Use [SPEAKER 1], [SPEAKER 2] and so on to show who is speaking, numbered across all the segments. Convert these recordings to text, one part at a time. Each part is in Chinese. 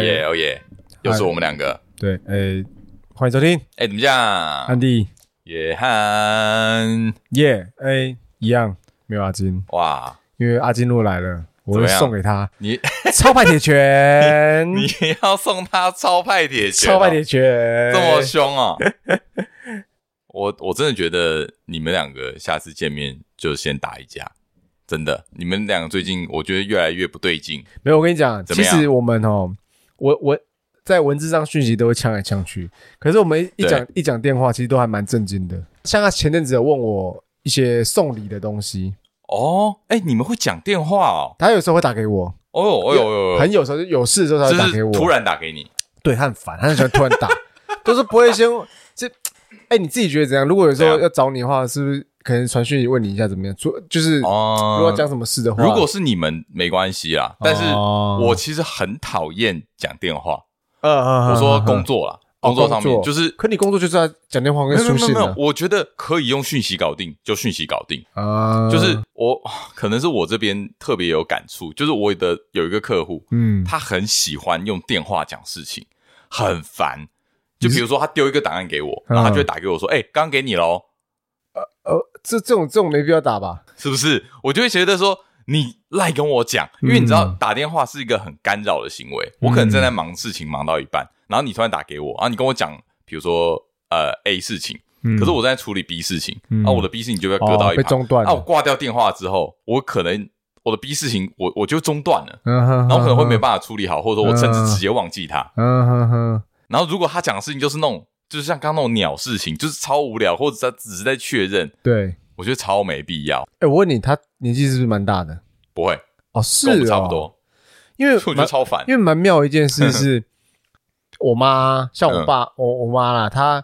[SPEAKER 1] 耶哦耶，又是我们两个。
[SPEAKER 2] 对，诶，欢迎收听
[SPEAKER 1] 哎，怎么样？
[SPEAKER 2] 安迪
[SPEAKER 1] 野汉，
[SPEAKER 2] 耶，诶，一样没有阿金，
[SPEAKER 1] 哇，
[SPEAKER 2] 因为阿金如果来了，我
[SPEAKER 1] 怎
[SPEAKER 2] 会
[SPEAKER 1] 么样
[SPEAKER 2] 送给他
[SPEAKER 1] 你
[SPEAKER 2] 超派铁拳，
[SPEAKER 1] 你要送他超派铁拳哦，
[SPEAKER 2] 超派铁拳，
[SPEAKER 1] 这么凶 哦！我我真的觉得你们两个下次见面就先打一架，真的，你们两个最近我觉得越来越不对劲，
[SPEAKER 2] 没有，我跟你讲，
[SPEAKER 1] 怎么
[SPEAKER 2] 其
[SPEAKER 1] 样
[SPEAKER 2] 实我们哦，我我在文字上讯息都会呛来呛去，可是我们一一
[SPEAKER 1] 对
[SPEAKER 2] 讲一讲电话，其实都还蛮震惊的。像他前阵子有问我一些送礼的东西，
[SPEAKER 1] 哦，哎、你们会讲电话哦？
[SPEAKER 2] 他有时候会打给我，
[SPEAKER 1] 哦呦，哦呦，哦呦，
[SPEAKER 2] 很有时候就有事的时候他会打
[SPEAKER 1] 就
[SPEAKER 2] 给
[SPEAKER 1] 是
[SPEAKER 2] 我，
[SPEAKER 1] 突然打给你，
[SPEAKER 2] 对他很烦，他很喜欢突然打，都是不会先 这。哎、你自己觉得怎样？如果有时
[SPEAKER 1] 怎
[SPEAKER 2] 候
[SPEAKER 1] 样
[SPEAKER 2] 要找你的话，是不是可能传讯息问你一下怎么样？做就是如
[SPEAKER 1] 哦
[SPEAKER 2] 果要讲什么事的话，
[SPEAKER 1] 如果是你们没关系啦，但是
[SPEAKER 2] 哦
[SPEAKER 1] 我其实很讨厌讲电话。
[SPEAKER 2] 呃呃，
[SPEAKER 1] 我说工
[SPEAKER 2] 作
[SPEAKER 1] 作啦，
[SPEAKER 2] 哦
[SPEAKER 1] 工作上
[SPEAKER 2] 工
[SPEAKER 1] 面
[SPEAKER 2] 作
[SPEAKER 1] 就是
[SPEAKER 2] 可你工作就是要讲电话
[SPEAKER 1] 没
[SPEAKER 2] 跟
[SPEAKER 1] 有没
[SPEAKER 2] 书
[SPEAKER 1] 有
[SPEAKER 2] 信
[SPEAKER 1] 没有
[SPEAKER 2] 啊，，
[SPEAKER 1] 我觉得可以用讯息搞定，就讯息搞定。
[SPEAKER 2] 啊
[SPEAKER 1] 就是我可能是我这边特别有感触，就是我的有一个客户，
[SPEAKER 2] 嗯，
[SPEAKER 1] 他很喜欢用电话讲事情，很烦。就比如说他丢一个档案给我，
[SPEAKER 2] 嗯
[SPEAKER 1] 然后他就会打给我说：“哎，刚给你喽，
[SPEAKER 2] 呃，这这种这种没必要打吧？
[SPEAKER 1] 是不是？”我就会觉得说。你赖跟我讲，因为你知道
[SPEAKER 2] 嗯
[SPEAKER 1] 打电话是一个很干扰的行为。我可能正在忙事情，忙到一半，然后你突然打给我，啊然后你跟我讲，比如说呃 A 事情，
[SPEAKER 2] 嗯
[SPEAKER 1] 可是我正在处理 B 事情，
[SPEAKER 2] 嗯
[SPEAKER 1] 啊，我的 B 事情就被搁到
[SPEAKER 2] 哦
[SPEAKER 1] 一
[SPEAKER 2] 被
[SPEAKER 1] 旁，
[SPEAKER 2] 中断了
[SPEAKER 1] 啊，我挂掉电话之后，我可能我的 B 事情我我就中断了，
[SPEAKER 2] 嗯哼，
[SPEAKER 1] 然后可能会没办法处理好，或者说我甚至直接忘记他。
[SPEAKER 2] 嗯哼哼，
[SPEAKER 1] 然后如果他讲的事情就是那种，就是像刚刚那种鸟事情，就是超无聊，或者他只是在确认，
[SPEAKER 2] 对。
[SPEAKER 1] 我觉得超没必要。
[SPEAKER 2] 哎，我问你，他年纪是不是蛮大的？
[SPEAKER 1] 不会，
[SPEAKER 2] 哦，是
[SPEAKER 1] 跟
[SPEAKER 2] 哦
[SPEAKER 1] 我们差不，多，
[SPEAKER 2] 因为
[SPEAKER 1] 所以我觉得
[SPEAKER 2] 蛮
[SPEAKER 1] 超烦。
[SPEAKER 2] 因为蛮妙的一件事 是，我妈像
[SPEAKER 1] 嗯
[SPEAKER 2] 我爸，我我妈啦，她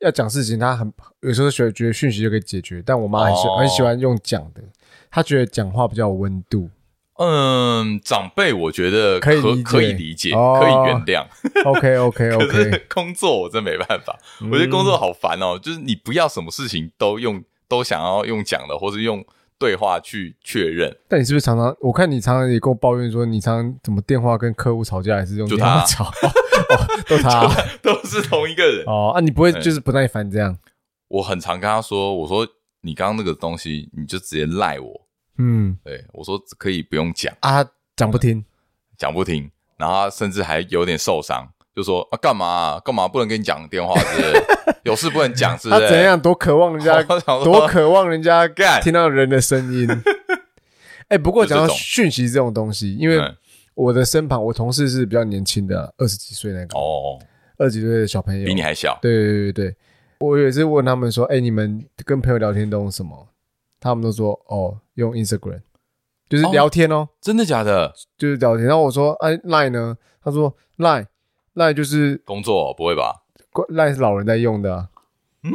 [SPEAKER 2] 要讲事情，她很有时候觉得觉得讯息就可以解决，但我妈很喜
[SPEAKER 1] 哦
[SPEAKER 2] 很喜欢用讲的，她觉得讲话比较有温度。
[SPEAKER 1] 嗯，长辈我觉得
[SPEAKER 2] 可以
[SPEAKER 1] 可
[SPEAKER 2] 理解
[SPEAKER 1] 可以理解，
[SPEAKER 2] 哦
[SPEAKER 1] 可以 原谅。
[SPEAKER 2] OK OK
[SPEAKER 1] 可
[SPEAKER 2] OK，嗯
[SPEAKER 1] 是工作我真没办法，我觉得工作好烦哦。就是你不要什么事情都用都想要用讲的，或是用对话去确认。
[SPEAKER 2] 但你是不是常常？我看你常常也跟我抱怨说，你常常怎么电话跟客户吵架，还是用
[SPEAKER 1] 就
[SPEAKER 2] 电
[SPEAKER 1] 他
[SPEAKER 2] 话吵， 哦哦都他啊
[SPEAKER 1] 都是同一个人。
[SPEAKER 2] 哦啊，你不会
[SPEAKER 1] 对
[SPEAKER 2] 就是不耐烦这样？
[SPEAKER 1] 我很常跟他说，我说你刚刚那个东西，你就直接赖我。
[SPEAKER 2] 嗯
[SPEAKER 1] 对我说可以不用讲，
[SPEAKER 2] 啊，她讲不听，
[SPEAKER 1] 讲不听，然后他甚至还有点受伤，就说啊干嘛啊干嘛不能跟你讲电话之类的，有事不能讲是不 欸
[SPEAKER 2] 他
[SPEAKER 1] 是？
[SPEAKER 2] 啊怎？样多渴望人 家
[SPEAKER 1] 我想说
[SPEAKER 2] 多渴望人家
[SPEAKER 1] 干
[SPEAKER 2] 听到人的声 音。哎、不过讲
[SPEAKER 1] 就
[SPEAKER 2] 到
[SPEAKER 1] 这种
[SPEAKER 2] 讯息这种东西，因为
[SPEAKER 1] 嗯
[SPEAKER 2] 我的身旁，我同事是比较年轻的，二十几岁那个，
[SPEAKER 1] 哦，
[SPEAKER 2] 二十几岁的小朋友。
[SPEAKER 1] 比你还小，
[SPEAKER 2] 对对对对，我有一次问他们说：“哎、你们跟朋友聊天都用什么？”他们都说：“哦，用 Instagram，就是
[SPEAKER 1] 哦
[SPEAKER 2] 聊天哦，
[SPEAKER 1] 真的假的？
[SPEAKER 2] 就是聊天。”然后我说：“哎、l i n e 呢？”他说：“Line，Line 就是
[SPEAKER 1] 工作不会吧？
[SPEAKER 2] 赖是老人在用的、嗯，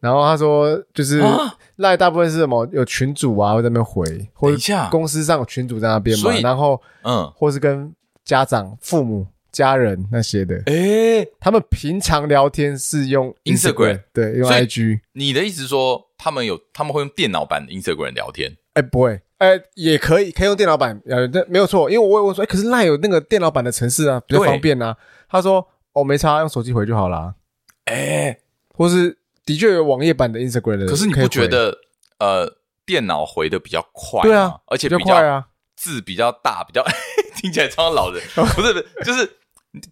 [SPEAKER 2] 然后他说就是
[SPEAKER 1] 啊
[SPEAKER 2] 赖大部分是什么有群主啊会在那边回，或
[SPEAKER 1] 等
[SPEAKER 2] 者
[SPEAKER 1] 一下，
[SPEAKER 2] 公司上有群主在那边嘛
[SPEAKER 1] 所以，
[SPEAKER 2] 然后
[SPEAKER 1] 嗯，
[SPEAKER 2] 或是跟家长、父母、家人那些的，
[SPEAKER 1] 诶，
[SPEAKER 2] 他们平常聊天是用
[SPEAKER 1] Instagram
[SPEAKER 2] 对，用
[SPEAKER 1] 所以
[SPEAKER 2] IG，
[SPEAKER 1] 你的意思是说他们有他们会用电脑版的 Instagram 聊天？
[SPEAKER 2] 哎、不会。哎，也可以，可以用电脑版，呃，但没有错，因为我我说，哎，可是赖有那个电脑版的城市啊，比较
[SPEAKER 1] 对
[SPEAKER 2] 方便啊。他说，哦，没差，用手机回就好啦。
[SPEAKER 1] 诶，
[SPEAKER 2] 或是的确有网页版的 Instagram 的，
[SPEAKER 1] 可是你不
[SPEAKER 2] 以
[SPEAKER 1] 觉
[SPEAKER 2] 回
[SPEAKER 1] 得呃电脑回的比较快吗？
[SPEAKER 2] 对啊
[SPEAKER 1] 而且
[SPEAKER 2] 比较
[SPEAKER 1] 比
[SPEAKER 2] 快啊？
[SPEAKER 1] 字比较大，比较 听起来超老人，不是不是，就是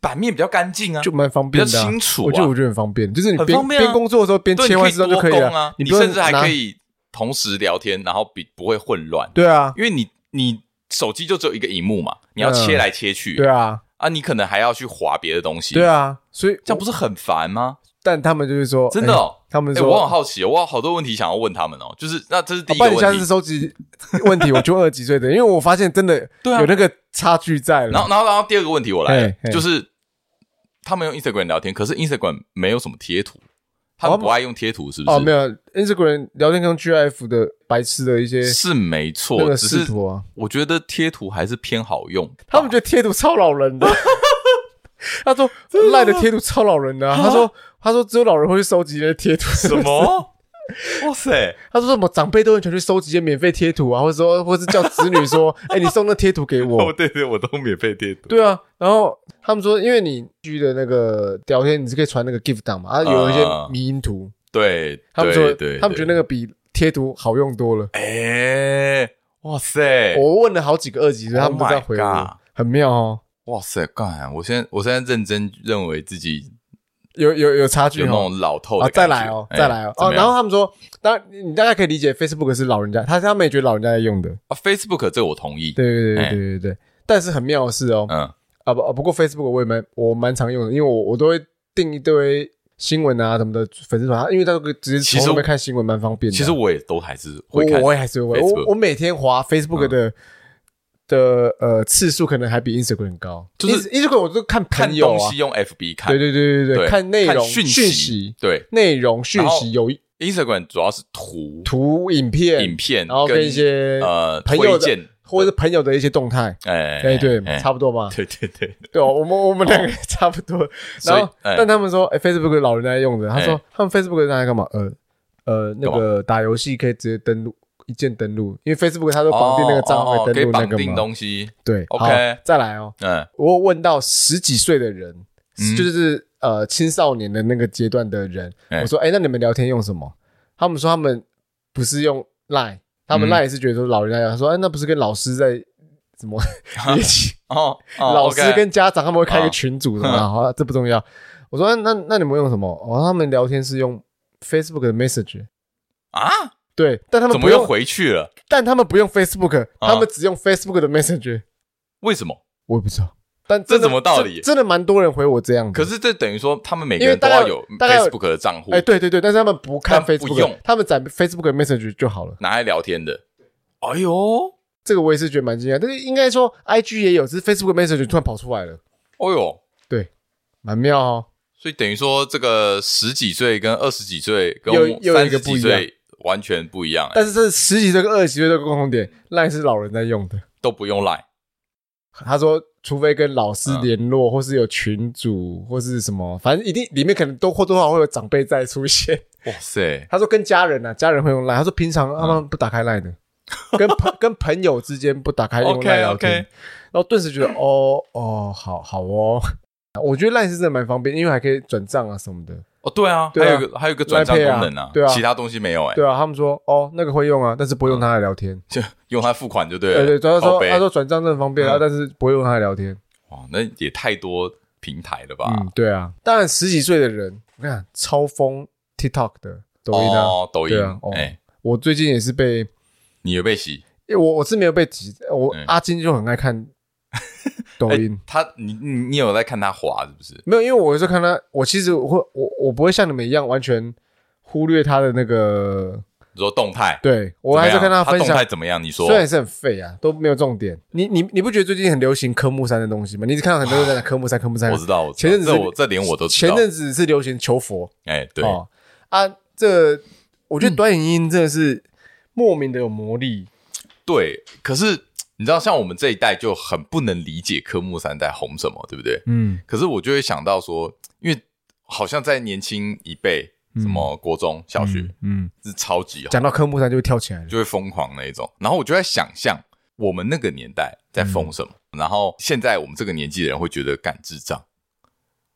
[SPEAKER 1] 版面比较干净啊，
[SPEAKER 2] 就蛮方
[SPEAKER 1] 比较
[SPEAKER 2] 便的啊、
[SPEAKER 1] 清楚、啊。
[SPEAKER 2] 我觉得我觉得很方便，就是你
[SPEAKER 1] 很
[SPEAKER 2] 边
[SPEAKER 1] 方便啊
[SPEAKER 2] 边、工作的时候边
[SPEAKER 1] 对，
[SPEAKER 2] 切换视窗
[SPEAKER 1] 你
[SPEAKER 2] 就可
[SPEAKER 1] 可以
[SPEAKER 2] 以
[SPEAKER 1] 多
[SPEAKER 2] 了，
[SPEAKER 1] 攻啊，
[SPEAKER 2] 你
[SPEAKER 1] 你
[SPEAKER 2] 不用
[SPEAKER 1] 甚至还
[SPEAKER 2] 拿
[SPEAKER 1] 可以同时聊天，然后比不会混乱，
[SPEAKER 2] 对啊，
[SPEAKER 1] 因为你你手机就只有一个荧幕嘛，你要切来切去，
[SPEAKER 2] 对啊，
[SPEAKER 1] 啊，你可能还要去划别的东西，
[SPEAKER 2] 对，啊，所以
[SPEAKER 1] 这样不是很烦吗？
[SPEAKER 2] 但他们就是说
[SPEAKER 1] 真的哦
[SPEAKER 2] 哎他们
[SPEAKER 1] 哎、
[SPEAKER 2] 说、
[SPEAKER 1] 我很好奇，我有好多问题想要问他们哦，就是那这是第
[SPEAKER 2] 啊
[SPEAKER 1] 一
[SPEAKER 2] 不
[SPEAKER 1] 个
[SPEAKER 2] 然你下
[SPEAKER 1] 问
[SPEAKER 2] 次
[SPEAKER 1] 题，
[SPEAKER 2] 收集问题，我就二十几岁的，因为我发现真的
[SPEAKER 1] 对啊
[SPEAKER 2] 有那个差距在了。
[SPEAKER 1] 然后然后然后第二个问题我来了
[SPEAKER 2] 嘿，嘿
[SPEAKER 1] 就是他们用 Instagram 聊天，可是 Instagram 没有什么贴图，他们
[SPEAKER 2] 哦
[SPEAKER 1] 不爱用贴图，是不是？
[SPEAKER 2] 哦，没有 Instagram 聊天跟 GIF 的白痴的一些
[SPEAKER 1] 是没
[SPEAKER 2] 那
[SPEAKER 1] 错，
[SPEAKER 2] 个
[SPEAKER 1] 只
[SPEAKER 2] 视
[SPEAKER 1] 是
[SPEAKER 2] 图啊，
[SPEAKER 1] 我觉得贴图还是偏好用。
[SPEAKER 2] 他们觉得贴图超老 人的。他说赖的贴图超老人的啊、他说他说只有老人会去收集那些贴图，
[SPEAKER 1] 什么？哇塞，
[SPEAKER 2] 他说什么长辈都很喜欢去收集一些免费贴图啊，或者说， 或是叫子女说， 哎、你送那贴图给
[SPEAKER 1] 哦
[SPEAKER 2] 我。
[SPEAKER 1] 对对，我都免费贴图，
[SPEAKER 2] 对啊，然后他们说，因为你居的那个聊天，你是可以传那个 GIF 档嘛，啊，有一些
[SPEAKER 1] 啊
[SPEAKER 2] 迷因图，
[SPEAKER 1] 对，
[SPEAKER 2] 他们
[SPEAKER 1] 对
[SPEAKER 2] 说
[SPEAKER 1] 对，
[SPEAKER 2] 他们觉得那个比贴图好用多了。哦
[SPEAKER 1] 对，哎，哇塞，
[SPEAKER 2] 我问了好几个二级，所以他们都
[SPEAKER 1] Oh my
[SPEAKER 2] 在回我
[SPEAKER 1] God，
[SPEAKER 2] 很妙哦，
[SPEAKER 1] 哇塞，干，我现在我现在认真认为自己
[SPEAKER 2] 有有有差距
[SPEAKER 1] 有那
[SPEAKER 2] 哦。
[SPEAKER 1] 种老透
[SPEAKER 2] 啊，
[SPEAKER 1] 的
[SPEAKER 2] 再
[SPEAKER 1] 感觉，
[SPEAKER 2] 来哦，
[SPEAKER 1] 哎
[SPEAKER 2] 再来哦，
[SPEAKER 1] 怎
[SPEAKER 2] 哦，
[SPEAKER 1] 么
[SPEAKER 2] 然
[SPEAKER 1] 样
[SPEAKER 2] 后他们说，当然你大概可以理解，Facebook 是老人家，他他们也觉得老人家在用的，
[SPEAKER 1] 啊，Facebook 这个我同意，
[SPEAKER 2] 对对对
[SPEAKER 1] 哎
[SPEAKER 2] 对对对。但是很妙的是哦，
[SPEAKER 1] 嗯
[SPEAKER 2] 啊不啊，不过 Facebook 我也蛮我蛮常用的，因为我我都会定一堆新闻啊什么的粉丝团，因为它都可以直接
[SPEAKER 1] 其
[SPEAKER 2] 从
[SPEAKER 1] 实
[SPEAKER 2] 那边看新闻，蛮方便的啊。
[SPEAKER 1] 其实我也都还是
[SPEAKER 2] 我
[SPEAKER 1] 会看，
[SPEAKER 2] 我也还是会，我
[SPEAKER 1] Facebook 嗯
[SPEAKER 2] 我每天滑 Facebook 的、的呃次数可能还比 Instagram 高，
[SPEAKER 1] 就是
[SPEAKER 2] Ins- Instagram 我都看
[SPEAKER 1] 看
[SPEAKER 2] 朋友
[SPEAKER 1] 东
[SPEAKER 2] 啊
[SPEAKER 1] 西，用 FB 看，
[SPEAKER 2] 对对对对
[SPEAKER 1] 对
[SPEAKER 2] 看内容
[SPEAKER 1] 讯
[SPEAKER 2] 息、
[SPEAKER 1] 对
[SPEAKER 2] 内容讯
[SPEAKER 1] 然后
[SPEAKER 2] 息有
[SPEAKER 1] ，Instagram 主要是图、
[SPEAKER 2] 图、影片、
[SPEAKER 1] 影片，
[SPEAKER 2] 然后跟一些
[SPEAKER 1] 呃
[SPEAKER 2] 朋友
[SPEAKER 1] 推
[SPEAKER 2] 的
[SPEAKER 1] 荐，
[SPEAKER 2] 或者是朋友的一些动态，
[SPEAKER 1] 哎，
[SPEAKER 2] 对对，
[SPEAKER 1] 哎
[SPEAKER 2] 差不多嘛。
[SPEAKER 1] 对对对，
[SPEAKER 2] 对哦，我们我们两个差不多。
[SPEAKER 1] 所以
[SPEAKER 2] 然后，
[SPEAKER 1] 哎
[SPEAKER 2] 但他们说，哎，Facebook 老人在用的。他说
[SPEAKER 1] 哎，
[SPEAKER 2] 他们 Facebook 拿来干嘛？呃呃，那
[SPEAKER 1] 干
[SPEAKER 2] 个打游戏可以直接登录，一键登录，因为 Facebook 它都
[SPEAKER 1] 哦
[SPEAKER 2] 绑定那个账
[SPEAKER 1] 哦
[SPEAKER 2] 号
[SPEAKER 1] 可
[SPEAKER 2] 登
[SPEAKER 1] 以
[SPEAKER 2] 录那
[SPEAKER 1] 绑
[SPEAKER 2] 个
[SPEAKER 1] 定
[SPEAKER 2] 嘛。
[SPEAKER 1] 东西，
[SPEAKER 2] 对
[SPEAKER 1] OK
[SPEAKER 2] 好再来哦。
[SPEAKER 1] 嗯，
[SPEAKER 2] 我有问到十几岁的人
[SPEAKER 1] 嗯，
[SPEAKER 2] 就是呃青少年的那个阶段的人，
[SPEAKER 1] 哎
[SPEAKER 2] 我说，哎，那你们聊天用什么？他们说他们不是用 Line，他们
[SPEAKER 1] 嗯
[SPEAKER 2] Line 也是觉得说老人在用，他说，哎，那不是跟老师在什 么一起？
[SPEAKER 1] 哦，哦
[SPEAKER 2] 老师
[SPEAKER 1] OK 嗯
[SPEAKER 2] 跟家长他们会开一个群组什么的，啊好，这不重要。我说啊那那那你们用什么？哦，他们聊天是用 Facebook 的 Message，
[SPEAKER 1] 啊，
[SPEAKER 2] 对，但他们
[SPEAKER 1] 怎
[SPEAKER 2] 不
[SPEAKER 1] 么
[SPEAKER 2] 用
[SPEAKER 1] 又，回去了？
[SPEAKER 2] 但他们不用 Facebook，
[SPEAKER 1] 啊
[SPEAKER 2] 他们只用 Facebook 的 Message，
[SPEAKER 1] 为什么？
[SPEAKER 2] 我也不知道。但真的
[SPEAKER 1] 这怎么道理
[SPEAKER 2] 真真的蛮多人回我这样的，
[SPEAKER 1] 可是这等于说，他们每个
[SPEAKER 2] 因为
[SPEAKER 1] 人
[SPEAKER 2] 大
[SPEAKER 1] 都
[SPEAKER 2] 概
[SPEAKER 1] 要有
[SPEAKER 2] 大概有
[SPEAKER 1] Facebook 的账户
[SPEAKER 2] 哎，对对对，但是他们不看
[SPEAKER 1] 他们不
[SPEAKER 2] Facebook，
[SPEAKER 1] 用
[SPEAKER 2] 他们载 Facebook 的 Message 就好了。
[SPEAKER 1] 拿来聊天的。哎呦，
[SPEAKER 2] 这个我也是觉得蛮惊讶，但是应该说 IG 也有，只是 Facebook Message 突然跑出来了，
[SPEAKER 1] 哎呦，
[SPEAKER 2] 蛮妙哦。
[SPEAKER 1] 所以等于说，这个十几岁跟二十几岁跟
[SPEAKER 2] 又又有
[SPEAKER 1] 三
[SPEAKER 2] 一个不
[SPEAKER 1] 十几
[SPEAKER 2] 一样
[SPEAKER 1] 岁完全不一样、哎
[SPEAKER 2] 但是这十几岁跟二十几岁的共同点，Line 是老人在用的。
[SPEAKER 1] 都不用 Line。
[SPEAKER 2] 他说，除非跟老师
[SPEAKER 1] 嗯
[SPEAKER 2] 联络，或是有群主，或是什么，反正一定里面可能都或多或少会有长辈在出现。
[SPEAKER 1] 哇塞，
[SPEAKER 2] 他说跟家人啊，家人会用 line。他说平
[SPEAKER 1] 嗯
[SPEAKER 2] 常他们不打开 line 的，跟朋 跟朋友之间不打开用
[SPEAKER 1] OK，
[SPEAKER 2] line 聊天。
[SPEAKER 1] OK
[SPEAKER 2] 然后顿时觉得，哦哦，好好哦。 我觉得 line 是真的蛮方便，因为还可以转账啊什么的。
[SPEAKER 1] 哦，对啊，
[SPEAKER 2] 对啊
[SPEAKER 1] 还有一个还有一个转账
[SPEAKER 2] Line Pay
[SPEAKER 1] 功
[SPEAKER 2] 啊
[SPEAKER 1] 能啊，
[SPEAKER 2] 对啊
[SPEAKER 1] 其他东西没有哎、
[SPEAKER 2] 对啊，他们说哦那个会用啊，但是不会用它来聊天。
[SPEAKER 1] 就用它付款就嗯对了。
[SPEAKER 2] 对对，他
[SPEAKER 1] 靠
[SPEAKER 2] 说
[SPEAKER 1] 背
[SPEAKER 2] 他说转账真的很方便啊，
[SPEAKER 1] 嗯
[SPEAKER 2] 但是不会用它来聊天。
[SPEAKER 1] 哇，那也太多平台了吧？
[SPEAKER 2] 嗯，对啊，当然十几岁的人，我看超疯 TikTok 的抖音啊，
[SPEAKER 1] 哦，抖音，
[SPEAKER 2] 对
[SPEAKER 1] 哎、
[SPEAKER 2] 啊哦我最近也是被，
[SPEAKER 1] 你有被洗？
[SPEAKER 2] 因为我我是没有被提，我、
[SPEAKER 1] 嗯
[SPEAKER 2] 阿金就很爱 看抖
[SPEAKER 1] 哎、
[SPEAKER 2] 音，
[SPEAKER 1] 他你你你有在看他滑是不是？
[SPEAKER 2] 没有，因为我有时候看他，我其实我会我我不会像你们一样完全忽略他的那个，
[SPEAKER 1] 你说动态，
[SPEAKER 2] 对我还是
[SPEAKER 1] 怎
[SPEAKER 2] 看
[SPEAKER 1] 么样
[SPEAKER 2] 分
[SPEAKER 1] 动态
[SPEAKER 2] 享。
[SPEAKER 1] 怎么样？你说
[SPEAKER 2] 虽然是很废啊，都没有重点。你你你不觉得最近很流行科目三的东西吗？你一直看到很多人在讲科目三、科目三。
[SPEAKER 1] 我知道，我知道
[SPEAKER 2] 前阵子
[SPEAKER 1] 这
[SPEAKER 2] 是
[SPEAKER 1] 我这连我都知
[SPEAKER 2] 前
[SPEAKER 1] 道。
[SPEAKER 2] 阵子是流行求佛，
[SPEAKER 1] 哎、对、嗯
[SPEAKER 2] 哦、啊，这我觉得短影音真的是莫名的有魔力。
[SPEAKER 1] 对，可是你知道，像我们这一代就很不能理解科目三在红什么，对不对？
[SPEAKER 2] 嗯，
[SPEAKER 1] 可是我就会想到说，因为好像在年轻一辈，什么国中小学、
[SPEAKER 2] 嗯，
[SPEAKER 1] 是超级红，
[SPEAKER 2] 讲到科目三就会跳起来了。
[SPEAKER 1] 就会疯狂那一种。然后我就在想象我们那个年代在疯什么，然后现在我们这个年纪的人会觉得干智障。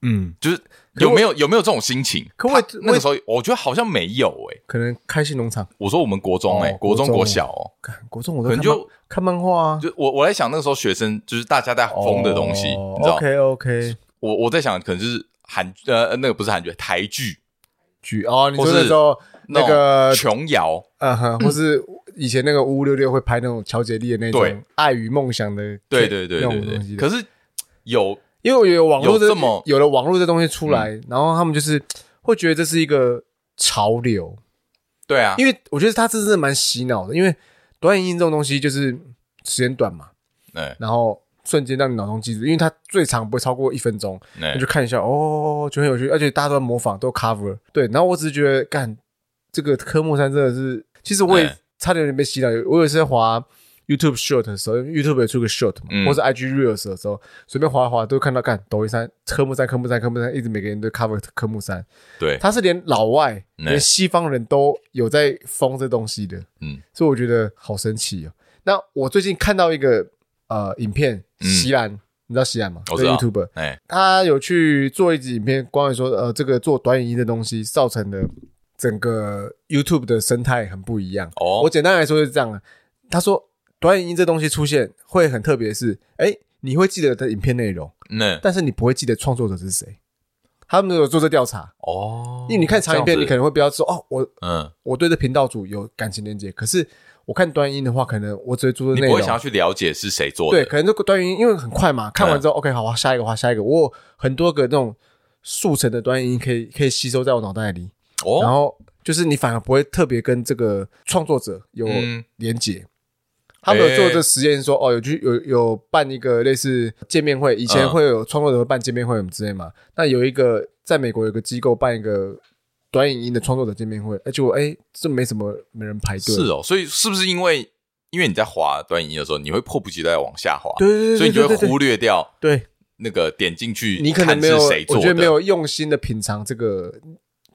[SPEAKER 2] 嗯，
[SPEAKER 1] 就是有没有有没有这种心情？
[SPEAKER 2] 可我
[SPEAKER 1] 他那个时候，我觉得好像没有哎诶、
[SPEAKER 2] 可能开心农场，
[SPEAKER 1] 我说我们国中诶、
[SPEAKER 2] 哦
[SPEAKER 1] 国
[SPEAKER 2] 国
[SPEAKER 1] 中
[SPEAKER 2] 中
[SPEAKER 1] 国小哦、
[SPEAKER 2] 看国中我都
[SPEAKER 1] 可
[SPEAKER 2] 看
[SPEAKER 1] 能就
[SPEAKER 2] 漫看漫画啊，
[SPEAKER 1] 就我我在想那个时候学生就是大家在疯的东西，你知道
[SPEAKER 2] 哦 OK OK，
[SPEAKER 1] 我我在想可能就是韩呃那个不是韩剧台剧
[SPEAKER 2] 举哦，你
[SPEAKER 1] 或
[SPEAKER 2] 说那
[SPEAKER 1] 是
[SPEAKER 2] 时候那
[SPEAKER 1] 种
[SPEAKER 2] 个
[SPEAKER 1] 琼瑶，
[SPEAKER 2] 嗯哼，或是以前那个五五六六会拍那种乔杰利的那
[SPEAKER 1] 对
[SPEAKER 2] 种爱与梦想的，
[SPEAKER 1] 对对对
[SPEAKER 2] 那
[SPEAKER 1] 对
[SPEAKER 2] 种东西
[SPEAKER 1] 对。
[SPEAKER 2] 的。
[SPEAKER 1] 可是有
[SPEAKER 2] 因为我觉得网络
[SPEAKER 1] 有这么嗯
[SPEAKER 2] 有了网络这东西出来，然后他们就是会觉得这是一个潮流，
[SPEAKER 1] 对啊，
[SPEAKER 2] 因
[SPEAKER 1] 为
[SPEAKER 2] 为我觉得他这真的蛮洗脑的，因为短影音这种东西就是时间短嘛，
[SPEAKER 1] 哎
[SPEAKER 2] 然后瞬间让你脑中记住，因为它最长不会超过一分钟，
[SPEAKER 1] 哎
[SPEAKER 2] 你就看一下哦，就很有趣，而且大家都在模仿，都 cover。对，然后我只是觉得干这个科目三真的是，其实我也
[SPEAKER 1] 哎
[SPEAKER 2] 差点有点被洗脑，我有一次在滑 YouTube Short 的时候，YouTube 有出个 Short 嘛，
[SPEAKER 1] 嗯
[SPEAKER 2] 或是 IG Reels 的时候，随便滑一滑都看到，干抖音三科目三科目三科目三，一直每个人都 cover 科目三，
[SPEAKER 1] 对，
[SPEAKER 2] 他是连老外、
[SPEAKER 1] 嗯
[SPEAKER 2] 连西方人都有在封这东西的，
[SPEAKER 1] 嗯，
[SPEAKER 2] 所以我觉得好神奇哦。那我最近看到一个呃影片，
[SPEAKER 1] 嗯
[SPEAKER 2] 席兰，你知道席兰吗？
[SPEAKER 1] 我
[SPEAKER 2] 这
[SPEAKER 1] 知
[SPEAKER 2] 个
[SPEAKER 1] 道
[SPEAKER 2] YouTuber，
[SPEAKER 1] 哎，
[SPEAKER 2] 他有去做一集影片，关于说呃这个做短影音的东西造成的整个 YouTube 的生态很不一样。
[SPEAKER 1] 哦，
[SPEAKER 2] 我简单来说是这样的，啊他说短影音这东西出现会很特别是，哎、你会记得的影片内容，
[SPEAKER 1] 那
[SPEAKER 2] 但是你不会记得创作者是谁。他们有做这调查，
[SPEAKER 1] 哦，
[SPEAKER 2] 因为你看长影片，你
[SPEAKER 1] 这样子
[SPEAKER 2] 可能会比较说哦，我
[SPEAKER 1] 嗯，
[SPEAKER 2] 我对这频道主有感情连接，可是我看短影音的话，可能我只会注重
[SPEAKER 1] 你
[SPEAKER 2] 内
[SPEAKER 1] 不
[SPEAKER 2] 容
[SPEAKER 1] 会。想要去了解是谁做的，
[SPEAKER 2] 对，可能这个短影音因为很快嘛，看完之后、OK，好，我下一个，我下一个，我有很多个那种速成的短影音可以可以吸收在我脑袋里，然
[SPEAKER 1] 哦，
[SPEAKER 2] 后就是你反而不会特别跟这个创作者有
[SPEAKER 1] 嗯
[SPEAKER 2] 连结。他们有做这实验说，哦，有去有有办一个类似见面会，以前
[SPEAKER 1] 嗯
[SPEAKER 2] 会有创作者会办见面会什么之类嘛。那有一个在美国有个机构办一个短影音的创作者见面会，哎，结果哎，这没什么没人排队，
[SPEAKER 1] 是哦，所以是不是因为因为你在滑短影音的时候，你会迫不及待往下滑，
[SPEAKER 2] 对，对对对，
[SPEAKER 1] 所以你就会
[SPEAKER 2] 对对
[SPEAKER 1] 忽略掉
[SPEAKER 2] 对，
[SPEAKER 1] 那个点进去，
[SPEAKER 2] 你可能没有，
[SPEAKER 1] 谁
[SPEAKER 2] 我
[SPEAKER 1] 做
[SPEAKER 2] 觉
[SPEAKER 1] 的，
[SPEAKER 2] 得没有用心的品尝这个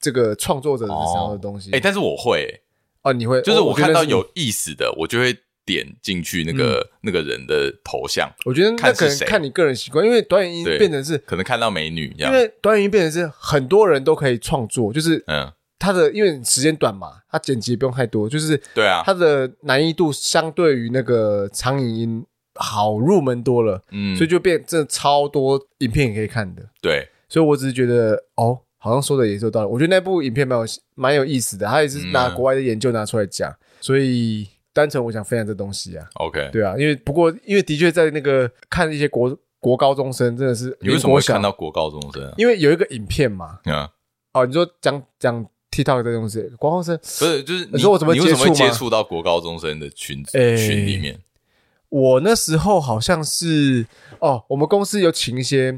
[SPEAKER 2] 这个创作者的想要的东西。
[SPEAKER 1] 哎，但是我会，
[SPEAKER 2] 哦，你会
[SPEAKER 1] 就是
[SPEAKER 2] 哦
[SPEAKER 1] 我
[SPEAKER 2] 我觉
[SPEAKER 1] 看
[SPEAKER 2] 得
[SPEAKER 1] 到
[SPEAKER 2] 是嗯
[SPEAKER 1] 有意思的，我就会点进去那个那个人的头像，
[SPEAKER 2] 我觉得那
[SPEAKER 1] 看
[SPEAKER 2] 可
[SPEAKER 1] 是
[SPEAKER 2] 能
[SPEAKER 1] 谁
[SPEAKER 2] 看你个人习惯，因为短语音
[SPEAKER 1] 对啊
[SPEAKER 2] 变成是，
[SPEAKER 1] 可能看到美女这
[SPEAKER 2] 因
[SPEAKER 1] 样，
[SPEAKER 2] 为短语音变成是很多人都可以创作，就是
[SPEAKER 1] 嗯，
[SPEAKER 2] 它的因为时间短嘛，它剪辑也不用太多，就是
[SPEAKER 1] 对啊，
[SPEAKER 2] 它的难易度相对于那个长影音好入门多了，
[SPEAKER 1] 嗯，
[SPEAKER 2] 所以就变真的超多影片也可以看的。
[SPEAKER 1] 对，
[SPEAKER 2] 所以我只是觉得哦，好像说的也是有道理。我觉得那部影片蛮有蛮有意思的，他也是拿
[SPEAKER 1] 嗯
[SPEAKER 2] 国外的研究拿出来讲，所以单纯我想分享这东西啊，
[SPEAKER 1] OK，
[SPEAKER 2] 对啊，因为不过因为的确在那个看一些国国高中生真的是
[SPEAKER 1] 你为
[SPEAKER 2] 连
[SPEAKER 1] 什么
[SPEAKER 2] 国
[SPEAKER 1] 会
[SPEAKER 2] 小
[SPEAKER 1] 看到国高中生啊？
[SPEAKER 2] 因为有一个影片嘛，
[SPEAKER 1] 嗯，
[SPEAKER 2] 哦，你说讲讲 TikTok 这东西，国高中生
[SPEAKER 1] 不是，就是
[SPEAKER 2] 你说我怎么
[SPEAKER 1] 你为什么会
[SPEAKER 2] 接触吗
[SPEAKER 1] 接触到国高中生的群
[SPEAKER 2] 哎
[SPEAKER 1] 群里面？
[SPEAKER 2] 我那时候好像是哦，我们公司有请一些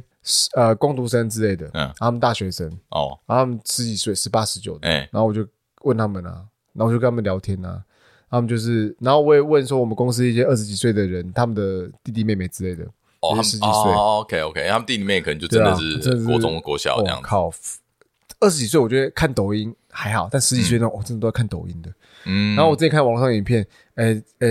[SPEAKER 2] 呃工读生之类的，
[SPEAKER 1] 嗯
[SPEAKER 2] 然后他们大学生，
[SPEAKER 1] 哦，
[SPEAKER 2] 然后他们十几岁，十八十九的，
[SPEAKER 1] 哎，
[SPEAKER 2] 然后我就问他们啊，然后我就跟他们聊天啊，他们就是，然后我也问说我们公司一些二十几岁的人，他们的弟弟妹妹之类的，
[SPEAKER 1] 哦，他
[SPEAKER 2] 也
[SPEAKER 1] 们
[SPEAKER 2] 是十几岁
[SPEAKER 1] 哦，OK OK，他们弟弟妹可能就真
[SPEAKER 2] 对
[SPEAKER 1] 的
[SPEAKER 2] 啊真的
[SPEAKER 1] 是
[SPEAKER 2] 是
[SPEAKER 1] 国中、国小
[SPEAKER 2] 我
[SPEAKER 1] 这样子，
[SPEAKER 2] 靠，二十几岁我觉得看抖音还好，但十几岁那种我、哦真的都在看抖音的。
[SPEAKER 1] 嗯，
[SPEAKER 2] 然后我自己看网络上的影片，呃呃，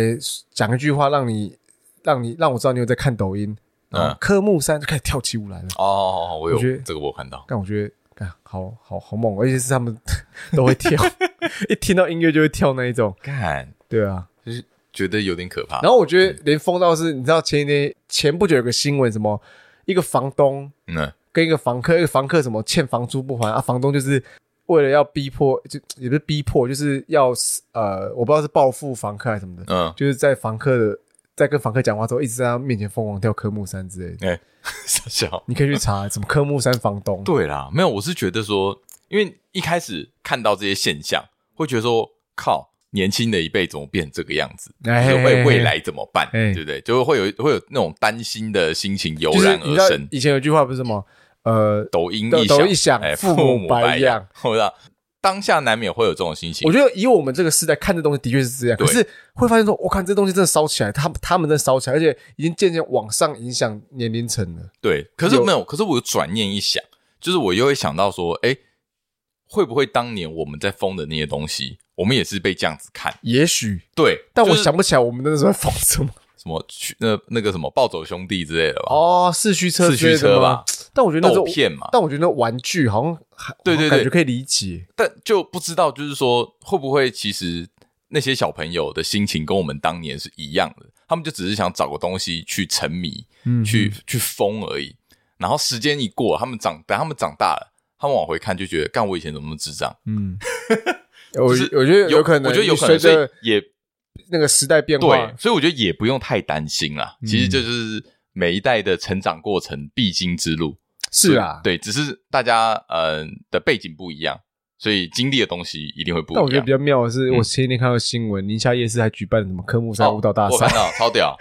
[SPEAKER 2] 讲一句话让你让你让我知道你有在看抖音，
[SPEAKER 1] 嗯
[SPEAKER 2] 嗯，科目三就开始跳起舞来了，
[SPEAKER 1] 哦，我有
[SPEAKER 2] 我觉得
[SPEAKER 1] 这个我有看到，
[SPEAKER 2] 但我觉得。干好好好猛，而且是他们 都会跳， 一听到音乐就会跳那一种，
[SPEAKER 1] 看
[SPEAKER 2] 对啊，
[SPEAKER 1] 就是觉得有点可怕，
[SPEAKER 2] 然后我觉得连疯到是，你知道前一天前不久有个新闻，什么一个房东
[SPEAKER 1] 嗯，
[SPEAKER 2] 跟一个房客，一个房客什么欠房租不还啊，房东就是为了要逼迫，就也不是逼迫，就是要呃，我不知道是报复房客还是什么的，
[SPEAKER 1] 嗯，
[SPEAKER 2] 就是在房客的在跟房客讲话之后，一直在他面前疯狂跳科目三之类的。
[SPEAKER 1] 哎， 傻笑，
[SPEAKER 2] 你可以去查什么科目三房东，
[SPEAKER 1] 对啦，没有，我是觉得说，因为一开始看到这些现象，会觉得说，靠，年轻的一辈怎么变这个样子？
[SPEAKER 2] 哎
[SPEAKER 1] 就是为未来怎么办？
[SPEAKER 2] 哎
[SPEAKER 1] 对不对？就会有会有那种担心的心情油
[SPEAKER 2] 就是
[SPEAKER 1] 然
[SPEAKER 2] 你知道
[SPEAKER 1] 而生。
[SPEAKER 2] 以前有句话不是什么呃，
[SPEAKER 1] 抖音
[SPEAKER 2] 抖
[SPEAKER 1] 一响，
[SPEAKER 2] 抖一响
[SPEAKER 1] 哎，
[SPEAKER 2] 父
[SPEAKER 1] 父
[SPEAKER 2] 母白
[SPEAKER 1] 白
[SPEAKER 2] 养，
[SPEAKER 1] 我知道，当下难免会有这种心情
[SPEAKER 2] 我。觉得以我们这个时代看这东西的确是这样，可
[SPEAKER 1] 对
[SPEAKER 2] 是会发现说，我看这东西真的烧起来，他他们真的烧起来，而且已经渐渐往上影响年龄层了。
[SPEAKER 1] 对，可是
[SPEAKER 2] 有
[SPEAKER 1] 没有，可是我转念一想，就是我又会想到说，哎，会不会当年我们在疯的那些东西，我们也是被这样子看？
[SPEAKER 2] 也许，
[SPEAKER 1] 对，
[SPEAKER 2] 但
[SPEAKER 1] 就
[SPEAKER 2] 我
[SPEAKER 1] 是
[SPEAKER 2] 想不起来我们那时候在讽 什么。
[SPEAKER 1] 什么去那那个什么暴走兄弟之类的吧？
[SPEAKER 2] 哦，四驱车
[SPEAKER 1] 四
[SPEAKER 2] 之类
[SPEAKER 1] 驱
[SPEAKER 2] 的
[SPEAKER 1] 车
[SPEAKER 2] 吗
[SPEAKER 1] 吧？，
[SPEAKER 2] 但我觉得那时
[SPEAKER 1] 豆
[SPEAKER 2] 候，
[SPEAKER 1] 片嘛，
[SPEAKER 2] 但我觉得那玩具好像还
[SPEAKER 1] 对对对
[SPEAKER 2] 感觉可以理解。
[SPEAKER 1] 但就不知道就是说会不会其实那些小朋友的心情跟我们当年是一样的，他们就只是想找个东西去沉迷，
[SPEAKER 2] 嗯
[SPEAKER 1] 去去疯而已。然后时间一过，他们长等他们长大了，他们往回看就觉得，干我以前怎么那么智障？
[SPEAKER 2] 嗯， 我我
[SPEAKER 1] 就是
[SPEAKER 2] 觉得有可能，
[SPEAKER 1] 我觉得有可
[SPEAKER 2] 随
[SPEAKER 1] 能，所以
[SPEAKER 2] 着
[SPEAKER 1] 也
[SPEAKER 2] 那个时代变化
[SPEAKER 1] 对，，所以我觉得也不用太担心啦。
[SPEAKER 2] 嗯
[SPEAKER 1] 其实这就是每一代的成长过程必经之路。
[SPEAKER 2] 是啊，
[SPEAKER 1] 对，只是大家嗯、呃的背景不一样，所以经历的东西一定会不一
[SPEAKER 2] 但
[SPEAKER 1] 样。
[SPEAKER 2] 我觉得比较妙的是，
[SPEAKER 1] 嗯哦
[SPEAKER 2] 我前几天看到新闻，宁夏夜市还举办了什么科目三舞蹈大
[SPEAKER 1] 我
[SPEAKER 2] 赛
[SPEAKER 1] 看，到超屌，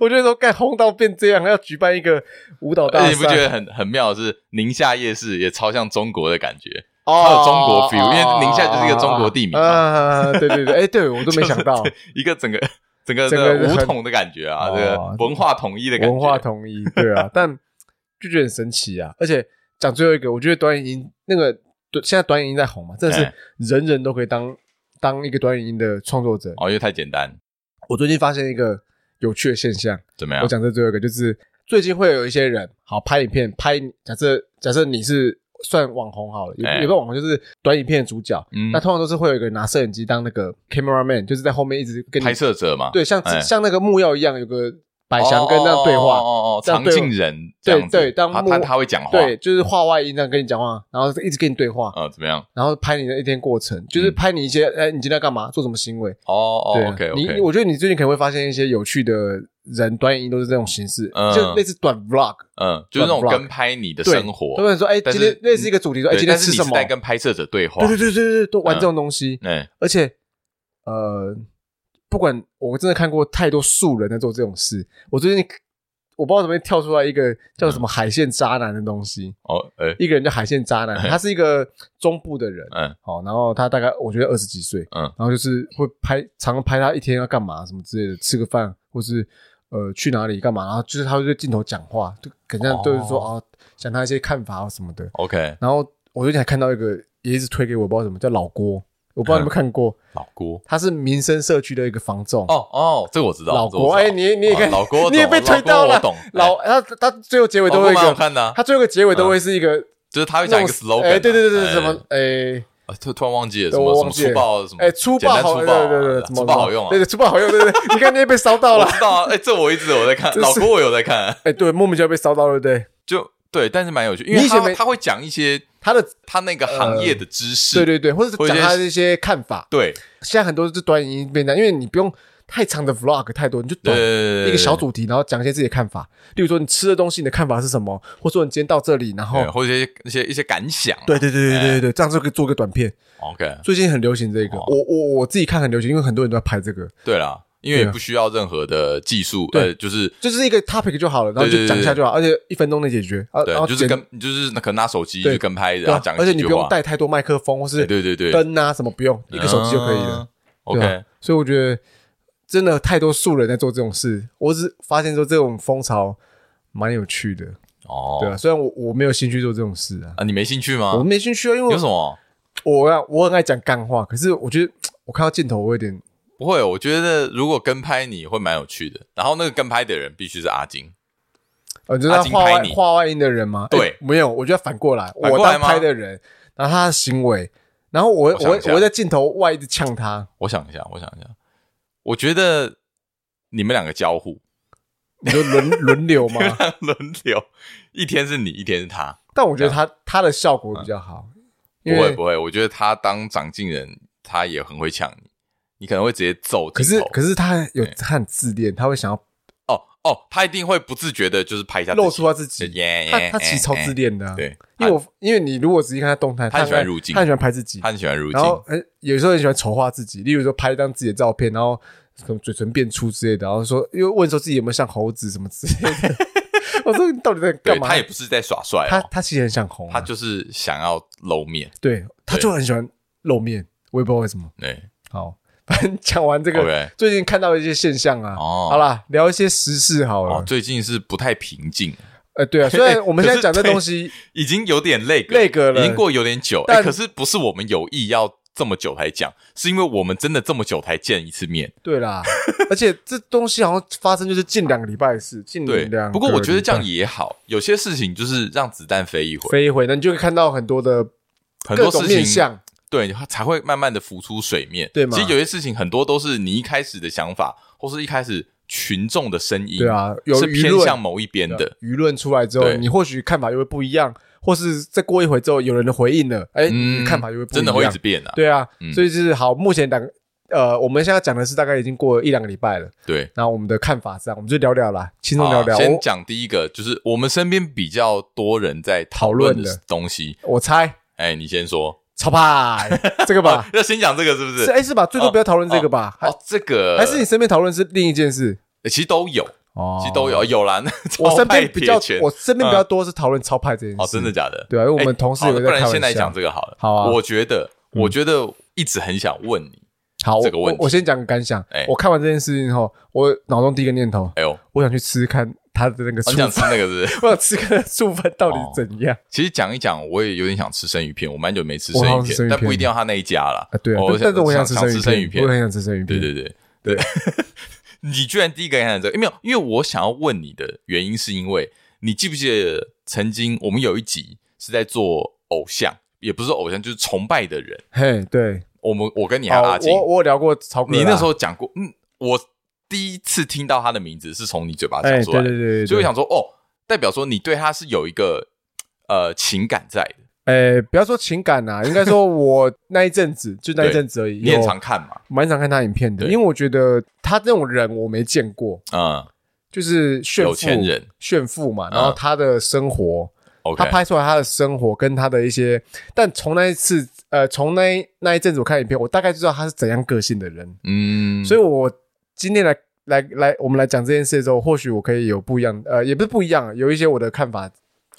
[SPEAKER 2] 我觉得说干红到变这样，还要举办一个舞蹈大
[SPEAKER 1] 而且
[SPEAKER 2] 赛，
[SPEAKER 1] 你不觉得很很妙？的是宁夏夜市也超像中国的感觉，
[SPEAKER 2] 哦啊
[SPEAKER 1] 它有中国 feel，因为宁夏就是一个中国地名嘛
[SPEAKER 2] 啊，对对对，哎，对我都没想到，
[SPEAKER 1] 一个整个整个
[SPEAKER 2] 这
[SPEAKER 1] 这
[SPEAKER 2] 个
[SPEAKER 1] 个
[SPEAKER 2] 是
[SPEAKER 1] 武
[SPEAKER 2] 很
[SPEAKER 1] 统的感觉啊，
[SPEAKER 2] 哦
[SPEAKER 1] 这个文化统一的感觉，
[SPEAKER 2] 文化统一，对啊，但就觉得很神奇啊。而且讲最后一个，我觉得短影音那个，对，现在短影音在红嘛，真的是
[SPEAKER 1] 哎
[SPEAKER 2] 人人都可以当当一个短影音的创作者。
[SPEAKER 1] 哦，因为太简单，
[SPEAKER 2] 我最近发现一个有趣的现象，
[SPEAKER 1] 怎么样
[SPEAKER 2] 我？讲这最后一个就是最近会有一些人好拍影片，拍假设假设你是算网红好了，有
[SPEAKER 1] 哎
[SPEAKER 2] 有个网红就是短影片的主角，
[SPEAKER 1] 嗯
[SPEAKER 2] 那，通常都是会有一个拿摄影机当那个 camera man，就是在后面一直跟你
[SPEAKER 1] 拍摄者嘛，
[SPEAKER 2] 对，像、
[SPEAKER 1] 哎
[SPEAKER 2] 像那个木曜一样，有个百
[SPEAKER 1] 哦，
[SPEAKER 2] 祥跟那样对话，
[SPEAKER 1] 哦哦哦哦，
[SPEAKER 2] 这样
[SPEAKER 1] 常
[SPEAKER 2] 对话
[SPEAKER 1] 进人
[SPEAKER 2] 对
[SPEAKER 1] 这样子
[SPEAKER 2] 对当
[SPEAKER 1] 他
[SPEAKER 2] 幕
[SPEAKER 1] 他他会讲话，
[SPEAKER 2] 对，就是话外音这样跟你讲话，然后一直跟你对话，
[SPEAKER 1] 呃，怎么样？
[SPEAKER 2] 然后拍你的一天过程，就是
[SPEAKER 1] 嗯
[SPEAKER 2] 拍你一些，哎、你今天要干嘛，做什么行为？
[SPEAKER 1] 哦
[SPEAKER 2] 对
[SPEAKER 1] 哦
[SPEAKER 2] 啊
[SPEAKER 1] ，OK
[SPEAKER 2] 你
[SPEAKER 1] OK，
[SPEAKER 2] 我觉得你最近可能会发现一些有趣的人，短影音都是这种形式，
[SPEAKER 1] 嗯
[SPEAKER 2] 就类似短 vlog
[SPEAKER 1] 嗯，就是那种
[SPEAKER 2] vlog
[SPEAKER 1] 跟拍你的
[SPEAKER 2] 对
[SPEAKER 1] 生活，
[SPEAKER 2] 他们说，哎、
[SPEAKER 1] 但是
[SPEAKER 2] 今天类似一个主题说，哎、
[SPEAKER 1] 对
[SPEAKER 2] 今天
[SPEAKER 1] 但是
[SPEAKER 2] 吃
[SPEAKER 1] 你
[SPEAKER 2] 什
[SPEAKER 1] 是
[SPEAKER 2] 么？
[SPEAKER 1] 在跟拍摄者对话，
[SPEAKER 2] 对对对对对对，都玩
[SPEAKER 1] 嗯
[SPEAKER 2] 这种东西，
[SPEAKER 1] 哎，
[SPEAKER 2] 而且呃，不管我真的看过太多素人在做这种事，我最近我不知道怎么会跳出来一个叫
[SPEAKER 1] 嗯
[SPEAKER 2] 什么海鲜渣男的东西，
[SPEAKER 1] 哦，哎，
[SPEAKER 2] 一个人叫海鲜渣男，他是一个中部的人，
[SPEAKER 1] 嗯，
[SPEAKER 2] 好，然后他大概我觉得二十几岁，
[SPEAKER 1] 嗯
[SPEAKER 2] 然后就是会拍，常常拍他一天要干嘛什么之类的，吃个饭或是呃去哪里干嘛，然后就是他会对镜头讲话，就肯定都是说啊、
[SPEAKER 1] 哦
[SPEAKER 2] 讲他一些看法啊什么的。
[SPEAKER 1] OK，
[SPEAKER 2] 然后我最近还看到一个也一直推给我，不知道什么叫老郭，我不知道你有没有看过，
[SPEAKER 1] 老郭，
[SPEAKER 2] 他是民生社区的一个房仲。
[SPEAKER 1] 嗯哦哦，这个我知道，
[SPEAKER 2] 老
[SPEAKER 1] 这个我
[SPEAKER 2] 郭，
[SPEAKER 1] 知
[SPEAKER 2] 哎，
[SPEAKER 1] 道
[SPEAKER 2] 你你也
[SPEAKER 1] 哦
[SPEAKER 2] 看，
[SPEAKER 1] 老郭我 懂，
[SPEAKER 2] 你也被推到
[SPEAKER 1] 老
[SPEAKER 2] 了
[SPEAKER 1] 郭我懂，哎
[SPEAKER 2] 老，他他最后结尾
[SPEAKER 1] 老
[SPEAKER 2] 都
[SPEAKER 1] 郭
[SPEAKER 2] 会一
[SPEAKER 1] 蛮好
[SPEAKER 2] 个，
[SPEAKER 1] 看的啊，
[SPEAKER 2] 他最后一个结尾都会是一个
[SPEAKER 1] 就是嗯他会
[SPEAKER 2] 那
[SPEAKER 1] 讲
[SPEAKER 2] 种
[SPEAKER 1] 一个 slogan，
[SPEAKER 2] 哎，
[SPEAKER 1] 啊
[SPEAKER 2] 对对对
[SPEAKER 1] 哎
[SPEAKER 2] 对，什么哎。
[SPEAKER 1] 啊突突然忘记了什
[SPEAKER 2] 对
[SPEAKER 1] 么
[SPEAKER 2] 我
[SPEAKER 1] 什么
[SPEAKER 2] 忘记了
[SPEAKER 1] 粗暴什么，
[SPEAKER 2] 哎，粗
[SPEAKER 1] 简
[SPEAKER 2] 暴
[SPEAKER 1] 单
[SPEAKER 2] 好，
[SPEAKER 1] 粗
[SPEAKER 2] 对
[SPEAKER 1] 暴啊，
[SPEAKER 2] 对对对，怎么
[SPEAKER 1] 粗暴好用啊，
[SPEAKER 2] 对，粗暴好用，对对， 对你看你也被烧到
[SPEAKER 1] 我
[SPEAKER 2] 了，
[SPEAKER 1] 知道啊，哎，这我一直有在看，
[SPEAKER 2] 这是
[SPEAKER 1] 老郭我有在看，啊
[SPEAKER 2] 哎，对，莫名其妙被烧到，对不对？
[SPEAKER 1] 就对，但是蛮有趣，因为
[SPEAKER 2] 你以前
[SPEAKER 1] 他
[SPEAKER 2] 没
[SPEAKER 1] 他会讲一些
[SPEAKER 2] 他的
[SPEAKER 1] 他那个行业的知识，
[SPEAKER 2] 对对对，或者是
[SPEAKER 1] 或者
[SPEAKER 2] 讲
[SPEAKER 1] 一些
[SPEAKER 2] 他的一些看法，
[SPEAKER 1] 对
[SPEAKER 2] 现在很多是短影音变这样，因为你不用太长的 vlog 太多，你就
[SPEAKER 1] 对
[SPEAKER 2] 短
[SPEAKER 1] 对对，
[SPEAKER 2] 一个小哦主题，然后讲一些自己的看法，例如说你吃的东西你的看法是什么，或者说你今天到这里，然后
[SPEAKER 1] 对，或者一些一些一些感想啊，
[SPEAKER 2] 对对对对对对对，这样就可以做个短片。
[SPEAKER 1] ，OK，
[SPEAKER 2] 最近很流行这个，
[SPEAKER 1] 哦
[SPEAKER 2] 我我我自己看很流行，因为很多人都在拍这个，
[SPEAKER 1] 对啦，因为也
[SPEAKER 2] 对啊
[SPEAKER 1] 不需要任何的技术，
[SPEAKER 2] 对
[SPEAKER 1] 呃，就是
[SPEAKER 2] 就是一个 topic 就好了，然后
[SPEAKER 1] 对对
[SPEAKER 2] 就讲一下
[SPEAKER 1] 对
[SPEAKER 2] 就好，而且一分钟内解决，啊，
[SPEAKER 1] 对
[SPEAKER 2] 然后，
[SPEAKER 1] 就是
[SPEAKER 2] 简
[SPEAKER 1] 跟你就是可能拿手机
[SPEAKER 2] 对
[SPEAKER 1] 就跟拍，
[SPEAKER 2] 对
[SPEAKER 1] 然
[SPEAKER 2] 啊
[SPEAKER 1] 后讲
[SPEAKER 2] 而且
[SPEAKER 1] 几
[SPEAKER 2] 你
[SPEAKER 1] 句
[SPEAKER 2] 不用
[SPEAKER 1] 话，
[SPEAKER 2] 带太多麦克风或
[SPEAKER 1] 哎
[SPEAKER 2] 是
[SPEAKER 1] 对对对，
[SPEAKER 2] 灯啊什么，不用一个手机就可以了
[SPEAKER 1] 嗯。。OK，
[SPEAKER 2] 对啊所以我觉得真的太多素人在做这种事，我只发现说这种风潮蛮有趣的，
[SPEAKER 1] 哦，
[SPEAKER 2] 对啊。虽然我我没有兴趣做这种事啊，
[SPEAKER 1] 啊，你没兴趣
[SPEAKER 2] 我
[SPEAKER 1] 吗？
[SPEAKER 2] 没兴趣啊，因为
[SPEAKER 1] 有什么？
[SPEAKER 2] 我啊我很爱讲干话，可是我觉得我看到镜头我有点
[SPEAKER 1] 不会，我觉得如果跟拍你会蛮有趣的。然后那个跟拍的人必须是阿金，
[SPEAKER 2] 呃，你知
[SPEAKER 1] 阿
[SPEAKER 2] 道
[SPEAKER 1] 金
[SPEAKER 2] 画
[SPEAKER 1] 拍
[SPEAKER 2] 外
[SPEAKER 1] 你
[SPEAKER 2] 画外音的人吗？
[SPEAKER 1] 对
[SPEAKER 2] 诶没有，我觉得反过来，
[SPEAKER 1] 反过
[SPEAKER 2] 我
[SPEAKER 1] 来
[SPEAKER 2] 当
[SPEAKER 1] 吗
[SPEAKER 2] 拍的人，然后他的行为，然后我
[SPEAKER 1] 我
[SPEAKER 2] 我
[SPEAKER 1] 想一下
[SPEAKER 2] 我会在镜头外一直呛他，
[SPEAKER 1] 我想一下，我想一下，我觉得你们两个 交互，
[SPEAKER 2] 你就轮轮流吗？
[SPEAKER 1] 轮流，一天是你，一天是他。
[SPEAKER 2] 但我觉得他他的效果比较好，
[SPEAKER 1] 不
[SPEAKER 2] 因
[SPEAKER 1] 会
[SPEAKER 2] 为
[SPEAKER 1] 啊嗯不会，我觉得他当掌镜人，他也很会抢你，你可能会直接揍
[SPEAKER 2] 可
[SPEAKER 1] 镜
[SPEAKER 2] 是
[SPEAKER 1] 头。
[SPEAKER 2] 可是他有
[SPEAKER 1] 对
[SPEAKER 2] 他很自恋，他会想要
[SPEAKER 1] 哦哦，他一定会不自觉的，就是拍一下自己
[SPEAKER 2] 露出他自己，
[SPEAKER 1] 耶耶
[SPEAKER 2] 他他其
[SPEAKER 1] 耶
[SPEAKER 2] 实超
[SPEAKER 1] 耶
[SPEAKER 2] 自恋的啊、
[SPEAKER 1] 对，
[SPEAKER 2] 因为我因为你如果仔细看他动态，
[SPEAKER 1] 他很喜欢
[SPEAKER 2] 很
[SPEAKER 1] 入镜
[SPEAKER 2] 他很喜欢拍自己
[SPEAKER 1] 他，他很喜欢入镜
[SPEAKER 2] 然，后呃有时候很喜欢丑化自己，例如说拍一张自己的照片，然后什么嘴唇变粗之类的，然后说又问说自己有没有像猴子什么之类 的。我说你到底在
[SPEAKER 1] 对
[SPEAKER 2] 干嘛？
[SPEAKER 1] 他也不是在耍帅
[SPEAKER 2] 他
[SPEAKER 1] 哦，
[SPEAKER 2] 他其实很想红啊、
[SPEAKER 1] 他就是想要露面。
[SPEAKER 2] 对他就很喜欢露面，我也不知道为什么。
[SPEAKER 1] 对
[SPEAKER 2] 好， 反正讲完这个
[SPEAKER 1] OK
[SPEAKER 2] 最近看到一些现象啊，
[SPEAKER 1] 哦
[SPEAKER 2] 好啦，聊一些时事好了。
[SPEAKER 1] 哦，最近是不太平静，
[SPEAKER 2] 呃，对 啊，虽然我们现在讲这
[SPEAKER 1] 可是
[SPEAKER 2] 东西，
[SPEAKER 1] 已经有点累格，
[SPEAKER 2] 累格了
[SPEAKER 1] 已经过有点久。
[SPEAKER 2] 但
[SPEAKER 1] 哎，可是不是我们有意要这么久才讲，是因为我们真的这么久才见一次面。
[SPEAKER 2] 对啦， 而且这东西好像发生就是近两个礼拜的事，近
[SPEAKER 1] 对
[SPEAKER 2] 嗯两个礼拜。，
[SPEAKER 1] 不过我觉得这样也好，有些事情就是让子弹飞一回，
[SPEAKER 2] 飞一回，那你就会看到很多的
[SPEAKER 1] 很
[SPEAKER 2] 各
[SPEAKER 1] 多
[SPEAKER 2] 种
[SPEAKER 1] 事
[SPEAKER 2] 面
[SPEAKER 1] 情
[SPEAKER 2] 相。
[SPEAKER 1] 对它才会慢慢的浮出水面。
[SPEAKER 2] 对嘛
[SPEAKER 1] 其实有些事情很多都是你一开始的想法，或是一开始群众的声音，
[SPEAKER 2] 对啊有
[SPEAKER 1] 是
[SPEAKER 2] 舆
[SPEAKER 1] 偏
[SPEAKER 2] 论啊
[SPEAKER 1] 向某一边的。
[SPEAKER 2] 舆论出来之后，
[SPEAKER 1] 对
[SPEAKER 2] 你或许看法又会不一样，或是再过一会之后有人的回应了，哎、你看法又会不一样。
[SPEAKER 1] 嗯真的会一直变啊。
[SPEAKER 2] 对啊，
[SPEAKER 1] 嗯
[SPEAKER 2] 所以就是好，目前两个呃，我们现在讲的是大概已经过了一两个礼拜了，
[SPEAKER 1] 对，
[SPEAKER 2] 然后我们的看法是这样，我们就聊聊啦，轻松聊聊。
[SPEAKER 1] 好先
[SPEAKER 2] 我
[SPEAKER 1] 讲第一个，就是我们身边比较多人在讨
[SPEAKER 2] 讨论
[SPEAKER 1] 的
[SPEAKER 2] 的
[SPEAKER 1] 东西。
[SPEAKER 2] 我猜
[SPEAKER 1] 哎，你先说哦
[SPEAKER 2] 超派这个 吧，
[SPEAKER 1] 要先讲这个是不哦是
[SPEAKER 2] 是？哎是吧？最多不要讨论这个吧，还
[SPEAKER 1] 哦，这个哎
[SPEAKER 2] 还是你身边讨论是另一件事
[SPEAKER 1] 其实都有，
[SPEAKER 2] 哦
[SPEAKER 1] 其实都有，有啦。那
[SPEAKER 2] 我身
[SPEAKER 1] 超派
[SPEAKER 2] 边比较
[SPEAKER 1] 铁拳，嗯
[SPEAKER 2] 我身边比较多是讨论超派这件事，
[SPEAKER 1] 哦，真的假的？
[SPEAKER 2] 对啊，因为我们
[SPEAKER 1] 哎
[SPEAKER 2] 同事
[SPEAKER 1] 好
[SPEAKER 2] 有
[SPEAKER 1] 那
[SPEAKER 2] 个在
[SPEAKER 1] 不
[SPEAKER 2] 开
[SPEAKER 1] 然
[SPEAKER 2] 玩
[SPEAKER 1] 先来
[SPEAKER 2] 笑
[SPEAKER 1] 讲这个好了。
[SPEAKER 2] 好啊
[SPEAKER 1] 我觉得，
[SPEAKER 2] 嗯
[SPEAKER 1] 我觉得一直很想问你，
[SPEAKER 2] 好，
[SPEAKER 1] 这个问
[SPEAKER 2] 我
[SPEAKER 1] 题
[SPEAKER 2] 我先讲个感想
[SPEAKER 1] 哎。
[SPEAKER 2] 我看完这件事情后，我脑中第一个念头，
[SPEAKER 1] 哎呦，
[SPEAKER 2] 我想去吃吃看它的那个
[SPEAKER 1] 很
[SPEAKER 2] 醋
[SPEAKER 1] 哦想吃
[SPEAKER 2] 饭，
[SPEAKER 1] 那个是不 是
[SPEAKER 2] 我想吃看它的醋饭到底
[SPEAKER 1] 哦
[SPEAKER 2] 怎样
[SPEAKER 1] 其实讲一讲，我也有点想吃生鱼片，我蛮久没吃生
[SPEAKER 2] 我好像
[SPEAKER 1] 鱼
[SPEAKER 2] 吃生
[SPEAKER 1] 片，
[SPEAKER 2] 鱼
[SPEAKER 1] 但不
[SPEAKER 2] 片
[SPEAKER 1] 一定要他那一家啦。
[SPEAKER 2] 啊？对啊
[SPEAKER 1] 哦，
[SPEAKER 2] 但但是我想吃
[SPEAKER 1] 想吃生
[SPEAKER 2] 生
[SPEAKER 1] 鱼
[SPEAKER 2] 鱼
[SPEAKER 1] 片
[SPEAKER 2] 片，我很想吃生鱼
[SPEAKER 1] 对
[SPEAKER 2] 片。
[SPEAKER 1] 对对对， 你居然第一个想这个，没有，因为我想要问你的原因是因为你记不记得曾经我们有一集是在做偶像，也不是偶像，就是崇拜的人。
[SPEAKER 2] 嘿，对，
[SPEAKER 1] 我们我跟你还有阿
[SPEAKER 2] 哦，
[SPEAKER 1] 金，
[SPEAKER 2] 我我有聊过曹哥啦，
[SPEAKER 1] 你那时候讲过，嗯，我第一次听到他的名字是从你嘴巴
[SPEAKER 2] 哎，
[SPEAKER 1] 讲出来
[SPEAKER 2] 对
[SPEAKER 1] 的，
[SPEAKER 2] 对对对，
[SPEAKER 1] 所以我
[SPEAKER 2] 对
[SPEAKER 1] 想说，哦，代表说你对他是有一个呃情感在的，
[SPEAKER 2] 呃，不要说情感呐、应该说我那一阵子就那一阵子而已，
[SPEAKER 1] 你很
[SPEAKER 2] 有
[SPEAKER 1] 常看嘛，
[SPEAKER 2] 蛮常看他影片的，
[SPEAKER 1] 对
[SPEAKER 2] 因为我觉得他这种人我没见过，
[SPEAKER 1] 嗯
[SPEAKER 2] 就是炫富
[SPEAKER 1] 有钱人
[SPEAKER 2] 炫富嘛，
[SPEAKER 1] 嗯
[SPEAKER 2] 然后他的生活，
[SPEAKER 1] ，OK，
[SPEAKER 2] 他拍出来他的生活跟他的一些，但从那一次，呃，从那一那一阵子我看影片，我大概就知道他是怎样个性的人，
[SPEAKER 1] 嗯，
[SPEAKER 2] 所以
[SPEAKER 1] 以
[SPEAKER 2] 我今天来。来来，我们来讲这件事的时候，或许我可以有不一样，呃，也不是不一样，有一些我的看法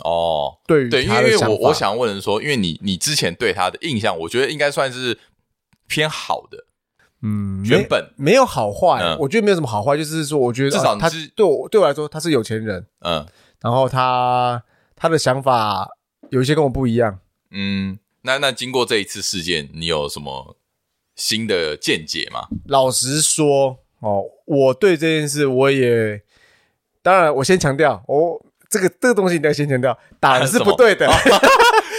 [SPEAKER 1] 哦，
[SPEAKER 2] 对于
[SPEAKER 1] 对，因
[SPEAKER 2] 他
[SPEAKER 1] 为因
[SPEAKER 2] 的
[SPEAKER 1] 为
[SPEAKER 2] 想法。
[SPEAKER 1] 我我想问的是说，因为你你之前对他的印象，我觉得应该算是偏好的，
[SPEAKER 2] 嗯，
[SPEAKER 1] 原
[SPEAKER 2] 没
[SPEAKER 1] 本
[SPEAKER 2] 没有好坏，
[SPEAKER 1] 嗯
[SPEAKER 2] 我觉得没有什么好坏，就是说，我觉得
[SPEAKER 1] 至
[SPEAKER 2] 啊
[SPEAKER 1] 少你
[SPEAKER 2] 他
[SPEAKER 1] 是
[SPEAKER 2] 对我对我来说他是有钱人，
[SPEAKER 1] 嗯
[SPEAKER 2] 然后他他的想法有一些跟我不一样。
[SPEAKER 1] 嗯，那那经过这一次事件，你有什么新的见解 吗？
[SPEAKER 2] 老实说，哦，我对这件事我也，当然我先强调，我这个这个东西你要先强调，打人是不对的，
[SPEAKER 1] 啊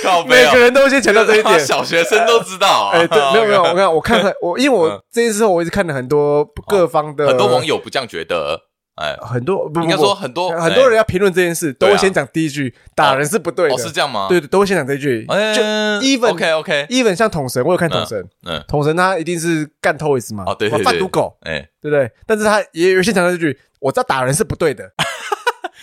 [SPEAKER 1] 靠背
[SPEAKER 2] 每
[SPEAKER 1] 哦
[SPEAKER 2] 个人都先强调这一点。
[SPEAKER 1] 小学生都知道啊，
[SPEAKER 2] 哎， 对，没有没有，我看我看了我，因为
[SPEAKER 1] 嗯啊
[SPEAKER 2] 我这件事后我一直看了很多各方的
[SPEAKER 1] 很多网友不这样觉得，哎，
[SPEAKER 2] 很多不不
[SPEAKER 1] 应该
[SPEAKER 2] 不
[SPEAKER 1] 说很多哎
[SPEAKER 2] 很多人要评论这件事，都
[SPEAKER 1] 对
[SPEAKER 2] 会
[SPEAKER 1] 啊
[SPEAKER 2] 先讲第一句打人是不对
[SPEAKER 1] 哦
[SPEAKER 2] 的，
[SPEAKER 1] 是这样吗？
[SPEAKER 2] 对，对，都会先讲这一句。就
[SPEAKER 1] 嗯
[SPEAKER 2] even-
[SPEAKER 1] OK OK，
[SPEAKER 2] even 像统神，我有看统神，
[SPEAKER 1] 嗯，
[SPEAKER 2] 统神他一定是干 Toys 嘛，
[SPEAKER 1] 哦对对对
[SPEAKER 2] 贩毒狗，
[SPEAKER 1] 哎，
[SPEAKER 2] 对不对？但是他也有先讲这句，我知道打人是不对 的，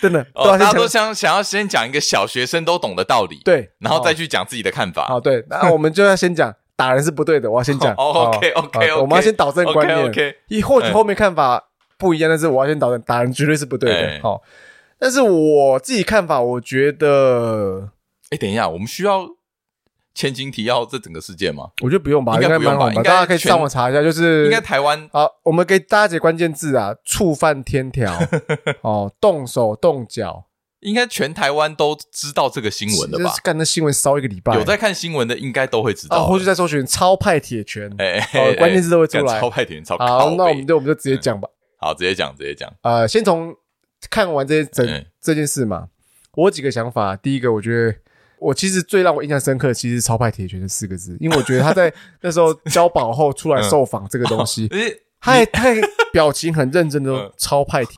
[SPEAKER 2] 真的，都
[SPEAKER 1] 哦，
[SPEAKER 2] 要
[SPEAKER 1] 大
[SPEAKER 2] 先
[SPEAKER 1] 家
[SPEAKER 2] 讲
[SPEAKER 1] 都想想要先讲一个小学生都懂的道理，，
[SPEAKER 2] 对，
[SPEAKER 1] 然后再
[SPEAKER 2] 去
[SPEAKER 1] 去讲自己的看法，
[SPEAKER 2] 好对， 那我们就要先讲打人是不对的，我要先讲。
[SPEAKER 1] 哦，OK，OK，OK
[SPEAKER 2] 好我们要先导正观
[SPEAKER 1] OK
[SPEAKER 2] 念，
[SPEAKER 1] OK，
[SPEAKER 2] 以或许
[SPEAKER 1] 哎
[SPEAKER 2] 后面看法不一样，但是我要先导正，打人绝对是不对
[SPEAKER 1] 哎
[SPEAKER 2] 的。好，但是我自己看法，我觉得。
[SPEAKER 1] 哎，等一下，我们需要千金提要这整个事件吗？
[SPEAKER 2] 我觉得不用吧，
[SPEAKER 1] 应该
[SPEAKER 2] 应该
[SPEAKER 1] 不用
[SPEAKER 2] 蛮
[SPEAKER 1] 吧
[SPEAKER 2] 好
[SPEAKER 1] 应该
[SPEAKER 2] 大家可以
[SPEAKER 1] 全
[SPEAKER 2] 上网查一下，就是
[SPEAKER 1] 应该台湾
[SPEAKER 2] 好，我们给大家解关键字啊，触犯天 条哦，动手动脚
[SPEAKER 1] 应该全台湾都知道这个新闻的
[SPEAKER 2] 就
[SPEAKER 1] 吧
[SPEAKER 2] 是？干那新闻烧一个礼拜，
[SPEAKER 1] 有在看新闻的应该都会知
[SPEAKER 2] 啊，
[SPEAKER 1] 道的，
[SPEAKER 2] 或者在搜寻超派铁拳，
[SPEAKER 1] 哦哎
[SPEAKER 2] 哦
[SPEAKER 1] 哎，
[SPEAKER 2] 关键字都会出
[SPEAKER 1] 干
[SPEAKER 2] 来
[SPEAKER 1] 超。派点超靠
[SPEAKER 2] 好，那我们
[SPEAKER 1] 背
[SPEAKER 2] 就我们就直接讲吧，
[SPEAKER 1] 好，直接讲直接讲，
[SPEAKER 2] 呃，先从看完这整
[SPEAKER 1] 嗯
[SPEAKER 2] 这件事嘛，我有几个想法。第一个，我觉得。我其实最让我印象深刻，其实是“超派铁拳”这四个字，因为我觉得他在那时候交保后出
[SPEAKER 1] 嗯
[SPEAKER 2] 来受访这个东西，
[SPEAKER 1] 因为
[SPEAKER 2] 他还他还表情很认真的
[SPEAKER 1] 嗯
[SPEAKER 2] 超派铁，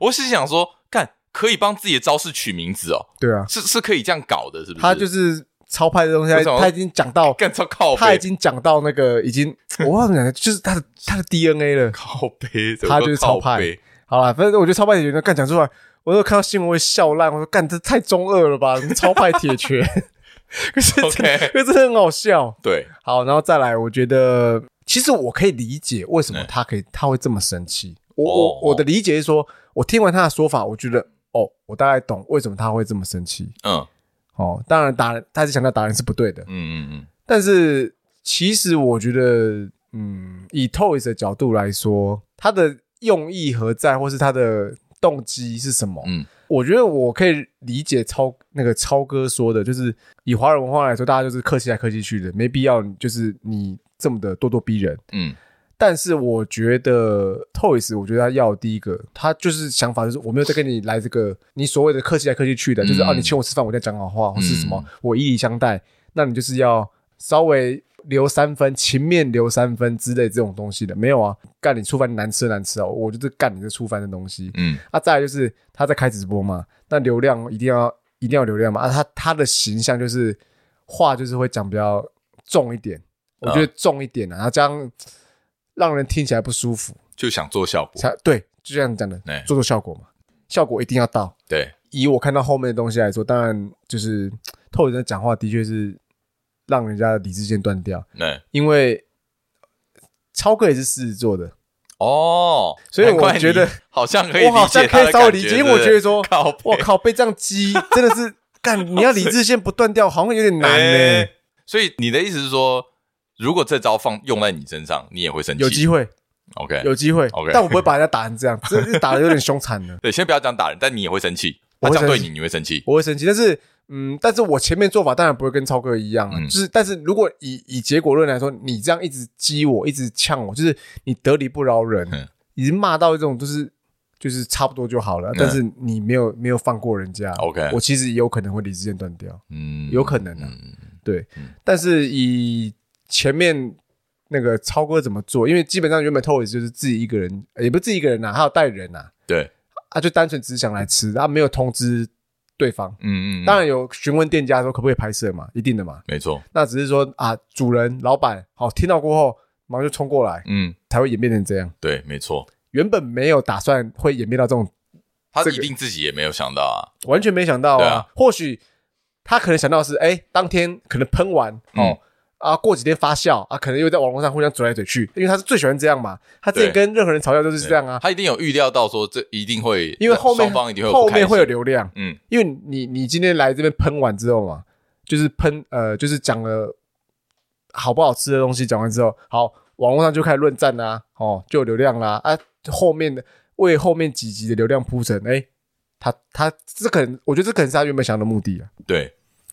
[SPEAKER 1] 我是想说，干可以帮自己的招式取名字哦，
[SPEAKER 2] 对啊，
[SPEAKER 1] 是是可以这样搞的，是不是？
[SPEAKER 2] 他就是超派的东西，他
[SPEAKER 1] 为什么
[SPEAKER 2] 他已经讲到，
[SPEAKER 1] 干超靠
[SPEAKER 2] 他已
[SPEAKER 1] 背，
[SPEAKER 2] 经讲到那个已经我忘了，就是他的他的 DNA 了。
[SPEAKER 1] 靠背，
[SPEAKER 2] 他就是超派
[SPEAKER 1] 靠背
[SPEAKER 2] 好了，反正我觉得超派铁拳干讲出来，我都看到新闻会笑烂，我说干这太中二了吧，什么超派铁拳。 可是
[SPEAKER 1] OK
[SPEAKER 2] 可是真的很好笑。
[SPEAKER 1] 对，
[SPEAKER 2] 好，然后再来，我觉得其实我可以理解为什么
[SPEAKER 1] 嗯
[SPEAKER 2] 他可以他会这么生气。我
[SPEAKER 1] 哦
[SPEAKER 2] 我我的理解是说，我听完他的说法，我觉得哦，我大概懂为什么他会这么生气。
[SPEAKER 1] 嗯
[SPEAKER 2] 哦，当然打人，他是强调打人是不对的，
[SPEAKER 1] 嗯嗯嗯，
[SPEAKER 2] 但是其实我觉得，嗯，以 Toys 的角度来说，他的用意何在，或是他的动机是什么？
[SPEAKER 1] 嗯，
[SPEAKER 2] 我觉得我可以理解超那个超哥说的，就是以华人文化来说，大家就是客气来客气去的，没必要就是你这么的咄咄逼人。
[SPEAKER 1] 嗯
[SPEAKER 2] 但是我觉得 Toys，我觉得他要的第一个，他就是想法就是我没有在跟你来这个你所谓的客气来客气去的，就是
[SPEAKER 1] 嗯
[SPEAKER 2] 啊你请我吃饭，我在讲好话，或是什么
[SPEAKER 1] 嗯
[SPEAKER 2] 我以礼相待，那你就是要稍微留三分，情面留三分之类这种东西的，没有啊，干你触犯难吃的难吃啊，我就是干你这触犯的东西。
[SPEAKER 1] 嗯
[SPEAKER 2] 啊，再来就是他在开直播嘛，那流量一定要一定要流量嘛，啊，他他的形象就是话就是会讲比较重一点，我觉得重一点啊，然后这样让人听起来不舒服，
[SPEAKER 1] 就想做效果，
[SPEAKER 2] 才对，就像你讲的
[SPEAKER 1] 哎，
[SPEAKER 2] 做做效果嘛，效果一定要到。
[SPEAKER 1] 对，
[SPEAKER 2] 以我看到后面的东西来说，当然就是透人的讲话的确是让人家的理智线断掉，
[SPEAKER 1] 那
[SPEAKER 2] 因为超哥也是狮子座的，
[SPEAKER 1] 哦，
[SPEAKER 2] 所以
[SPEAKER 1] 难怪
[SPEAKER 2] 我觉
[SPEAKER 1] 你
[SPEAKER 2] 得
[SPEAKER 1] 好像可以，
[SPEAKER 2] 我好像可以稍微理解，因为我觉得说
[SPEAKER 1] 靠，背，
[SPEAKER 2] 我靠，被这样激真 的是干，你要理智线不断掉，好像有点难呢、
[SPEAKER 1] 哎所以你的意思是说，如果这招放用在你身上，你也会生气。
[SPEAKER 2] 有机会，
[SPEAKER 1] OK，
[SPEAKER 2] 有机会
[SPEAKER 1] 哎 OK
[SPEAKER 2] 但我不会把人家打成这样，这这打的 有点凶残了，
[SPEAKER 1] 对，先不要讲打人，但你也会生气。
[SPEAKER 2] 我
[SPEAKER 1] 他
[SPEAKER 2] 会
[SPEAKER 1] 这样对
[SPEAKER 2] 生气
[SPEAKER 1] 你，你会生气。
[SPEAKER 2] 我会生气。但是，嗯，但是我前面做法当然不会跟超哥一样啊，
[SPEAKER 1] 嗯
[SPEAKER 2] 就是，但是如果以以结果论来说，你这样一直激我，一直呛我，就是你得理不饶人，
[SPEAKER 1] 嗯
[SPEAKER 2] 已经骂到这种就是就是差不多就好了，但是你没有没有放过人家
[SPEAKER 1] 嗯 OK
[SPEAKER 2] 我其实也有可能会理智线断掉，
[SPEAKER 1] 嗯，
[SPEAKER 2] 有可能啊
[SPEAKER 1] 嗯
[SPEAKER 2] 对，但是以前面那个超哥怎么做，因为基本上原本 Toys 就是自己一个人，呃也不是自己一个人呐、还有带人呐、啊，
[SPEAKER 1] 对，
[SPEAKER 2] 就单纯只是想来吃，他、没有通知对方。
[SPEAKER 1] 嗯嗯，
[SPEAKER 2] 当然
[SPEAKER 1] 然
[SPEAKER 2] 有询问店家说可不可以拍摄嘛，一定的嘛。
[SPEAKER 1] 没错，
[SPEAKER 2] 那只是说啊，主人、老板好听到过后，马上就冲过来，
[SPEAKER 1] 嗯，
[SPEAKER 2] 才会演变成这样。
[SPEAKER 1] 对，没错，
[SPEAKER 2] 原本没有打算会演变到这种，
[SPEAKER 1] 他
[SPEAKER 2] 这
[SPEAKER 1] 一
[SPEAKER 2] 个
[SPEAKER 1] 定自己也没有想到啊。
[SPEAKER 2] 完全没想到
[SPEAKER 1] 对
[SPEAKER 2] 啊。
[SPEAKER 1] 啊
[SPEAKER 2] 或许他可能想到的是，哎、当天可能喷完
[SPEAKER 1] 嗯
[SPEAKER 2] 哦、啊，过几天发酵啊，可能又在网络上互相嘴来嘴去，因为他是最喜欢这样嘛。他之前
[SPEAKER 1] 对
[SPEAKER 2] 跟任何人吵架都是这样啊，
[SPEAKER 1] 他一定有预料到说这一定会，
[SPEAKER 2] 因为后面
[SPEAKER 1] 双方一定会有
[SPEAKER 2] 后
[SPEAKER 1] 不开
[SPEAKER 2] 面
[SPEAKER 1] 心
[SPEAKER 2] 会有，流量，
[SPEAKER 1] 嗯，
[SPEAKER 2] 因为你你今天来这边喷完之后嘛，就是喷呃，就是讲了好不好吃的东西，讲完之后，好，网络上就开始论战啦、哦，就有流量啦，啊，后面的为后面几集的流量铺陈，哎、他他这可能，我觉得这可能是他原本想的目的啊。
[SPEAKER 1] 对，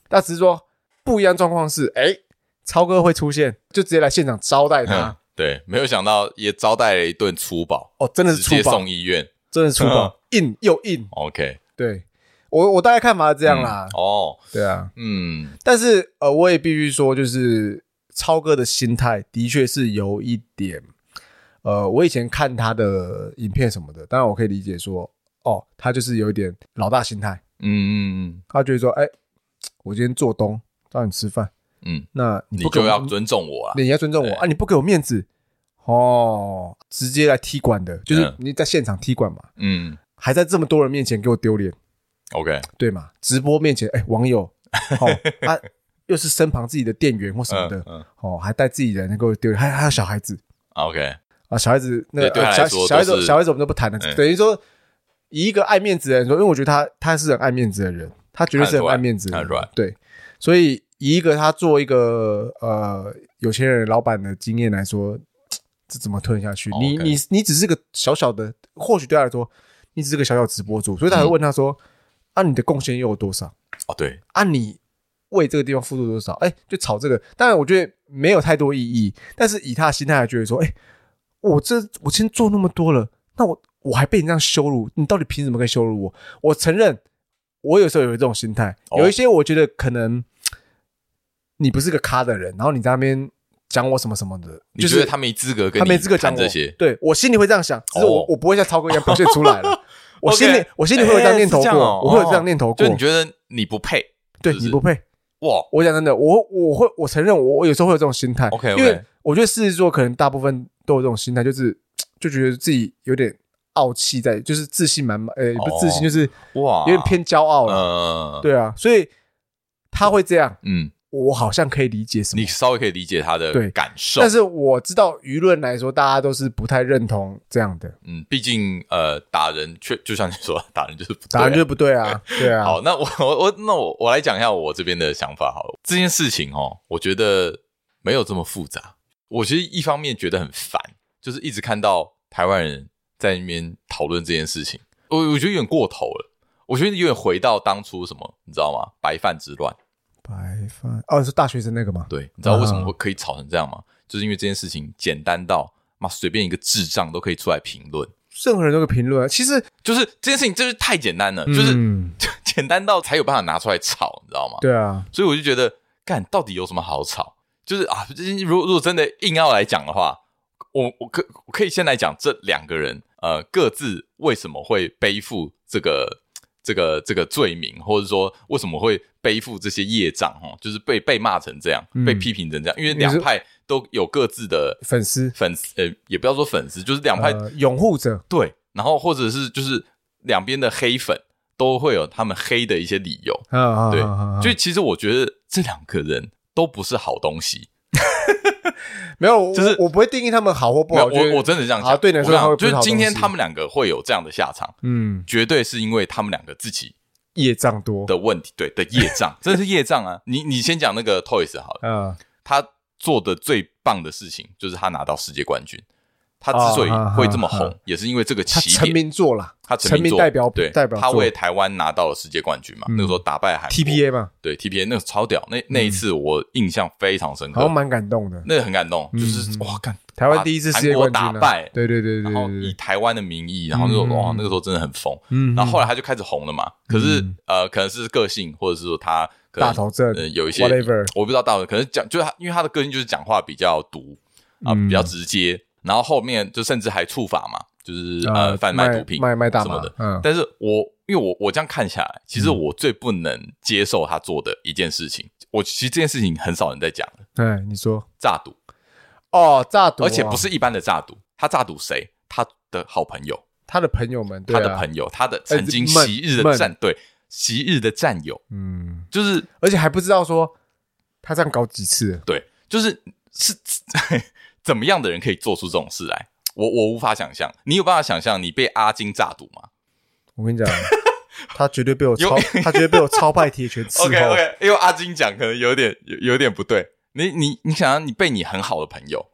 [SPEAKER 2] 那只是说不一样状况是，哎、超哥会出现，就直接来现场招待他，
[SPEAKER 1] 嗯，对，没有想到也招待了一顿粗暴，
[SPEAKER 2] 哦，真的是
[SPEAKER 1] 直接
[SPEAKER 2] 粗暴
[SPEAKER 1] 送，嗯医院。
[SPEAKER 2] 真的是粗暴，硬又硬，
[SPEAKER 1] OK，
[SPEAKER 2] 对我我大概看法是这
[SPEAKER 1] 这
[SPEAKER 2] 样啦，
[SPEAKER 1] 哦，
[SPEAKER 2] 对啊。
[SPEAKER 1] 嗯，
[SPEAKER 2] 但是呃，我也必须说，就是超哥的心态的确是有一点，呃，我以前看他的影片什么的，当然我可以理解说，哦，他就是有一点老大心态，
[SPEAKER 1] 嗯嗯
[SPEAKER 2] 他觉得说，哎、我今天做东让你吃饭，
[SPEAKER 1] 嗯嗯，
[SPEAKER 2] 那你
[SPEAKER 1] 你
[SPEAKER 2] 不给
[SPEAKER 1] 就
[SPEAKER 2] 我
[SPEAKER 1] 要尊重我啦。
[SPEAKER 2] 你要尊重我
[SPEAKER 1] 对
[SPEAKER 2] 啊，你不给我面子，哦，直接来踢馆的，就是
[SPEAKER 1] 嗯
[SPEAKER 2] 你在现场踢馆嘛，
[SPEAKER 1] 嗯
[SPEAKER 2] 还在这么多人面前给我丢脸，
[SPEAKER 1] ，OK，
[SPEAKER 2] 对嘛？直播面前，哎、网 友，哦，他、又是身旁自己的店员或什么
[SPEAKER 1] 嗯
[SPEAKER 2] 的。
[SPEAKER 1] 嗯
[SPEAKER 2] 哦，还带自己人能够丢，还还有小孩子
[SPEAKER 1] ，OK，
[SPEAKER 2] 啊，小孩子那个
[SPEAKER 1] 对对
[SPEAKER 2] 呃
[SPEAKER 1] 他来
[SPEAKER 2] 小
[SPEAKER 1] 说
[SPEAKER 2] 小孩
[SPEAKER 1] 都
[SPEAKER 2] 子
[SPEAKER 1] 是
[SPEAKER 2] 小孩子我们都不谈了，
[SPEAKER 1] 嗯
[SPEAKER 2] 等于说以一个爱面子的人说，因为我觉得他他是很爱面子的人，他绝对是很爱面子的
[SPEAKER 1] 看得出
[SPEAKER 2] 人
[SPEAKER 1] 来，
[SPEAKER 2] 对，所以以一个他做一个呃有钱人老板的经验来说，这怎么吞下去？
[SPEAKER 1] 哦
[SPEAKER 2] 你
[SPEAKER 1] OK
[SPEAKER 2] 你你只是个小小的，或许对他来说，你只是个小小直播主，所以他会问他
[SPEAKER 1] 嗯
[SPEAKER 2] 说，啊，你的贡献又有多少？
[SPEAKER 1] 哦，对，
[SPEAKER 2] 啊，你为这个地方付出多少？哎、就炒这个。当然，我觉得没有太多意义，但是以他的心态来觉得说，哎、我这我今天做那么多了，那我我还被你这样羞辱，你到底凭什么可以羞辱我？我承认，我有时候有这种心态，
[SPEAKER 1] 哦
[SPEAKER 2] 有一些我觉得可能你不是个咖的人，然后你在那边讲我什么什么的，
[SPEAKER 1] 你
[SPEAKER 2] 就
[SPEAKER 1] 觉
[SPEAKER 2] 是
[SPEAKER 1] 得他没资格跟
[SPEAKER 2] 他没
[SPEAKER 1] 你
[SPEAKER 2] 资格讲
[SPEAKER 1] 谈
[SPEAKER 2] 我
[SPEAKER 1] 这些？
[SPEAKER 2] 对我心里会这样想，只是我、
[SPEAKER 1] 哦
[SPEAKER 2] 我不会像超哥一样表现出来 了。我心里
[SPEAKER 1] OK
[SPEAKER 2] 我心里会有这样念头过，
[SPEAKER 1] 哎是这样哦
[SPEAKER 2] 我会有这样念头过，
[SPEAKER 1] 就你觉得你不配
[SPEAKER 2] 对
[SPEAKER 1] 是不是
[SPEAKER 2] 你不配。
[SPEAKER 1] 哇？
[SPEAKER 2] 我讲真的，我我会我承认我我有时候会有这种心态
[SPEAKER 1] OK，OK
[SPEAKER 2] 因为我觉得狮子座可能大部分都有这种心态，就是就觉得自己有点傲气在，就是自信满满，呃、也不是自信，
[SPEAKER 1] 哦
[SPEAKER 2] 就是
[SPEAKER 1] 哇，
[SPEAKER 2] 有点偏骄傲了。
[SPEAKER 1] 呃，
[SPEAKER 2] 对啊，所以他会这样，
[SPEAKER 1] 嗯，
[SPEAKER 2] 我好像可以理解什么
[SPEAKER 1] 你。稍微可以理解他的
[SPEAKER 2] 对
[SPEAKER 1] 感受
[SPEAKER 2] 但，是我知道舆论来说，大家都是不太认同这样的，
[SPEAKER 1] 嗯，毕竟呃，打人却就像你说，打人就是不对啊
[SPEAKER 2] 答案就是不对 啊，对啊，
[SPEAKER 1] 好，那我我我那我我来讲一下我这边的想法好了。这件事情哦，我觉得没有这么复杂。我其实一方面觉得很烦，就是一直看到台湾人在那边讨论这件事情，我我觉得有点过头了。我觉得有点回到当初什么，你知道吗？白饭之乱。
[SPEAKER 2] 白饭哦，你说大学生那个吗？
[SPEAKER 1] 对，你知道为
[SPEAKER 2] 嗯
[SPEAKER 1] 什么会可以吵成这样吗？就是因为这件事情简单到妈随便一个智障都可以出来评论，
[SPEAKER 2] 任何人都可以评论啊，其实
[SPEAKER 1] 就是这件事情真是太简单了，就是、
[SPEAKER 2] 嗯
[SPEAKER 1] 简单到才有办法拿出来吵，你知道吗？
[SPEAKER 2] 对啊，
[SPEAKER 1] 所以我就觉得，干到底有什么好吵？就是啊， 这些如果如果真的硬要来讲的话，我我可我可以先来讲这两个人，呃，各自为什么会背负这个这个这个罪名，或者说为什么会背负这些业障？哦，就是被被骂成这样，
[SPEAKER 2] 嗯
[SPEAKER 1] 被批评成这样，因为
[SPEAKER 2] 你是
[SPEAKER 1] 两派都有各自的
[SPEAKER 2] 粉丝
[SPEAKER 1] 粉丝，呃，也不要说粉丝，就是两派、
[SPEAKER 2] 呃拥护者，
[SPEAKER 1] 对，然后或者是就是两边的黑粉都会有他们黑的一些理由，
[SPEAKER 2] 啊啊，啊
[SPEAKER 1] 对
[SPEAKER 2] 啊啊，
[SPEAKER 1] 所以其实我觉得这两个人都不是好东西。
[SPEAKER 2] 没有，我
[SPEAKER 1] 就是
[SPEAKER 2] 我不会定义他们好或不
[SPEAKER 1] 没有，
[SPEAKER 2] 好。觉
[SPEAKER 1] 我
[SPEAKER 2] 得
[SPEAKER 1] 我真的这样
[SPEAKER 2] 啊
[SPEAKER 1] 讲，
[SPEAKER 2] 对你来
[SPEAKER 1] 我
[SPEAKER 2] 说
[SPEAKER 1] 跟你
[SPEAKER 2] 他会
[SPEAKER 1] 讲
[SPEAKER 2] 不是
[SPEAKER 1] 就
[SPEAKER 2] 好
[SPEAKER 1] 是今天
[SPEAKER 2] 东西
[SPEAKER 1] 他们两个会有这样的下场，
[SPEAKER 2] 嗯
[SPEAKER 1] 绝对是因为他们两个自己
[SPEAKER 2] 业障多
[SPEAKER 1] 的问题，对的业障，真的是业障啊！你你先讲那个 Toys 好了，
[SPEAKER 2] 啊
[SPEAKER 1] 他做的最棒的事情就是他拿到世界冠军。他之所以会这么红，
[SPEAKER 2] 哦哈哈
[SPEAKER 1] 也是因为这个
[SPEAKER 2] 他
[SPEAKER 1] 起
[SPEAKER 2] 成
[SPEAKER 1] 点。
[SPEAKER 2] 名作啦，
[SPEAKER 1] 他
[SPEAKER 2] 成
[SPEAKER 1] 名作
[SPEAKER 2] 代表
[SPEAKER 1] 对，
[SPEAKER 2] 代表
[SPEAKER 1] 他
[SPEAKER 2] 作
[SPEAKER 1] 为台湾拿到了世界冠军嘛？
[SPEAKER 2] 嗯
[SPEAKER 1] 那个时候打败韩国
[SPEAKER 2] TPA 嘛，
[SPEAKER 1] 对 TPA 那个超屌，那那一次我印象非常深
[SPEAKER 2] 好
[SPEAKER 1] 刻
[SPEAKER 2] 像，蛮感动的。
[SPEAKER 1] 那个很感动，就是
[SPEAKER 2] 嗯
[SPEAKER 1] 哇，看
[SPEAKER 2] 台湾第一次世界
[SPEAKER 1] 韩国
[SPEAKER 2] 冠军
[SPEAKER 1] 打
[SPEAKER 2] 啊
[SPEAKER 1] 败，
[SPEAKER 2] 对对对对
[SPEAKER 1] 然
[SPEAKER 2] 对
[SPEAKER 1] 后
[SPEAKER 2] 对
[SPEAKER 1] 以
[SPEAKER 2] 对，
[SPEAKER 1] 台湾的名义，然后那种
[SPEAKER 2] 嗯
[SPEAKER 1] 哇，那个时候真的很疯。
[SPEAKER 2] 嗯
[SPEAKER 1] 然后后
[SPEAKER 2] 来
[SPEAKER 1] 来他就开始红了嘛，可是
[SPEAKER 2] 嗯
[SPEAKER 1] 呃，可能是个性，或者是说他可能
[SPEAKER 2] 大嗯头阵
[SPEAKER 1] 呃有一些
[SPEAKER 2] whatever，
[SPEAKER 1] 我不知道大头，可能讲就是他，因为他的个性就是讲话比较毒啊，
[SPEAKER 2] 嗯
[SPEAKER 1] 比较直接，然后后面就甚至还触法嘛，就是呃
[SPEAKER 2] 呃
[SPEAKER 1] 贩卖
[SPEAKER 2] 卖
[SPEAKER 1] 毒品
[SPEAKER 2] 卖卖大
[SPEAKER 1] 什么
[SPEAKER 2] 麻
[SPEAKER 1] 的，。
[SPEAKER 2] 嗯，
[SPEAKER 1] 但是我因为我我这样看下来，其实我最不能接受他做的一件事情，我其实这件事情很少人在讲，
[SPEAKER 2] 哎，你说
[SPEAKER 1] 诈赌，
[SPEAKER 2] 哦，诈赌啊，
[SPEAKER 1] 而且不是一般的诈赌，他诈赌谁？他的好朋友，
[SPEAKER 2] 他的朋友们，对
[SPEAKER 1] 他
[SPEAKER 2] 啊
[SPEAKER 1] 的朋友，他的曾经
[SPEAKER 2] 闷
[SPEAKER 1] 昔日的
[SPEAKER 2] 闷
[SPEAKER 1] 战对昔日的战友，
[SPEAKER 2] 嗯，
[SPEAKER 1] 就是
[SPEAKER 2] 而且还不知道说他这样搞几次了，
[SPEAKER 1] 对，就是是怎么样的人可以做出这种事来？我我无法想象，你有办法想象你被阿金诈赌吗
[SPEAKER 2] 我 跟你讲，他绝对被我
[SPEAKER 1] 有
[SPEAKER 2] 超，他绝对被我超派铁拳伺
[SPEAKER 1] ？OK
[SPEAKER 2] 候。
[SPEAKER 1] OK，因为阿金讲可能有点有有点不对。你你你想想，你被你很好的朋友，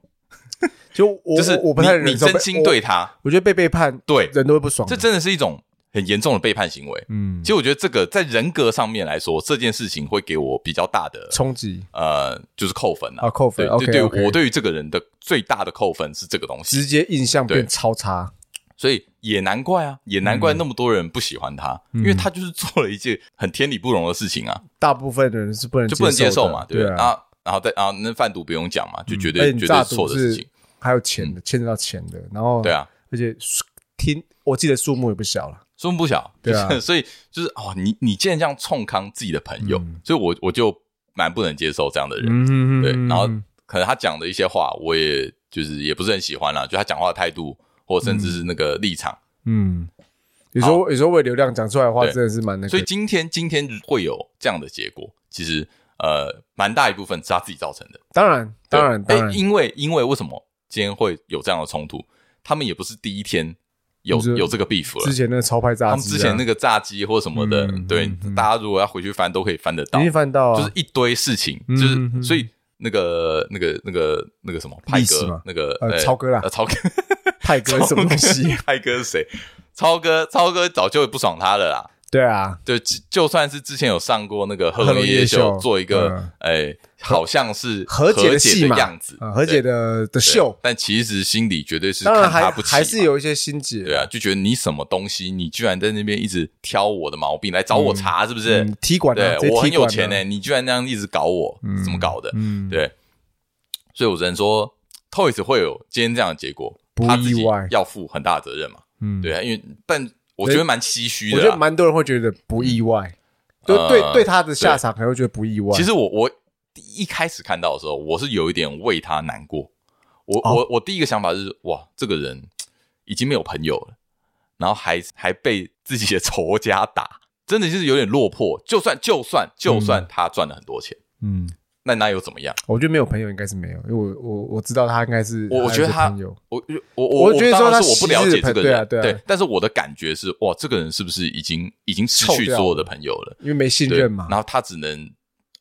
[SPEAKER 2] 就我
[SPEAKER 1] 就是
[SPEAKER 2] 我我不
[SPEAKER 1] 你
[SPEAKER 2] 太
[SPEAKER 1] 你
[SPEAKER 2] 忍受被
[SPEAKER 1] 真心对，他，
[SPEAKER 2] 我我觉得被背叛，
[SPEAKER 1] 对，
[SPEAKER 2] 人都会不爽的。
[SPEAKER 1] 这真的是一种很严重的背叛行为。
[SPEAKER 2] 嗯
[SPEAKER 1] 其实我觉得这个在人格上面来说，这件事情会给我比较大的
[SPEAKER 2] 冲击
[SPEAKER 1] 呃，就是扣分啊
[SPEAKER 2] 啊，扣分
[SPEAKER 1] 对。
[SPEAKER 2] OK，
[SPEAKER 1] 对对
[SPEAKER 2] OK
[SPEAKER 1] 我对于这个人的最大的扣分是这个东西，
[SPEAKER 2] 直接印象变
[SPEAKER 1] 对
[SPEAKER 2] 超差。
[SPEAKER 1] 所以也难怪啊，也难怪那么多人不喜欢他，
[SPEAKER 2] 嗯
[SPEAKER 1] 因为他就是做了一件很天理不容的事情啊，
[SPEAKER 2] 大部分的人是不能
[SPEAKER 1] 就不能接受
[SPEAKER 2] 的
[SPEAKER 1] 嘛，对
[SPEAKER 2] 对
[SPEAKER 1] 不对？
[SPEAKER 2] 啊，
[SPEAKER 1] 啊，然后再啊，那贩毒不用讲嘛，就绝
[SPEAKER 2] 而
[SPEAKER 1] 对
[SPEAKER 2] 且你
[SPEAKER 1] 绝对
[SPEAKER 2] 诈
[SPEAKER 1] 是错
[SPEAKER 2] 赌
[SPEAKER 1] 的事情嗯
[SPEAKER 2] 是，哦还有钱的，牵扯到钱的，然后
[SPEAKER 1] 对，啊，
[SPEAKER 2] 而且数听我记得数目也不小了，
[SPEAKER 1] 数目不小，
[SPEAKER 2] 对啊
[SPEAKER 1] 就是所以就是哦，你你既然这样冲康自己的朋友，
[SPEAKER 2] 嗯
[SPEAKER 1] 所以我我就蛮不能接受这样的人，
[SPEAKER 2] 嗯
[SPEAKER 1] 对，然后可能他讲的一些话，我也就是也不是很喜欢啦，就他讲话的态度，或甚至是那个立场。
[SPEAKER 2] 嗯，有时候有时候为流量讲出来的话，
[SPEAKER 1] 对
[SPEAKER 2] 真的是蛮那
[SPEAKER 1] 所以
[SPEAKER 2] 个，
[SPEAKER 1] 今天今天会有这样的结果，其实呃，蛮大一部分是他自己造成的。
[SPEAKER 2] 当然
[SPEAKER 1] 对哎
[SPEAKER 2] 当然当
[SPEAKER 1] 诶
[SPEAKER 2] 然，
[SPEAKER 1] 因为因为为什么今天会有这样的冲突？他们也不是第一天有
[SPEAKER 2] 你说
[SPEAKER 1] 有这个 beef
[SPEAKER 2] 之
[SPEAKER 1] 了。
[SPEAKER 2] 前那个超派炸
[SPEAKER 1] 他
[SPEAKER 2] 鸡
[SPEAKER 1] 们
[SPEAKER 2] 啊，
[SPEAKER 1] 之前那个炸鸡或什么的，
[SPEAKER 2] 嗯
[SPEAKER 1] 对、
[SPEAKER 2] 嗯嗯
[SPEAKER 1] 大家如果要回去翻，都可以翻得到
[SPEAKER 2] 一，定翻到啊，
[SPEAKER 1] 就是一堆事情，
[SPEAKER 2] 嗯
[SPEAKER 1] 就是、
[SPEAKER 2] 嗯嗯
[SPEAKER 1] 所以那个那个那个那个什么派
[SPEAKER 2] 历史
[SPEAKER 1] 哥
[SPEAKER 2] 嘛，
[SPEAKER 1] 那个
[SPEAKER 2] 呃超哥啦
[SPEAKER 1] 呃超哥，
[SPEAKER 2] 派哥什么东 西？
[SPEAKER 1] 派哥是谁？超哥，超哥早就不爽他了啦。
[SPEAKER 2] 对啊，
[SPEAKER 1] 对，就就算是之前有上过那个《贺
[SPEAKER 2] 贺
[SPEAKER 1] 龙
[SPEAKER 2] 龙
[SPEAKER 1] 夜
[SPEAKER 2] 夜
[SPEAKER 1] 秀》，
[SPEAKER 2] 秀嗯
[SPEAKER 1] 做一个哎，好像是
[SPEAKER 2] 和解的戏
[SPEAKER 1] 的
[SPEAKER 2] 嘛
[SPEAKER 1] 样子，
[SPEAKER 2] 啊，和解的的
[SPEAKER 1] 对
[SPEAKER 2] 秀
[SPEAKER 1] 对，但其实心里绝对是
[SPEAKER 2] 当然
[SPEAKER 1] 看
[SPEAKER 2] 还
[SPEAKER 1] 他不起嘛，
[SPEAKER 2] 还是有一些心结，
[SPEAKER 1] 对啊，就觉得你什么东西，你居然在那边一直挑我的毛病来找我茬，是不是？
[SPEAKER 2] 嗯，踢馆
[SPEAKER 1] 对
[SPEAKER 2] 啊，直接
[SPEAKER 1] 我很
[SPEAKER 2] 踢
[SPEAKER 1] 有
[SPEAKER 2] 馆
[SPEAKER 1] 钱呢、
[SPEAKER 2] 呢，
[SPEAKER 1] 你居然那样一直搞我，
[SPEAKER 2] 嗯
[SPEAKER 1] 怎么搞的？
[SPEAKER 2] 嗯，
[SPEAKER 1] 对，所以我只能说，Toys 会有今天这样的结果，
[SPEAKER 2] 不
[SPEAKER 1] 他自己
[SPEAKER 2] 意外
[SPEAKER 1] 要负很大的责任嘛。
[SPEAKER 2] 嗯，
[SPEAKER 1] 对啊，因为但我
[SPEAKER 2] 所以
[SPEAKER 1] 觉得蛮唏嘘
[SPEAKER 2] 我
[SPEAKER 1] 的啊
[SPEAKER 2] 觉得
[SPEAKER 1] 啦。
[SPEAKER 2] 蛮多人会觉得不意外，就
[SPEAKER 1] 呃
[SPEAKER 2] 对对他的下场可能会觉得不意外。
[SPEAKER 1] 其实我我第一开始看到的时候，我是有一点为他难过。我、
[SPEAKER 2] 哦
[SPEAKER 1] 我我第一个想法是，哇，这个人已经没有朋友了，然后还还被自己的仇家打，真的就是有点落魄。就算就算就算他赚了很多钱，
[SPEAKER 2] 嗯，
[SPEAKER 1] 那那又怎么样？
[SPEAKER 2] 我觉得没有朋友应该是没有，因为我我我知道他应该是，
[SPEAKER 1] 我我觉得
[SPEAKER 2] 他有
[SPEAKER 1] 他
[SPEAKER 2] 朋友，
[SPEAKER 1] 我我我
[SPEAKER 2] 我觉得
[SPEAKER 1] 当
[SPEAKER 2] 说
[SPEAKER 1] 然
[SPEAKER 2] 他
[SPEAKER 1] 是我不了解这个
[SPEAKER 2] 昔日的朋
[SPEAKER 1] 人，
[SPEAKER 2] 对啊对啊
[SPEAKER 1] 但是我的感觉是，哇，这个人是不是已经已经失去
[SPEAKER 2] 臭掉
[SPEAKER 1] 所有的朋友了？
[SPEAKER 2] 因为没信
[SPEAKER 1] 对，
[SPEAKER 2] 任嘛。
[SPEAKER 1] 然后他只能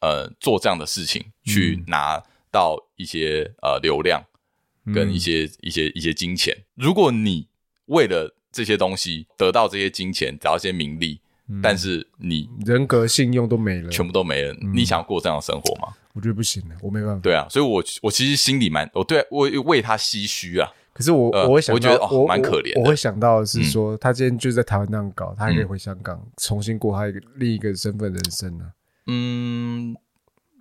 [SPEAKER 1] 呃做这样的事情
[SPEAKER 2] 嗯
[SPEAKER 1] 去拿到一些呃流量
[SPEAKER 2] 嗯
[SPEAKER 1] 跟一些、一些一些金钱。如果你为了这些东西得到这些金钱，找到一些名利，
[SPEAKER 2] 嗯
[SPEAKER 1] 但是你
[SPEAKER 2] 人格、信用都没了，
[SPEAKER 1] 全部都没了，
[SPEAKER 2] 嗯
[SPEAKER 1] 你想要过这样的生活吗？
[SPEAKER 2] 我觉得不行了，我没办法。
[SPEAKER 1] 对啊，所以我我其实心里蛮我对我为他唏嘘啊，
[SPEAKER 2] 可是我
[SPEAKER 1] 呃
[SPEAKER 2] 我会想
[SPEAKER 1] 我觉得
[SPEAKER 2] 到，
[SPEAKER 1] 哦
[SPEAKER 2] 我
[SPEAKER 1] 蛮可怜的嗯
[SPEAKER 2] 我我会想到的是说，他今天就是在台湾那样搞，他还可以回香港重新过他一个另一个身份人生啊呢。
[SPEAKER 1] 嗯，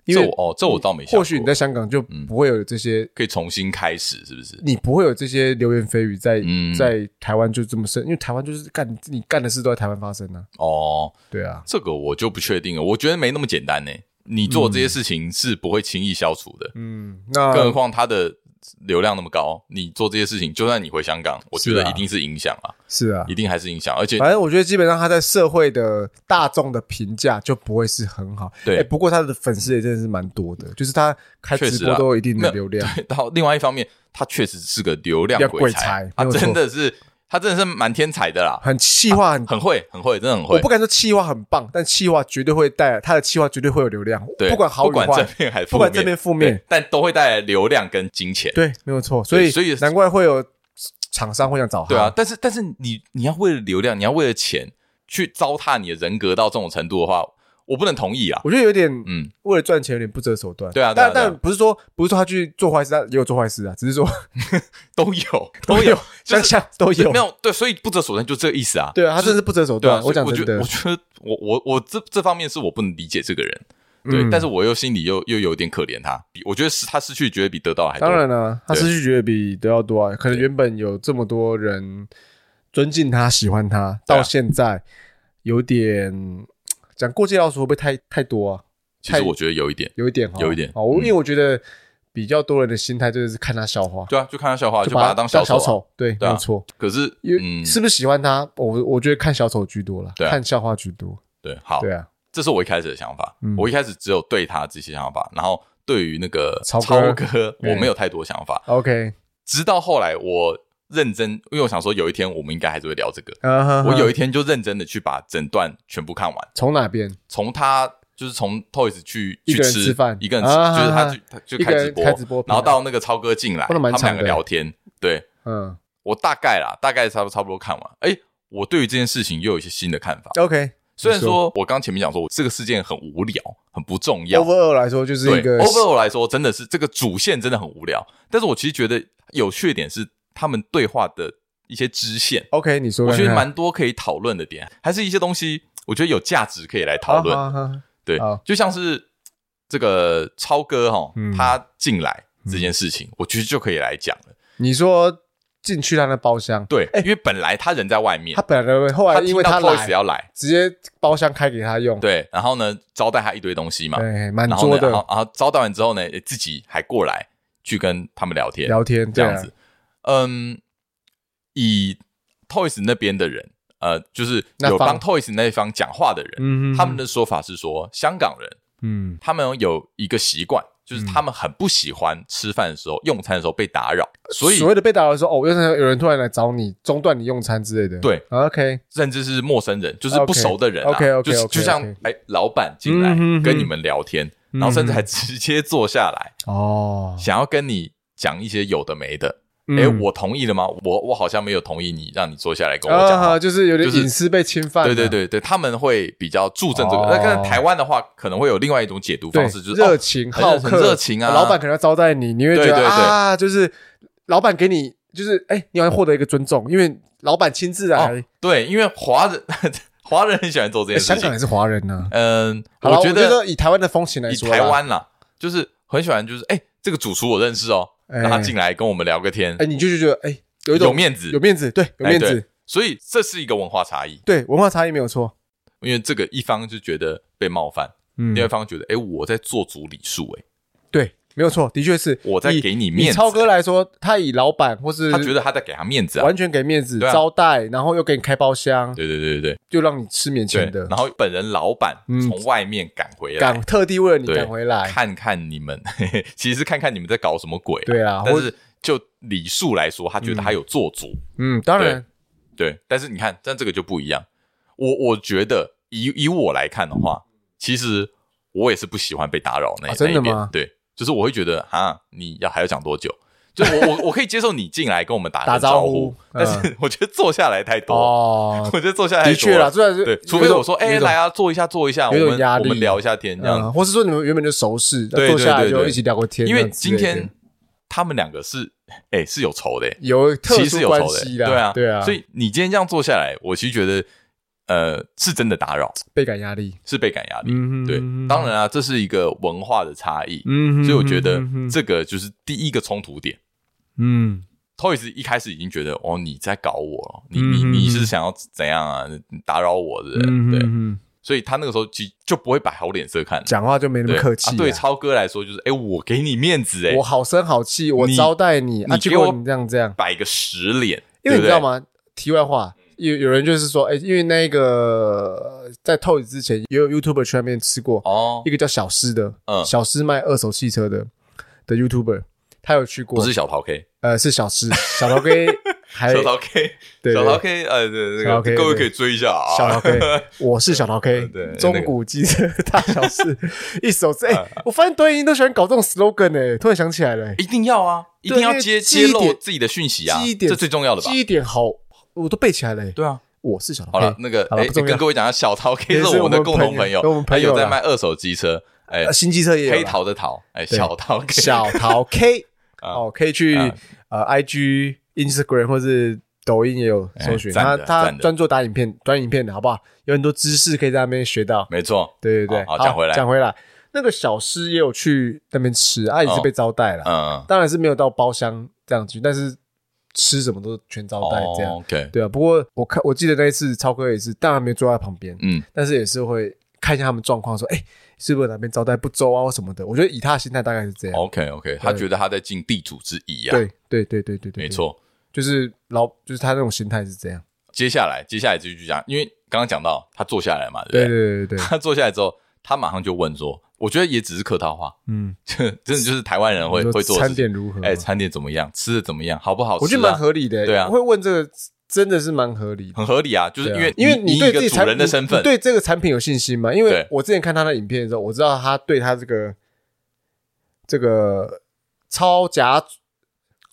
[SPEAKER 2] 因
[SPEAKER 1] 这
[SPEAKER 2] 为
[SPEAKER 1] 我哦这我倒没想过，嗯
[SPEAKER 2] 或许你在香港就不会有这些，
[SPEAKER 1] 可以重新开始，是不是？
[SPEAKER 2] 你不会有这些流言蜚语在
[SPEAKER 1] 嗯
[SPEAKER 2] 在台湾就这么深，因为台湾就是干你干的事都在台湾发生呢。
[SPEAKER 1] 哦，
[SPEAKER 2] 对啊，
[SPEAKER 1] 这个我就不确定了，我觉得没那么简单呢、你做这些事情是不会轻易消除的，
[SPEAKER 2] 嗯，那
[SPEAKER 1] 更何况他的流量那么高，你做这些事情，就算你回香港，我觉
[SPEAKER 2] 是
[SPEAKER 1] 得
[SPEAKER 2] 啊
[SPEAKER 1] 一定是影响啊，
[SPEAKER 2] 是啊哎
[SPEAKER 1] 一，定还是影响。而且
[SPEAKER 2] 反正我觉得基本上他在社会的大众的评价就不会是很好。
[SPEAKER 1] 对
[SPEAKER 2] 哎不过他的粉丝也真的是蛮多的，就是他开
[SPEAKER 1] 确
[SPEAKER 2] 直
[SPEAKER 1] 实啊
[SPEAKER 2] 播都有一定的流量。
[SPEAKER 1] 到另外一方面，他确实是个流量
[SPEAKER 2] 要
[SPEAKER 1] 鬼
[SPEAKER 2] 鬼才
[SPEAKER 1] 他
[SPEAKER 2] 没有错
[SPEAKER 1] 真的是他真的是蛮天才的啦，
[SPEAKER 2] 很气化很，
[SPEAKER 1] 很会，很会，真的很
[SPEAKER 2] 我
[SPEAKER 1] 会
[SPEAKER 2] 不。敢说气化很棒，但气化绝对会带来他的气化绝对会有流量，
[SPEAKER 1] 对，
[SPEAKER 2] 不管好
[SPEAKER 1] 不
[SPEAKER 2] 与
[SPEAKER 1] 管正
[SPEAKER 2] 坏，
[SPEAKER 1] 面还是
[SPEAKER 2] 不管正面负
[SPEAKER 1] 对
[SPEAKER 2] 面，
[SPEAKER 1] 但都会带来流量跟金钱。
[SPEAKER 2] 对，没有错，所
[SPEAKER 1] 对
[SPEAKER 2] 以
[SPEAKER 1] 所以
[SPEAKER 2] 难怪会有厂商会想找他，
[SPEAKER 1] 对啊，，但是但是你你要为了流量，你要为了钱去糟蹋你的人格到这种程度的话，我不能同意啊。
[SPEAKER 2] 我觉得有点
[SPEAKER 1] 嗯，
[SPEAKER 2] 为了赚钱有点不择手段，
[SPEAKER 1] 对啊对啊
[SPEAKER 2] 但
[SPEAKER 1] 对啊
[SPEAKER 2] 但不是说不是说他去做坏事，他也有做坏事啊，只是说
[SPEAKER 1] 都有都 有，就
[SPEAKER 2] 想
[SPEAKER 1] 是
[SPEAKER 2] 想都有
[SPEAKER 1] 没，有对，所以不择手段就这个意思啊。
[SPEAKER 2] 对啊，他
[SPEAKER 1] 就是
[SPEAKER 2] 真的是不择手
[SPEAKER 1] 对啊，
[SPEAKER 2] 段，
[SPEAKER 1] 所以
[SPEAKER 2] 讲
[SPEAKER 1] 我觉
[SPEAKER 2] 真
[SPEAKER 1] 得
[SPEAKER 2] 的
[SPEAKER 1] 我，觉得我我我这这方面是我不能理解这个人，对，
[SPEAKER 2] 嗯
[SPEAKER 1] 但是我又心里又又有点可怜他，我觉得是他失去觉得比得到还多。
[SPEAKER 2] 当然了、他
[SPEAKER 1] 对
[SPEAKER 2] 失去觉得比都要多啊。可能
[SPEAKER 1] 对
[SPEAKER 2] 原本有这么多人尊敬他、喜欢他，
[SPEAKER 1] 对啊
[SPEAKER 2] 到现在有点讲过界老鼠会不会太太多啊？
[SPEAKER 1] 其实我觉得有一点，
[SPEAKER 2] 有一点哦，
[SPEAKER 1] 有一点
[SPEAKER 2] 哦。我因
[SPEAKER 1] 嗯
[SPEAKER 2] 为我觉得比较多人的心态就是看他笑话，
[SPEAKER 1] 对啊，就看他笑话，就把
[SPEAKER 2] 他
[SPEAKER 1] 他当
[SPEAKER 2] 小
[SPEAKER 1] 小丑啊。
[SPEAKER 2] 丑，对，
[SPEAKER 1] 对啊
[SPEAKER 2] 没有错。
[SPEAKER 1] 可是，
[SPEAKER 2] 因
[SPEAKER 1] 嗯
[SPEAKER 2] 为，是不是喜欢他，我我觉得看小丑居多了，
[SPEAKER 1] 对啊
[SPEAKER 2] 看笑话居多。
[SPEAKER 1] 对，好，
[SPEAKER 2] 对啊，
[SPEAKER 1] 这是我一开始的想法。
[SPEAKER 2] 嗯
[SPEAKER 1] 我一开始只有对他这些想法，然后对于那个
[SPEAKER 2] 超
[SPEAKER 1] 哥
[SPEAKER 2] 哥，
[SPEAKER 1] 我没有太多想法。
[SPEAKER 2] OK，
[SPEAKER 1] 直到后来，我认真，因为我想说有一天我们应该还是会聊这个。
[SPEAKER 2] 啊，
[SPEAKER 1] 我有一
[SPEAKER 2] 一
[SPEAKER 1] 天就认真的去把整段全部看完，
[SPEAKER 2] 从哪边
[SPEAKER 1] 从他就是从 Toys 去
[SPEAKER 2] 一
[SPEAKER 1] 去
[SPEAKER 2] 个人
[SPEAKER 1] 吃
[SPEAKER 2] 吃饭
[SPEAKER 1] 一个人吃，
[SPEAKER 2] 啊
[SPEAKER 1] 就是他去他就
[SPEAKER 2] 一个
[SPEAKER 1] 开直
[SPEAKER 2] 人
[SPEAKER 1] 播，
[SPEAKER 2] 开直播，
[SPEAKER 1] 然后到那个超哥进来，
[SPEAKER 2] 真的蛮
[SPEAKER 1] 他们两
[SPEAKER 2] 长
[SPEAKER 1] 个
[SPEAKER 2] 的
[SPEAKER 1] 聊天，对
[SPEAKER 2] 嗯
[SPEAKER 1] 我大概啦，大概差不多差不多看完。哎，我对于这件事情又有一些新的看法。
[SPEAKER 2] OK，
[SPEAKER 1] 虽然
[SPEAKER 2] 哦你
[SPEAKER 1] 说我刚前面讲说，我这个事件很无聊，很不重要。
[SPEAKER 2] over 二来说就是
[SPEAKER 1] 对
[SPEAKER 2] 一个
[SPEAKER 1] ，overall 来说，真的是这个主线真的很无聊。但是我其实觉得有趣的点是他们对话的一些支线，
[SPEAKER 2] OK，你说
[SPEAKER 1] 我
[SPEAKER 2] 看看，
[SPEAKER 1] 觉得蛮多可以讨论的点，还是一些东西我觉得有价值可以来讨论。
[SPEAKER 2] 好好好
[SPEAKER 1] 对
[SPEAKER 2] 好，
[SPEAKER 1] 就像是这个超哥哈
[SPEAKER 2] 嗯，
[SPEAKER 1] 他进来这件事情，我其实就可以来讲了。
[SPEAKER 2] 你说进去他的包厢，
[SPEAKER 1] 对，因为本来他人在外面
[SPEAKER 2] 哎他，本来的后来
[SPEAKER 1] 他
[SPEAKER 2] 因
[SPEAKER 1] 听
[SPEAKER 2] 为
[SPEAKER 1] 到
[SPEAKER 2] 他
[SPEAKER 1] Toys
[SPEAKER 2] 来，
[SPEAKER 1] 要来，
[SPEAKER 2] 直接包厢开给他用，
[SPEAKER 1] 对，然后呢招待他一堆东西嘛，
[SPEAKER 2] 对，满
[SPEAKER 1] 然后
[SPEAKER 2] 桌
[SPEAKER 1] 呢，然后
[SPEAKER 2] 的
[SPEAKER 1] 然后招待完之后呢，也自己还过来去跟他们聊天，
[SPEAKER 2] 聊天
[SPEAKER 1] 这
[SPEAKER 2] 对啊
[SPEAKER 1] 样子。嗯，以 Toys 那边的人，呃，就是
[SPEAKER 2] 那
[SPEAKER 1] 有
[SPEAKER 2] 方
[SPEAKER 1] 帮 Toys 那一方讲话的人，
[SPEAKER 2] 嗯
[SPEAKER 1] 他们的说法是说，香港人
[SPEAKER 2] 嗯
[SPEAKER 1] 他们有一个习惯，就是他们很不喜欢吃饭的时候、用餐的时候被打扰，所以
[SPEAKER 2] 所谓的被打扰说哦，有人有人突然来找你，中断你用餐之类的，
[SPEAKER 1] 对
[SPEAKER 2] 啊，OK，
[SPEAKER 1] 甚至是陌生人，就是不
[SPEAKER 2] OK，
[SPEAKER 1] 熟的人、啊
[SPEAKER 2] OK，OK，OK，
[SPEAKER 1] 就是
[SPEAKER 2] OK，
[SPEAKER 1] 就像
[SPEAKER 2] OK
[SPEAKER 1] 哎，老板进来
[SPEAKER 2] 嗯哼哼嗯
[SPEAKER 1] 跟你们聊天，然后甚至还直接坐下来，
[SPEAKER 2] 哦，
[SPEAKER 1] 想要跟你讲一些有的没的。
[SPEAKER 2] 嗯
[SPEAKER 1] 哎、我同意了吗？我我好像没有同意你，让你坐下来跟我讲话。
[SPEAKER 2] 啊，就是有点
[SPEAKER 1] 就是
[SPEAKER 2] 隐私被侵犯，
[SPEAKER 1] 对对。对对，他们会比较注重这个。
[SPEAKER 2] 哦
[SPEAKER 1] 那、看台湾的话，可能会有另外一种解读
[SPEAKER 2] 对
[SPEAKER 1] 方式，，就是
[SPEAKER 2] 热
[SPEAKER 1] 哦
[SPEAKER 2] 情
[SPEAKER 1] 很
[SPEAKER 2] 好
[SPEAKER 1] 很
[SPEAKER 2] 客，
[SPEAKER 1] 热情啊
[SPEAKER 2] 老板可能要招待你，你会觉
[SPEAKER 1] 对
[SPEAKER 2] 得
[SPEAKER 1] 对对
[SPEAKER 2] 啊，就是老板给你，就是哎、你好像获得一个尊重，因为老板亲自来。
[SPEAKER 1] 哦对，因为华人 华人很喜欢做这
[SPEAKER 2] 哎
[SPEAKER 1] 件事
[SPEAKER 2] 香港
[SPEAKER 1] 情
[SPEAKER 2] 也。是华人呐、
[SPEAKER 1] 嗯、
[SPEAKER 2] 好啦我
[SPEAKER 1] 觉
[SPEAKER 2] 得以台湾的风情来
[SPEAKER 1] 以
[SPEAKER 2] 说，
[SPEAKER 1] 台，湾啦，就是很喜欢，就是哎、这个主厨我认识哦，
[SPEAKER 2] 哎
[SPEAKER 1] 让他进来跟我们聊个天，
[SPEAKER 2] 哎、你就觉得哎、有一种
[SPEAKER 1] 有面子，
[SPEAKER 2] 有面子，对，有
[SPEAKER 1] 哎
[SPEAKER 2] 面子，
[SPEAKER 1] 对所以这是一个文化差异，
[SPEAKER 2] 对，文化差异没有错。
[SPEAKER 1] 因为这个一方就觉得被冒犯，
[SPEAKER 2] 嗯
[SPEAKER 1] 另外一方觉得哎、我在做主礼数，哎，
[SPEAKER 2] 对，没有错，的确是
[SPEAKER 1] 我在
[SPEAKER 2] 以
[SPEAKER 1] 给你
[SPEAKER 2] 以
[SPEAKER 1] 面子
[SPEAKER 2] 超哥来说，他以老板或是
[SPEAKER 1] 他觉得他在给他面子啊。
[SPEAKER 2] 完全给面子、
[SPEAKER 1] 对啊
[SPEAKER 2] 招待，然后又给你开包厢，
[SPEAKER 1] 对对对对
[SPEAKER 2] 就让你吃免
[SPEAKER 1] 对
[SPEAKER 2] 钱
[SPEAKER 1] 对
[SPEAKER 2] 的，，
[SPEAKER 1] 然后本人老板
[SPEAKER 2] 嗯
[SPEAKER 1] 从外面赶回来
[SPEAKER 2] 赶，特地为了你
[SPEAKER 1] 对
[SPEAKER 2] 赶回来，
[SPEAKER 1] 看看你们， 嘿嘿其实是看看你们在搞什么鬼啊。
[SPEAKER 2] 对啊，
[SPEAKER 1] 但
[SPEAKER 2] 或
[SPEAKER 1] 是就礼数来说，他觉得他有做足，
[SPEAKER 2] 嗯，当然，
[SPEAKER 1] 对，但是你看，但这个就不一样。我我觉得以以我来看的话，其实我也是不喜欢被打扰那、
[SPEAKER 2] 啊真的
[SPEAKER 1] 那一边
[SPEAKER 2] 吗
[SPEAKER 1] 对，就是我会觉得啊，你要还要讲多久？就我 我我可以接受你进来跟我们打
[SPEAKER 2] 打
[SPEAKER 1] 个
[SPEAKER 2] 招
[SPEAKER 1] 呼
[SPEAKER 2] 呼，嗯
[SPEAKER 1] 但是我觉得坐下来太多，
[SPEAKER 2] 哦，
[SPEAKER 1] 我觉得坐下来太
[SPEAKER 2] 的
[SPEAKER 1] 多
[SPEAKER 2] 确啦，
[SPEAKER 1] 了。
[SPEAKER 2] 虽然是
[SPEAKER 1] 对
[SPEAKER 2] 有，一
[SPEAKER 1] 除非
[SPEAKER 2] 种
[SPEAKER 1] 我说，哎、
[SPEAKER 2] 有一种
[SPEAKER 1] 来啊，坐一下，坐一下，我
[SPEAKER 2] 有一种
[SPEAKER 1] 们
[SPEAKER 2] 压力
[SPEAKER 1] 我们聊一下天这样。
[SPEAKER 2] 嗯，或是说你们原本就熟识，那
[SPEAKER 1] 对
[SPEAKER 2] 坐下来
[SPEAKER 1] 对对
[SPEAKER 2] 就
[SPEAKER 1] 对
[SPEAKER 2] 一起聊过天，
[SPEAKER 1] 因
[SPEAKER 2] 这
[SPEAKER 1] 为
[SPEAKER 2] 样之
[SPEAKER 1] 今
[SPEAKER 2] 类的
[SPEAKER 1] 天他们两个是，哎、是有仇的、
[SPEAKER 2] 有特
[SPEAKER 1] 其实是
[SPEAKER 2] 殊
[SPEAKER 1] 有
[SPEAKER 2] 关
[SPEAKER 1] 仇的、
[SPEAKER 2] 系啦，
[SPEAKER 1] 对啊，
[SPEAKER 2] 对啊，
[SPEAKER 1] 所以你今天这样坐下来，我其实觉得，呃，是真的打扰，
[SPEAKER 2] 倍感压力，
[SPEAKER 1] 是倍感压力。
[SPEAKER 2] 嗯
[SPEAKER 1] 对，当，然啊，这是一个文化的差异，
[SPEAKER 2] 嗯
[SPEAKER 1] 所以我觉得这个就是第一个冲突点。
[SPEAKER 2] 嗯
[SPEAKER 1] Toys 一开始已经觉得哦，你在搞我了，你
[SPEAKER 2] 嗯
[SPEAKER 1] 你
[SPEAKER 2] 嗯
[SPEAKER 1] 你是想要怎样啊？你打扰我的，对，
[SPEAKER 2] 嗯，
[SPEAKER 1] 所以他那个时候就就不会摆好脸色看了，
[SPEAKER 2] 讲话就没那
[SPEAKER 1] 对
[SPEAKER 2] 么客气
[SPEAKER 1] 啊
[SPEAKER 2] 啊，
[SPEAKER 1] 对超哥来说就是，哎，我给你面子，哎
[SPEAKER 2] 我，好声好气，我
[SPEAKER 1] 你
[SPEAKER 2] 招待你，啊，
[SPEAKER 1] 你
[SPEAKER 2] 结
[SPEAKER 1] 给我
[SPEAKER 2] 果你这样这样，
[SPEAKER 1] 摆个实脸，
[SPEAKER 2] 因为你
[SPEAKER 1] 对不
[SPEAKER 2] 知
[SPEAKER 1] 对
[SPEAKER 2] 道？吗？题外话，有有人就是说，哎，因为那个呃在透 o 之前也有 YouTuber 去那边吃过，
[SPEAKER 1] 哦
[SPEAKER 2] 一，个叫小诗的，
[SPEAKER 1] 嗯
[SPEAKER 2] 小诗卖二手汽车的的 YouTuber，他有去过，
[SPEAKER 1] 不是小桃 K，
[SPEAKER 2] 呃，是小诗，小桃哥还
[SPEAKER 1] 小桃 K，
[SPEAKER 2] 对对
[SPEAKER 1] 小桃 K，呃，对，
[SPEAKER 2] 小
[SPEAKER 1] 那
[SPEAKER 2] 桃 K，
[SPEAKER 1] 个各位
[SPEAKER 2] 对
[SPEAKER 1] 可以追一下啊。
[SPEAKER 2] 小桃 K，我是小桃 K，
[SPEAKER 1] 对那
[SPEAKER 2] 中
[SPEAKER 1] 个嗯
[SPEAKER 2] 古机车大小 事，一手是哎，我发现抖音都喜欢搞这种 slogan 哎，突然想起来了，哎
[SPEAKER 1] 一定要啊，一定
[SPEAKER 2] 因
[SPEAKER 1] 要
[SPEAKER 2] 为
[SPEAKER 1] 揭
[SPEAKER 2] 记忆
[SPEAKER 1] 揭露
[SPEAKER 2] 点
[SPEAKER 1] 自己的讯息啊
[SPEAKER 2] 记忆，点
[SPEAKER 1] 这最重要的吧？
[SPEAKER 2] 记忆点好，我都背起来了，哎
[SPEAKER 1] 对啊，
[SPEAKER 2] 我是小桃
[SPEAKER 1] 好
[SPEAKER 2] K。
[SPEAKER 1] 了，那个
[SPEAKER 2] 好了
[SPEAKER 1] 哎，
[SPEAKER 2] 不重要
[SPEAKER 1] 跟各位讲一下，小桃 K
[SPEAKER 2] 也是
[SPEAKER 1] 是
[SPEAKER 2] 我
[SPEAKER 1] 们的
[SPEAKER 2] 们
[SPEAKER 1] 共同
[SPEAKER 2] 朋友
[SPEAKER 1] 友
[SPEAKER 2] 跟我们，
[SPEAKER 1] 他
[SPEAKER 2] 朋友
[SPEAKER 1] 有在
[SPEAKER 2] 啦
[SPEAKER 1] 卖二手机车，哎
[SPEAKER 2] 呃，新机车也有啦
[SPEAKER 1] 黑桃的桃，哎，
[SPEAKER 2] 对
[SPEAKER 1] 小桃 K，
[SPEAKER 2] 小桃 K
[SPEAKER 1] 啊
[SPEAKER 2] 哦，可以去
[SPEAKER 1] 啊
[SPEAKER 2] 呃 IG、Instagram 或是抖音也有搜寻。
[SPEAKER 1] 哎赞
[SPEAKER 2] 他
[SPEAKER 1] 的
[SPEAKER 2] 他
[SPEAKER 1] 赞的
[SPEAKER 2] 专做打影片、短影片的好不好？有很多知识可以在那边学到。
[SPEAKER 1] 没错，
[SPEAKER 2] 对对对，
[SPEAKER 1] 好好讲回来
[SPEAKER 2] 讲回来，那个小师也有去那边吃，啊也是被招待了，
[SPEAKER 1] 哦嗯，
[SPEAKER 2] 当然是没有到包厢这样去，但是吃什么都全招待这样。
[SPEAKER 1] 哦，OK，
[SPEAKER 2] 对啊，不过我看我记得那一次超哥也是，当然没有坐在旁边，
[SPEAKER 1] 嗯，
[SPEAKER 2] 但是也是会看一下他们状况，说哎、是不是哪边招待不周啊或什么的。我觉得以他的心态大概是这样。
[SPEAKER 1] OK OK，他觉得他在尽地主之谊啊，
[SPEAKER 2] 对对对对对对，
[SPEAKER 1] 没，错。
[SPEAKER 2] 就是老就是他那种心态是这样。
[SPEAKER 1] 接下来接下来继续讲，因为刚刚讲到他坐下来嘛，
[SPEAKER 2] 对
[SPEAKER 1] 不对？
[SPEAKER 2] 对对对对，
[SPEAKER 1] 他坐下来之后，他马上就问说：“我觉得也只是客套话，
[SPEAKER 2] 嗯，
[SPEAKER 1] 就 真的就是台湾人会
[SPEAKER 2] 你说
[SPEAKER 1] 会做的
[SPEAKER 2] 餐
[SPEAKER 1] 事情。
[SPEAKER 2] 点如何？
[SPEAKER 1] 哎，餐点怎么样？吃的怎么样？好不好吃啊？
[SPEAKER 2] 我觉得蛮合理的。欸
[SPEAKER 1] 对啊
[SPEAKER 2] 会问这个真的是蛮合理的。
[SPEAKER 1] 很合理啊，就是因
[SPEAKER 2] 对啊
[SPEAKER 1] 为
[SPEAKER 2] 因为
[SPEAKER 1] 你以
[SPEAKER 2] 对
[SPEAKER 1] 一
[SPEAKER 2] 自
[SPEAKER 1] 个
[SPEAKER 2] 己
[SPEAKER 1] 主
[SPEAKER 2] 产
[SPEAKER 1] 人的身份
[SPEAKER 2] 你，对这个产品有信心嘛？因为
[SPEAKER 1] 对
[SPEAKER 2] 我之前看他的影片的时候，我知道他对他这个这个超夹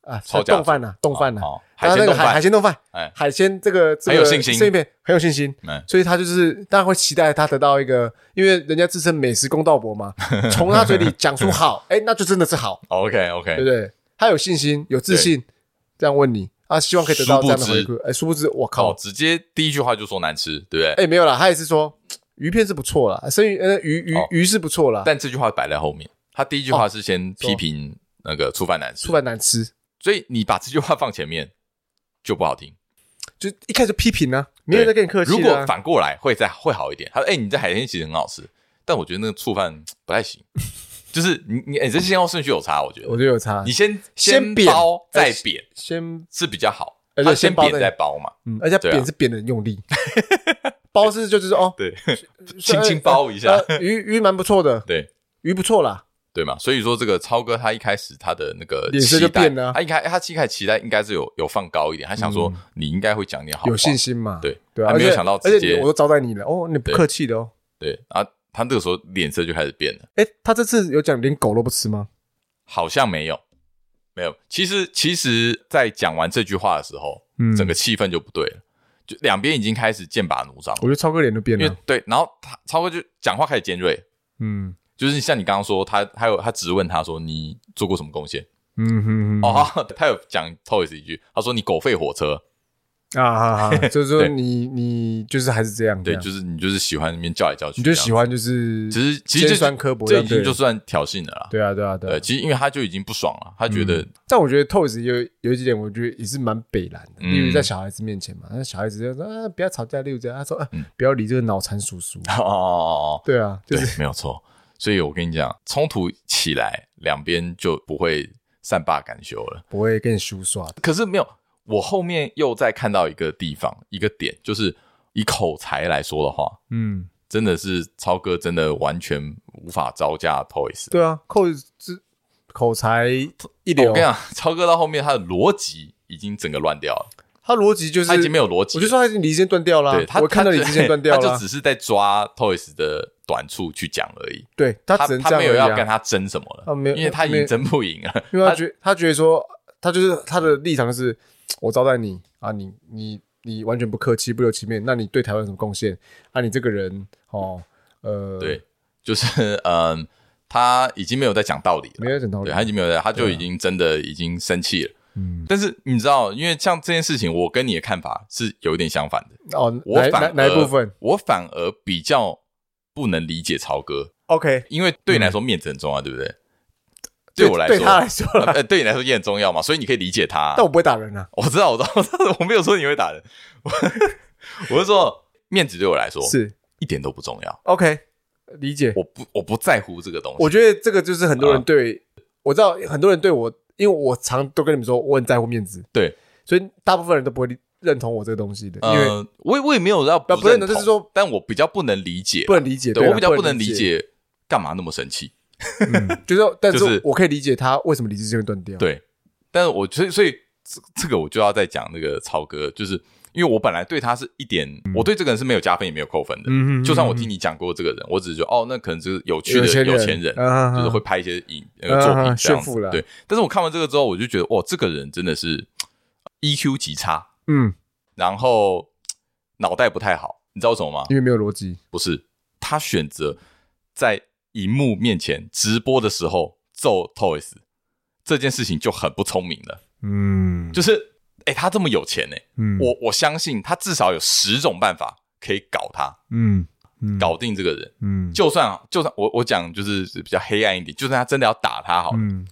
[SPEAKER 2] 啊，
[SPEAKER 1] 超夹
[SPEAKER 2] 冻饭呐，冻饭呐，啊
[SPEAKER 1] 哦，海
[SPEAKER 2] 他那
[SPEAKER 1] 鲜
[SPEAKER 2] 个
[SPEAKER 1] 冻
[SPEAKER 2] 海海
[SPEAKER 1] 饭，
[SPEAKER 2] 鲜冻饭，
[SPEAKER 1] 哎，
[SPEAKER 2] 海鲜这个这个
[SPEAKER 1] 很有信心
[SPEAKER 2] 这一片很有信心，
[SPEAKER 1] 嗯
[SPEAKER 2] 所以他就是当然会期待他得到一个，因为人家自称美食公道伯 嘛，从他嘴里讲出好，哎、那就真的是好，
[SPEAKER 1] ，OK
[SPEAKER 2] 对
[SPEAKER 1] OK，
[SPEAKER 2] 不对？他有信心，有自信，这样问你啊，希望可以得到这样的回馈。哎，殊不知我靠
[SPEAKER 1] 哦，，直接第一句话就说难吃，对不对？
[SPEAKER 2] 哎、没有啦，他也是说鱼片是不错啦，生鱼呃鱼鱼、
[SPEAKER 1] 哦
[SPEAKER 2] 鱼是不错啦，
[SPEAKER 1] 但这句话摆在后面，他第
[SPEAKER 2] 哦
[SPEAKER 1] 一句话是先批评那个粗饭难吃
[SPEAKER 2] 出，版难吃，
[SPEAKER 1] 所以你把这句话放前面就不好听。
[SPEAKER 2] 就一开始就批评啊，没有在跟你客气、啊。
[SPEAKER 1] 如果反过来会再会好一点，他说：“哎、你这海鲜其实很好吃，但我觉得那个醋饭嗯不太行。” 就是你你、哎这先后顺序有差，我觉
[SPEAKER 2] 我
[SPEAKER 1] 得
[SPEAKER 2] 觉得有差，
[SPEAKER 1] 你先
[SPEAKER 2] 先扁
[SPEAKER 1] 包
[SPEAKER 2] 哎
[SPEAKER 1] 再扁
[SPEAKER 2] 先
[SPEAKER 1] 是比较好，
[SPEAKER 2] 哎对
[SPEAKER 1] 他
[SPEAKER 2] 先
[SPEAKER 1] 先
[SPEAKER 2] 包
[SPEAKER 1] 扁
[SPEAKER 2] 再
[SPEAKER 1] 再包嘛，
[SPEAKER 2] 嗯，而且
[SPEAKER 1] 对啊
[SPEAKER 2] 扁是扁的很 用力，包是就就是哦，
[SPEAKER 1] 对，轻轻包一下，
[SPEAKER 2] 呃鱼鱼蛮不错的，
[SPEAKER 1] 对
[SPEAKER 2] 鱼不错啦，
[SPEAKER 1] 对嘛。所以说这个超哥他一开始他的那个
[SPEAKER 2] 脸色就
[SPEAKER 1] 期待
[SPEAKER 2] 变了啊嗯
[SPEAKER 1] 他一开哎他一开始期待应该是有有放高一点，他想说你应该会讲点好话，
[SPEAKER 2] 有信心嘛，
[SPEAKER 1] 对
[SPEAKER 2] 对啊，
[SPEAKER 1] 他没有
[SPEAKER 2] 而且
[SPEAKER 1] 想到直
[SPEAKER 2] 而且
[SPEAKER 1] 接
[SPEAKER 2] 你我都招待你了，哦，你不
[SPEAKER 1] 对
[SPEAKER 2] 客气的哦。
[SPEAKER 1] 对啊，他这个时候脸色就开始变了。
[SPEAKER 2] 哎，他这次有讲连狗都不吃吗？
[SPEAKER 1] 好像没有，没有。其实，其实，在讲完这句话的时候，
[SPEAKER 2] 嗯
[SPEAKER 1] 整个气氛就不对了，就两边已经开始剑拔弩张
[SPEAKER 2] 我
[SPEAKER 1] 了。
[SPEAKER 2] 觉得超哥脸都变
[SPEAKER 1] 因为
[SPEAKER 2] 了，
[SPEAKER 1] 对，然后他超哥就讲话开始尖锐，
[SPEAKER 2] 嗯
[SPEAKER 1] 就是像你刚刚说，他还有他直问他说你做过什么贡献？
[SPEAKER 2] 嗯哼哼，
[SPEAKER 1] 哦，他他有讲 Toys 一句，他说你狗吠火车，
[SPEAKER 2] 啊哈 哈，就是说
[SPEAKER 1] 对
[SPEAKER 2] 你你就是还是这样，
[SPEAKER 1] 对，
[SPEAKER 2] 这样
[SPEAKER 1] 就是你就是喜欢那边叫来叫去，
[SPEAKER 2] 你就喜。欢就是
[SPEAKER 1] 其实其实这
[SPEAKER 2] 尖酸刻薄
[SPEAKER 1] 这
[SPEAKER 2] 这
[SPEAKER 1] 已
[SPEAKER 2] 样
[SPEAKER 1] 经
[SPEAKER 2] 对
[SPEAKER 1] 就算挑衅了啦。
[SPEAKER 2] 对啊对啊对嗯
[SPEAKER 1] 对，
[SPEAKER 2] 啊。
[SPEAKER 1] 其实因为他就已经不爽了，他觉得
[SPEAKER 2] 但我觉得 Toys 有有几点，我觉得也是蛮北蓝的，
[SPEAKER 1] 嗯
[SPEAKER 2] 例如在小孩子面前嘛，那小孩子就说啊不要吵架，例如这样，他说啊
[SPEAKER 1] 嗯
[SPEAKER 2] 不要理这个脑残叔 叔，
[SPEAKER 1] 哦哦哦哦，
[SPEAKER 2] 对啊，就
[SPEAKER 1] 对
[SPEAKER 2] 是，
[SPEAKER 1] 没有错。所以我跟你讲，冲突起来，两边就不会善罢甘休了。
[SPEAKER 2] 不会跟你叔耍的，
[SPEAKER 1] 可是没有，我后面又再看到一个地方，一个点，就是以口才来说的话，
[SPEAKER 2] 嗯，
[SPEAKER 1] 真的是超哥真的完全无法招架 Toys。哦
[SPEAKER 2] 对啊，Toys 之哦啊口才一
[SPEAKER 1] 我
[SPEAKER 2] 流
[SPEAKER 1] 跟你，讲，超哥到后面他的逻辑已经整个乱掉了，
[SPEAKER 2] 他逻辑就是
[SPEAKER 1] 他已经没有逻辑
[SPEAKER 2] 我
[SPEAKER 1] 了。
[SPEAKER 2] 就说他已经离线断掉啦，
[SPEAKER 1] 对他，
[SPEAKER 2] 我看到
[SPEAKER 1] 他
[SPEAKER 2] 你
[SPEAKER 1] 就
[SPEAKER 2] 之前断掉啊
[SPEAKER 1] 他就
[SPEAKER 2] 啦，
[SPEAKER 1] 只是在抓 Toys 的短处去讲而已。
[SPEAKER 2] 对他
[SPEAKER 1] 他
[SPEAKER 2] 只能
[SPEAKER 1] 他
[SPEAKER 2] 这
[SPEAKER 1] 没有
[SPEAKER 2] 样而
[SPEAKER 1] 要
[SPEAKER 2] 已
[SPEAKER 1] 跟
[SPEAKER 2] 啊，
[SPEAKER 1] 他争什么了，
[SPEAKER 2] 他没有
[SPEAKER 1] 因为他已
[SPEAKER 2] 没
[SPEAKER 1] 经
[SPEAKER 2] 有
[SPEAKER 1] 争不赢了。
[SPEAKER 2] 因为他觉他觉得说他就是他的立场就是我招待你啊，你你你完全不客气不留情面，那你对台湾有什么贡献啊？你这个人哦，呃，
[SPEAKER 1] 对，就是嗯，他已经没有在讲道理了，
[SPEAKER 2] 没有讲啊道理
[SPEAKER 1] 对，他已经没有在，他就已经真的已经生气了。
[SPEAKER 2] 嗯，
[SPEAKER 1] 但是你知道，因为像这件事情，我跟你的看法是有一点相反的。
[SPEAKER 2] 哦，
[SPEAKER 1] 我
[SPEAKER 2] 哪
[SPEAKER 1] 反
[SPEAKER 2] 哪哪
[SPEAKER 1] 而
[SPEAKER 2] 一部分
[SPEAKER 1] 我反而比较不能理解曹哥，
[SPEAKER 2] ？OK，
[SPEAKER 1] 因为对你来说面子很重要，对不对？对我来说，
[SPEAKER 2] 嗯对 他来说啦，
[SPEAKER 1] 呃，对你来说也很重要嘛，所以你可以理解他啊、
[SPEAKER 2] 但我不会打人啊，
[SPEAKER 1] 我知道，我知道，我知道我没有说你会打人，我我是说面子对我来说
[SPEAKER 2] 是
[SPEAKER 1] 一点都不重要，
[SPEAKER 2] OK，理解。
[SPEAKER 1] 我不我不在乎这个东西。
[SPEAKER 2] 我觉得这个就是很多人
[SPEAKER 1] 啊
[SPEAKER 2] 对、我知道，很多人对我，因为我常都跟你们说我很在乎面子，
[SPEAKER 1] 对，
[SPEAKER 2] 所以大部分人都不会认同我这个东西的，因为
[SPEAKER 1] 呃，我也我也没有要不
[SPEAKER 2] 呃不认同
[SPEAKER 1] 同
[SPEAKER 2] 就是说
[SPEAKER 1] 但我比较不能理解，
[SPEAKER 2] 不能理解。
[SPEAKER 1] 对
[SPEAKER 2] 啦
[SPEAKER 1] 我比较
[SPEAKER 2] 不
[SPEAKER 1] 不能
[SPEAKER 2] 理
[SPEAKER 1] 理，解干嘛那么生气。
[SPEAKER 2] 嗯就是，但
[SPEAKER 1] 就是
[SPEAKER 2] 是我可以理解他为什么理智这边断掉。
[SPEAKER 1] 对，但是我所以所以这这个我就要再讲那个超哥，就是因为我本来对他是一点，我对这个人是没有加分也没有扣分的。
[SPEAKER 2] 嗯嗯嗯
[SPEAKER 1] 就算我听你讲过这个人，我只是觉得哦，那可能就是有趣的
[SPEAKER 2] 有钱人
[SPEAKER 1] 有钱人，
[SPEAKER 2] 啊
[SPEAKER 1] 就是会拍一些影那个作
[SPEAKER 2] 啊
[SPEAKER 1] 品
[SPEAKER 2] 啊
[SPEAKER 1] 这样
[SPEAKER 2] 炫富
[SPEAKER 1] 子。
[SPEAKER 2] 了
[SPEAKER 1] 对，但是我看完这个之后，我就觉得哇，这个人真的是 EQ 极差，
[SPEAKER 2] 嗯，
[SPEAKER 1] 然后脑袋不太好，你知道为什么吗？
[SPEAKER 2] 因为没有逻辑，
[SPEAKER 1] 不是，他选择在荧幕面前直播的时候揍 Toys 这件事情就很不聪明了。
[SPEAKER 2] 嗯，
[SPEAKER 1] 就是，哎、他这么有钱呢、
[SPEAKER 2] 嗯
[SPEAKER 1] 我我相信他至少有十种办法可以搞他，
[SPEAKER 2] 嗯嗯
[SPEAKER 1] 搞定这个人。
[SPEAKER 2] 嗯
[SPEAKER 1] 就算就算我我讲就是比较黑暗一点，就算他真的要打他好了，
[SPEAKER 2] 嗯，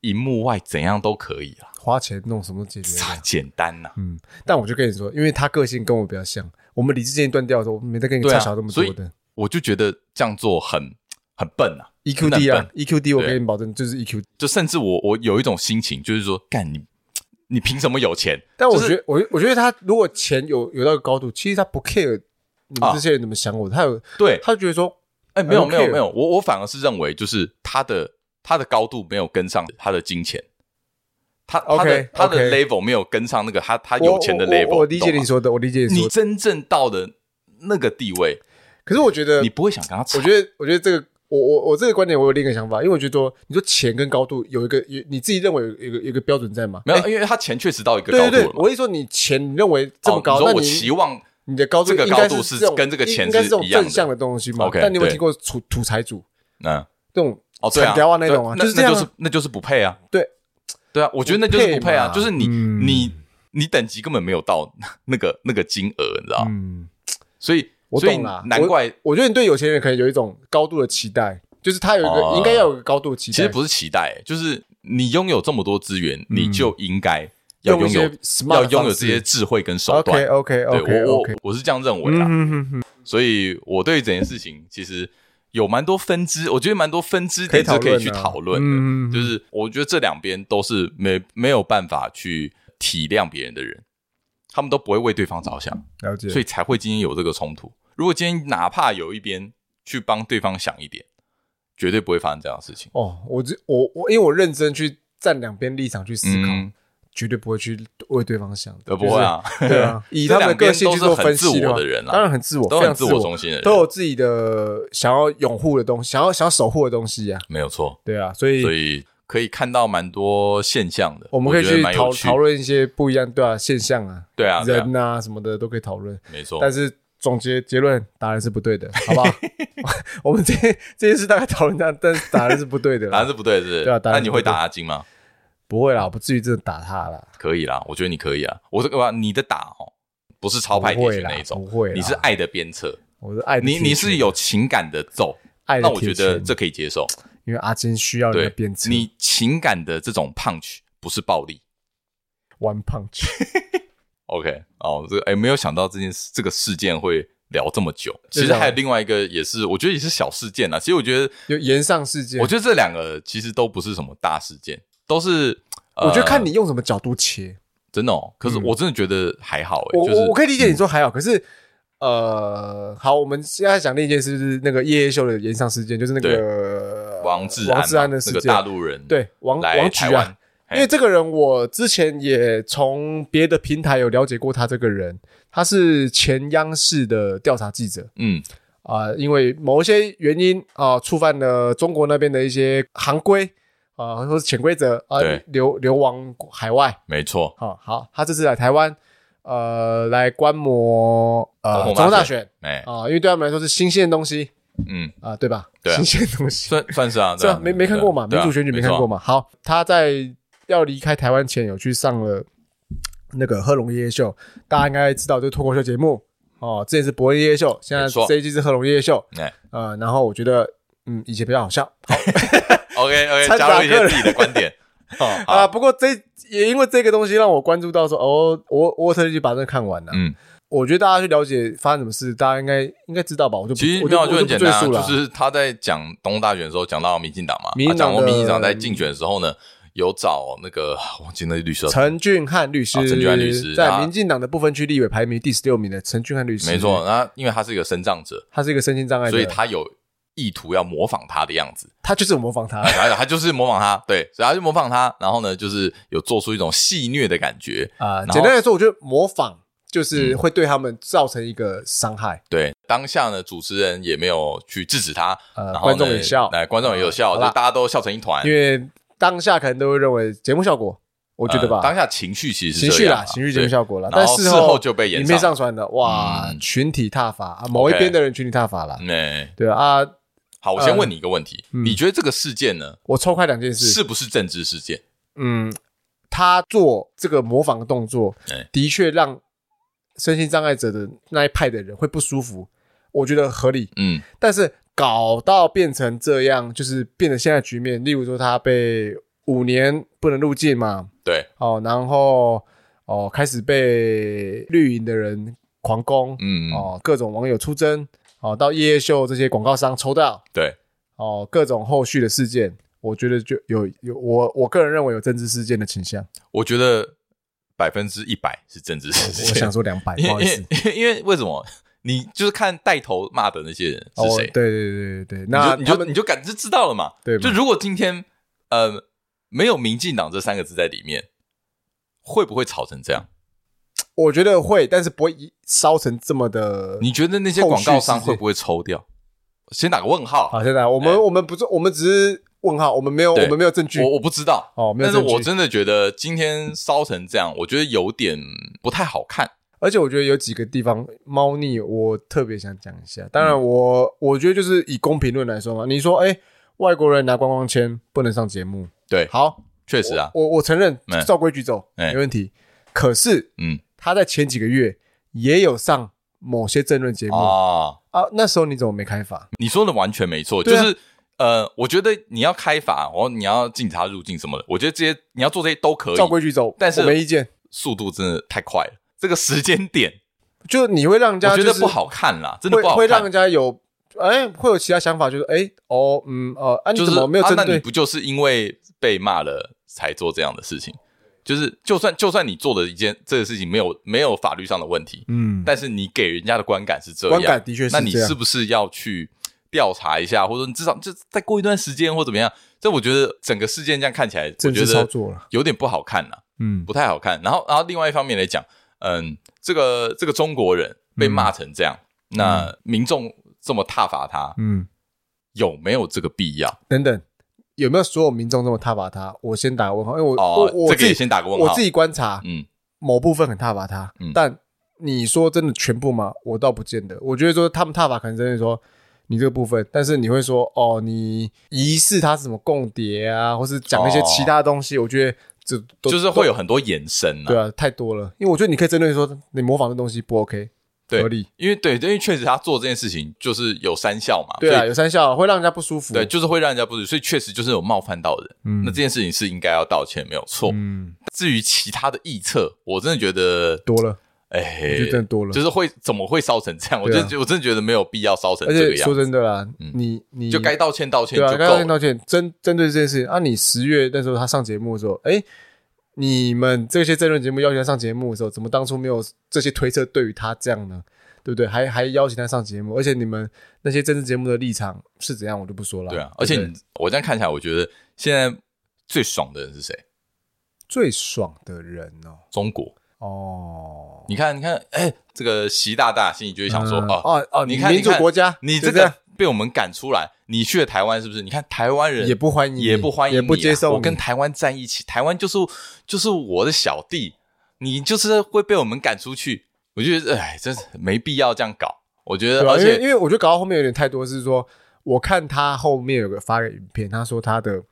[SPEAKER 1] 荧、幕外怎样都可以啊，
[SPEAKER 2] 花钱弄什么解决？
[SPEAKER 1] 简单呐、
[SPEAKER 2] 嗯，但我就跟你说，因为他个性跟我比较像，我们理智线断掉的时候，我没得跟你
[SPEAKER 1] 对啊
[SPEAKER 2] 差小这么
[SPEAKER 1] 所
[SPEAKER 2] 多
[SPEAKER 1] 以
[SPEAKER 2] 的。
[SPEAKER 1] 我就觉得这样做很很笨啊。
[SPEAKER 2] EQ
[SPEAKER 1] 真
[SPEAKER 2] D
[SPEAKER 1] 的很
[SPEAKER 2] 啊
[SPEAKER 1] 笨
[SPEAKER 2] ，EQ D，我
[SPEAKER 1] 对
[SPEAKER 2] 给你保证就是 EQ。
[SPEAKER 1] 就甚至我我有一种心情，就是说，干你，你凭什么有钱？
[SPEAKER 2] 但我
[SPEAKER 1] 就是
[SPEAKER 2] 觉得，我我觉得他如果钱有有到一个高度，其实他不 care 你们
[SPEAKER 1] 啊
[SPEAKER 2] 这些人怎么想我，他有
[SPEAKER 1] 对，
[SPEAKER 2] 他就觉得说，
[SPEAKER 1] 哎、没有没有
[SPEAKER 2] care
[SPEAKER 1] 没有，我我反而是认为，就是他的他的高度没有跟上他的金钱，他他的
[SPEAKER 2] OK，
[SPEAKER 1] 他的
[SPEAKER 2] OK
[SPEAKER 1] level 没有跟上那个他他
[SPEAKER 2] 我
[SPEAKER 1] 有钱的
[SPEAKER 2] 我我
[SPEAKER 1] level
[SPEAKER 2] 我理解
[SPEAKER 1] 懂
[SPEAKER 2] 你
[SPEAKER 1] 吗
[SPEAKER 2] 说的，我理解你
[SPEAKER 1] 你
[SPEAKER 2] 说的。
[SPEAKER 1] 真正到的那个地位，
[SPEAKER 2] 可是我觉得
[SPEAKER 1] 你，不会想跟他吵
[SPEAKER 2] 呃我。觉得，我觉得这个，我我我这个观点，我有另一个想法，因为我觉得说，你说钱跟高度有一个，有你自己认为有有一个有一个标准在嘛？
[SPEAKER 1] 没有，因为他钱确实到一个
[SPEAKER 2] 哎对
[SPEAKER 1] 高度
[SPEAKER 2] 对
[SPEAKER 1] 了
[SPEAKER 2] 对
[SPEAKER 1] 嘛，。
[SPEAKER 2] 我一说你钱，你认为这么
[SPEAKER 1] 哦
[SPEAKER 2] 高，
[SPEAKER 1] 你说
[SPEAKER 2] 那
[SPEAKER 1] 我
[SPEAKER 2] 你
[SPEAKER 1] 期望
[SPEAKER 2] 你的高度
[SPEAKER 1] 这个
[SPEAKER 2] 应该
[SPEAKER 1] 高度是
[SPEAKER 2] 这种
[SPEAKER 1] 跟这个钱
[SPEAKER 2] 应该是这种
[SPEAKER 1] 是一样的
[SPEAKER 2] 正向的东西嘛
[SPEAKER 1] OK，
[SPEAKER 2] 但你有没有
[SPEAKER 1] 对
[SPEAKER 2] 听过土土财主？
[SPEAKER 1] 嗯
[SPEAKER 2] 这种
[SPEAKER 1] 哦对啊
[SPEAKER 2] 惨掉啊那种啊
[SPEAKER 1] 对
[SPEAKER 2] 就是这样啊
[SPEAKER 1] 那就是那就是不配啊。
[SPEAKER 2] 对
[SPEAKER 1] 对啊，我觉得那就是不配啊，
[SPEAKER 2] 不配嘛
[SPEAKER 1] 就是你
[SPEAKER 2] 嗯
[SPEAKER 1] 你你等级根本没有到那个那个金额，你知道吗？
[SPEAKER 2] 嗯，
[SPEAKER 1] 所以
[SPEAKER 2] 我
[SPEAKER 1] 所以
[SPEAKER 2] 懂啦。
[SPEAKER 1] 难怪
[SPEAKER 2] 我，我觉得你对有钱人可能有一种高度的期待，就是他有一个、
[SPEAKER 1] 哦
[SPEAKER 2] 应该要有一个高度的期待。
[SPEAKER 1] 其实不是期待，就是你拥有这么多资源，你就应该要
[SPEAKER 2] 嗯用
[SPEAKER 1] 拥
[SPEAKER 2] 一些
[SPEAKER 1] 有
[SPEAKER 2] smart
[SPEAKER 1] 要
[SPEAKER 2] 的
[SPEAKER 1] 拥
[SPEAKER 2] 方
[SPEAKER 1] 有
[SPEAKER 2] 式
[SPEAKER 1] 这些智慧跟手
[SPEAKER 2] OK
[SPEAKER 1] 段。
[SPEAKER 2] OK
[SPEAKER 1] 对
[SPEAKER 2] OK
[SPEAKER 1] 我我
[SPEAKER 2] OK。
[SPEAKER 1] 我是这样认为
[SPEAKER 2] 嗯
[SPEAKER 1] 啦。
[SPEAKER 2] 哼哼哼
[SPEAKER 1] 所以我对整件事情其实有蛮多分支，我觉得蛮多分支点是可以去讨论的。
[SPEAKER 2] 嗯
[SPEAKER 1] 就是我觉得这两边都是没没有办法去体谅别人的人，他们都不会为对方着想，
[SPEAKER 2] 了解。
[SPEAKER 1] 所以才会今天有这个冲突。如果今天哪怕有一边去帮对方想一点，绝对不会发生这样的事情。
[SPEAKER 2] 哦，我这我我因为我认真去站两边立场去思考，
[SPEAKER 1] 嗯
[SPEAKER 2] 绝对不会去为对方想的，
[SPEAKER 1] 呃，不会啊，
[SPEAKER 2] 就是。对啊，以他们的个性去做分析
[SPEAKER 1] 这
[SPEAKER 2] 话
[SPEAKER 1] 两边都是很自我的人啦
[SPEAKER 2] 当然很自我，
[SPEAKER 1] 都
[SPEAKER 2] 非
[SPEAKER 1] 很
[SPEAKER 2] 常
[SPEAKER 1] 自
[SPEAKER 2] 自
[SPEAKER 1] 我中心的人，
[SPEAKER 2] 都有自己的想要拥护的东西，想要想要守护的东西啊。
[SPEAKER 1] 没有错，
[SPEAKER 2] 对啊，所以
[SPEAKER 1] 所以可以看到蛮多现象的。
[SPEAKER 2] 我们可以
[SPEAKER 1] 觉得
[SPEAKER 2] 去
[SPEAKER 1] 蛮有
[SPEAKER 2] 讨
[SPEAKER 1] 趣
[SPEAKER 2] 讨，论一些不一样对啊现象啊，
[SPEAKER 1] 对啊，对啊
[SPEAKER 2] 人啊什么的都可以讨论。
[SPEAKER 1] 没错。
[SPEAKER 2] 但是总结结论，答案是不对 的，好 不好？我们这这件事大概讨论一下，但是答案是不对的
[SPEAKER 1] 答案
[SPEAKER 2] 啦。
[SPEAKER 1] 是不对，是不是？
[SPEAKER 2] 对啊答案
[SPEAKER 1] 那
[SPEAKER 2] 是
[SPEAKER 1] 你会打阿金吗？
[SPEAKER 2] 不会啦，我不至于真的打他啦。
[SPEAKER 1] 可以啦，我觉得你可以啊。我这个你的打哦，不是超
[SPEAKER 2] 不
[SPEAKER 1] 派铁
[SPEAKER 2] 会
[SPEAKER 1] 拳
[SPEAKER 2] 啦
[SPEAKER 1] 那一，
[SPEAKER 2] 不
[SPEAKER 1] 种，
[SPEAKER 2] 会啦。
[SPEAKER 1] 你是爱的鞭策，
[SPEAKER 2] 我是爱的
[SPEAKER 1] 你
[SPEAKER 2] 铁拳
[SPEAKER 1] 你是有情感的揍，
[SPEAKER 2] 爱的
[SPEAKER 1] 那我觉
[SPEAKER 2] 铁拳
[SPEAKER 1] 得这可以接受。
[SPEAKER 2] 因为阿坚需要人家
[SPEAKER 1] 对
[SPEAKER 2] 鞭，策，
[SPEAKER 1] 你情感的这种 punch 不是暴力。
[SPEAKER 2] one punch。
[SPEAKER 1] OK，哦，这个哎，没有想到这件事这个事件会聊这么久。其
[SPEAKER 2] 对啊
[SPEAKER 1] 实还有另外一个，也是我觉得也是小事件啦。其实我觉得，
[SPEAKER 2] 有延上事件，
[SPEAKER 1] 我觉得这两个其实都不是什么大事件，都是。呃
[SPEAKER 2] 我觉得看你用什么角度切。
[SPEAKER 1] 真的哦，可是我真的觉得还好哎，
[SPEAKER 2] 嗯我
[SPEAKER 1] 就是
[SPEAKER 2] 我我可以理解你说还好，可是呃，好，我们现在讲另一件事，就是那个夜夜秀的延上事件，就是那个
[SPEAKER 1] 王志安嘛，
[SPEAKER 2] 王志安的事
[SPEAKER 1] 那个
[SPEAKER 2] 件，
[SPEAKER 1] 大陆人，
[SPEAKER 2] 对王
[SPEAKER 1] 来
[SPEAKER 2] 王菊
[SPEAKER 1] 台湾
[SPEAKER 2] 啊。
[SPEAKER 1] 嘿
[SPEAKER 2] 因为这个人，我之前也从别的平台有了解过他这个人，他是前央视的调查记者
[SPEAKER 1] 嗯，
[SPEAKER 2] 啊、因为某一些原因啊、触犯了中国那边的一些行规啊、或是潜规则啊
[SPEAKER 1] 对，
[SPEAKER 2] 流流亡海外，
[SPEAKER 1] 没错，
[SPEAKER 2] 好、好，他这次来台湾，呃，来观摩呃
[SPEAKER 1] 观摩
[SPEAKER 2] 中国
[SPEAKER 1] 大
[SPEAKER 2] 大
[SPEAKER 1] 选
[SPEAKER 2] 选
[SPEAKER 1] 哎，
[SPEAKER 2] 啊、因为对他们来说是新鲜的东西
[SPEAKER 1] 嗯，
[SPEAKER 2] 啊、对吧？
[SPEAKER 1] 对啊
[SPEAKER 2] 新鲜的东西，
[SPEAKER 1] 算 算是啊，
[SPEAKER 2] 是
[SPEAKER 1] 对
[SPEAKER 2] 吧？没没看过嘛，
[SPEAKER 1] 对
[SPEAKER 2] 民
[SPEAKER 1] 啊
[SPEAKER 2] 主选举没看过，嘛。好，他在要离开台湾前有去上了那个贺龙夜夜秀，大家应该知道，就是脱口秀节目哦。之前是伯恩夜夜秀，现在
[SPEAKER 1] 没错
[SPEAKER 2] 这一季是贺龙夜夜秀，
[SPEAKER 1] 对啊哎
[SPEAKER 2] 呃，然后我觉得嗯，以前比较好笑，
[SPEAKER 1] ，OK OK，
[SPEAKER 2] 掺杂
[SPEAKER 1] 加入一
[SPEAKER 2] 个
[SPEAKER 1] 些
[SPEAKER 2] 人
[SPEAKER 1] 自己的观 点，哦，
[SPEAKER 2] 啊，
[SPEAKER 1] 好，
[SPEAKER 2] 不过这也因为这个东西让我关注到说，哦，我我特地去把这个看完了。
[SPEAKER 1] 嗯，
[SPEAKER 2] 我觉得大家去了解发生什么事，大家应该应该知道吧？我就不
[SPEAKER 1] 其实
[SPEAKER 2] 我
[SPEAKER 1] 没有
[SPEAKER 2] 就
[SPEAKER 1] 就
[SPEAKER 2] 我
[SPEAKER 1] 很
[SPEAKER 2] 就
[SPEAKER 1] 简
[SPEAKER 2] 不赘
[SPEAKER 1] 单啊，
[SPEAKER 2] 述了
[SPEAKER 1] 就
[SPEAKER 2] 啊。
[SPEAKER 1] 是他在讲东大选的时候讲到民进党嘛，
[SPEAKER 2] 民
[SPEAKER 1] 他
[SPEAKER 2] 进
[SPEAKER 1] 讲
[SPEAKER 2] 党
[SPEAKER 1] 过
[SPEAKER 2] 的
[SPEAKER 1] 民进党在竞选的时候呢，有找那个啊忘记那律师叫什么，
[SPEAKER 2] 陈俊翰律师，
[SPEAKER 1] 啊陈俊翰律师
[SPEAKER 2] 在
[SPEAKER 1] 他
[SPEAKER 2] 民进党的不分区立委排名第十六名的陈俊翰律师，
[SPEAKER 1] 没错，，那因为他是一个身障者，
[SPEAKER 2] 他是一个身心障碍，
[SPEAKER 1] 所以，他有意图要模仿他的样子，
[SPEAKER 2] 他就是有模仿他，
[SPEAKER 1] 然后他就是模仿他，对，所以他就模仿他，然后呢，就是有做出一种戏谑的感觉，
[SPEAKER 2] 啊、
[SPEAKER 1] 后嗯
[SPEAKER 2] 简单来说，我觉得模仿就是会对他们造成一个伤害，
[SPEAKER 1] 对，当下呢，主持人也没有去制止他，
[SPEAKER 2] 呃
[SPEAKER 1] 然，后呢
[SPEAKER 2] 观众也笑，
[SPEAKER 1] 哎，观众也有笑，
[SPEAKER 2] 好
[SPEAKER 1] 就
[SPEAKER 2] 啦
[SPEAKER 1] 大家都笑成一团
[SPEAKER 2] 因，为当下可能都会认为节目效果，我觉得吧，
[SPEAKER 1] 呃当下情绪其实是
[SPEAKER 2] 情绪
[SPEAKER 1] 这样
[SPEAKER 2] 啦，
[SPEAKER 1] 啊
[SPEAKER 2] 情绪节目
[SPEAKER 1] 对
[SPEAKER 2] 效果啦，
[SPEAKER 1] 然
[SPEAKER 2] 但
[SPEAKER 1] 后
[SPEAKER 2] 事
[SPEAKER 1] 事
[SPEAKER 2] 后
[SPEAKER 1] 后就被延
[SPEAKER 2] 影片
[SPEAKER 1] 上
[SPEAKER 2] 上传的，哇，
[SPEAKER 1] 嗯
[SPEAKER 2] 群体踏法啊，某一
[SPEAKER 1] OK
[SPEAKER 2] 边的人群体踏法啦，
[SPEAKER 1] 哎，
[SPEAKER 2] 对啊，啊
[SPEAKER 1] 好，我先问你一个问题，
[SPEAKER 2] 嗯
[SPEAKER 1] 你觉得这个事件呢，
[SPEAKER 2] 我抽开两件事，
[SPEAKER 1] 是不是政治事件？
[SPEAKER 2] 嗯，他做这个模仿的动作
[SPEAKER 1] 哎，
[SPEAKER 2] 的确让身心障碍者的那一派的人会不舒服，我觉得合理，
[SPEAKER 1] 嗯
[SPEAKER 2] 但是搞到变成这样，就是变成现在的局面，例如说他被五年不能入境嘛，，
[SPEAKER 1] 对，
[SPEAKER 2] 哦，然后哦开始被绿营的人狂攻，
[SPEAKER 1] 嗯，
[SPEAKER 2] 哦，各种网友出征，哦，到夜夜秀这些广告商抽到，
[SPEAKER 1] 对，
[SPEAKER 2] 哦，各种后续的事件，我觉得就有有我我个人认为有政治事件的倾向。
[SPEAKER 1] 我觉得百分之一百是政治事
[SPEAKER 2] 哦我
[SPEAKER 1] 件
[SPEAKER 2] 想，说两 百，
[SPEAKER 1] 因
[SPEAKER 2] 不好
[SPEAKER 1] 为
[SPEAKER 2] 意
[SPEAKER 1] 因
[SPEAKER 2] 思
[SPEAKER 1] 为。因为因为为什么？你就是看带头骂的那些人
[SPEAKER 2] 哦对
[SPEAKER 1] 是，谁，
[SPEAKER 2] 对对对对，
[SPEAKER 1] 你
[SPEAKER 2] 那
[SPEAKER 1] 就你
[SPEAKER 2] 他
[SPEAKER 1] 就你
[SPEAKER 2] 们
[SPEAKER 1] 就感知知道了嘛。
[SPEAKER 2] 对嘛
[SPEAKER 1] 就如果今天呃没有民进党这三个字在里面，会不会吵成这样？
[SPEAKER 2] 我觉得会，但是不会一烧成这么的。
[SPEAKER 1] 你觉得那些广告商会不会抽掉？先打个问号啊，
[SPEAKER 2] 好，现在我们、我们不是我们只是问号，我们没有
[SPEAKER 1] 对
[SPEAKER 2] 我们没有证据
[SPEAKER 1] 我我不知道，
[SPEAKER 2] 哦，没有
[SPEAKER 1] 但是
[SPEAKER 2] 证据。
[SPEAKER 1] 我真的觉得今天烧成这样，我觉得有点不太好看。
[SPEAKER 2] 而且我觉得有几个地方猫腻，我特别想讲一
[SPEAKER 1] 嗯
[SPEAKER 2] 下。当然我，我觉得就是以公平论来说嘛，你说，哎、外国人拿观光签不能上节目，
[SPEAKER 1] 对，
[SPEAKER 2] 好，
[SPEAKER 1] 确实啊，
[SPEAKER 2] 我我承认
[SPEAKER 1] 哎
[SPEAKER 2] 照规矩走、
[SPEAKER 1] 哎
[SPEAKER 2] 没问题。可是
[SPEAKER 1] 嗯
[SPEAKER 2] 他在前几个月也有上某些政论节目、
[SPEAKER 1] 啊，
[SPEAKER 2] 啊，那时候你怎么没开罚？
[SPEAKER 1] 你说的完全没错，就
[SPEAKER 2] 对啊
[SPEAKER 1] 是呃，我觉得你要开罚，然后你要警察入境什么的，我觉得这些你要做这些都可以，
[SPEAKER 2] 照规矩走，
[SPEAKER 1] 但是
[SPEAKER 2] 我没意见，
[SPEAKER 1] 速度真的太快了，这个时间 点
[SPEAKER 2] 就是你会让人
[SPEAKER 1] 我
[SPEAKER 2] 家、
[SPEAKER 1] 觉
[SPEAKER 2] 就是、
[SPEAKER 1] 得不好看啦，真的
[SPEAKER 2] 会
[SPEAKER 1] 不好
[SPEAKER 2] 会让
[SPEAKER 1] 看
[SPEAKER 2] 人。家有哎、会有其他想法，就是哎、哦嗯哦、啊你
[SPEAKER 1] 就是
[SPEAKER 2] 怎么没有
[SPEAKER 1] 啊
[SPEAKER 2] 针
[SPEAKER 1] 那
[SPEAKER 2] 对
[SPEAKER 1] 你？不就是因为被骂了才做这样的事情？就是就算就算你做的一件这个事情没有没有法律上的问题，
[SPEAKER 2] 嗯，
[SPEAKER 1] 但是你给人家的观感是这样，
[SPEAKER 2] 观感的确是
[SPEAKER 1] 那你
[SPEAKER 2] 这样
[SPEAKER 1] 是不是要去调查一下，或者说你至少就再过一段时间或怎么样？这我觉得整个事件这样看起来，我
[SPEAKER 2] 政
[SPEAKER 1] 觉
[SPEAKER 2] 治操
[SPEAKER 1] 得
[SPEAKER 2] 作了，
[SPEAKER 1] 有点不好看呐、
[SPEAKER 2] 嗯
[SPEAKER 1] 不太好看。然后，然后另外一方面来讲，嗯，这个这个中国人被骂成这样，那民众这么挞伐他，
[SPEAKER 2] 嗯。
[SPEAKER 1] 有没有这个必要？
[SPEAKER 2] 等等，嗯有没有所有民众这么挞伐他？我先打个问号，因为我、
[SPEAKER 1] 哦，
[SPEAKER 2] 我我
[SPEAKER 1] 这
[SPEAKER 2] 自
[SPEAKER 1] 个也
[SPEAKER 2] 己、
[SPEAKER 1] 先打个问
[SPEAKER 2] 我
[SPEAKER 1] 号
[SPEAKER 2] 自。己观察，
[SPEAKER 1] 嗯，
[SPEAKER 2] 某部分很挞伐他，
[SPEAKER 1] 嗯
[SPEAKER 2] 但你说真的全部吗？我倒不见得。我觉得说他们挞伐可能真的说你这个部分，但是你会说哦，你疑似他是什么共谍啊，或是讲一些
[SPEAKER 1] 哦
[SPEAKER 2] 其他东西，我觉得这都
[SPEAKER 1] 就是
[SPEAKER 2] 有
[SPEAKER 1] 会有很多延伸
[SPEAKER 2] 对
[SPEAKER 1] 啊，
[SPEAKER 2] 啊，太多了。因为我觉得你可以针对说你模仿的东西不 OK，
[SPEAKER 1] 对
[SPEAKER 2] 合理，
[SPEAKER 1] 因为对，因为确实他做这件事情就是有三效嘛，
[SPEAKER 2] 对
[SPEAKER 1] 所以
[SPEAKER 2] 啊，有三效会让人家不舒服，
[SPEAKER 1] 对，，就是会让人家不舒服，所以确实就是有冒犯到人。
[SPEAKER 2] 嗯
[SPEAKER 1] 那这件事情是应该要道歉，没有错。
[SPEAKER 2] 嗯
[SPEAKER 1] 至于其他的臆测，我真的觉得，
[SPEAKER 2] 多了，
[SPEAKER 1] 哎
[SPEAKER 2] 我觉，得真的多了。
[SPEAKER 1] 就是会怎么会烧成这样？我
[SPEAKER 2] 对啊
[SPEAKER 1] 真的觉得我真的觉得没有必要烧成
[SPEAKER 2] 而
[SPEAKER 1] 这个
[SPEAKER 2] 且
[SPEAKER 1] 样
[SPEAKER 2] 说
[SPEAKER 1] 子，
[SPEAKER 2] 真的啦，
[SPEAKER 1] 嗯
[SPEAKER 2] 你你
[SPEAKER 1] 就该道歉道歉
[SPEAKER 2] 对啊，
[SPEAKER 1] 就
[SPEAKER 2] 该
[SPEAKER 1] 够
[SPEAKER 2] 道歉
[SPEAKER 1] 了。
[SPEAKER 2] 道歉。针针对这件事情啊，你十月那时候他上节目的时候，哎，你们这些争论节目邀请他上节目的时候，怎么当初没有这些推测对于他这样呢？对不对？还还邀请他上节目，而且你们那些政治节目的立场是怎样，我就不说了。
[SPEAKER 1] 对啊，
[SPEAKER 2] 不
[SPEAKER 1] 而且你我这样看起来，我觉得现在最爽的人是谁？
[SPEAKER 2] 最爽的人哦，
[SPEAKER 1] 中国。
[SPEAKER 2] 哦，
[SPEAKER 1] 你看，你看，哎，这个习大大心里就会想说，
[SPEAKER 2] 嗯
[SPEAKER 1] 哦，
[SPEAKER 2] 哦哦，
[SPEAKER 1] 你看
[SPEAKER 2] 民主
[SPEAKER 1] 你看
[SPEAKER 2] 国家，
[SPEAKER 1] 你
[SPEAKER 2] 就
[SPEAKER 1] 这
[SPEAKER 2] 这样
[SPEAKER 1] 个被我们赶出来，你去了台湾是不是？你看台湾人
[SPEAKER 2] 也不欢迎你，
[SPEAKER 1] 也不欢迎你啊，
[SPEAKER 2] 也不接受
[SPEAKER 1] 我跟
[SPEAKER 2] 你
[SPEAKER 1] 台湾站一起，台湾就是就是我的小弟，你就是会被我们赶出去。我觉得，哎，真是没必要这样搞。我觉得，
[SPEAKER 2] 对啊，
[SPEAKER 1] 而
[SPEAKER 2] 因为因
[SPEAKER 1] 且
[SPEAKER 2] 为我觉得搞到后面有点太多，是说我看他后面有个发个影片，他说他的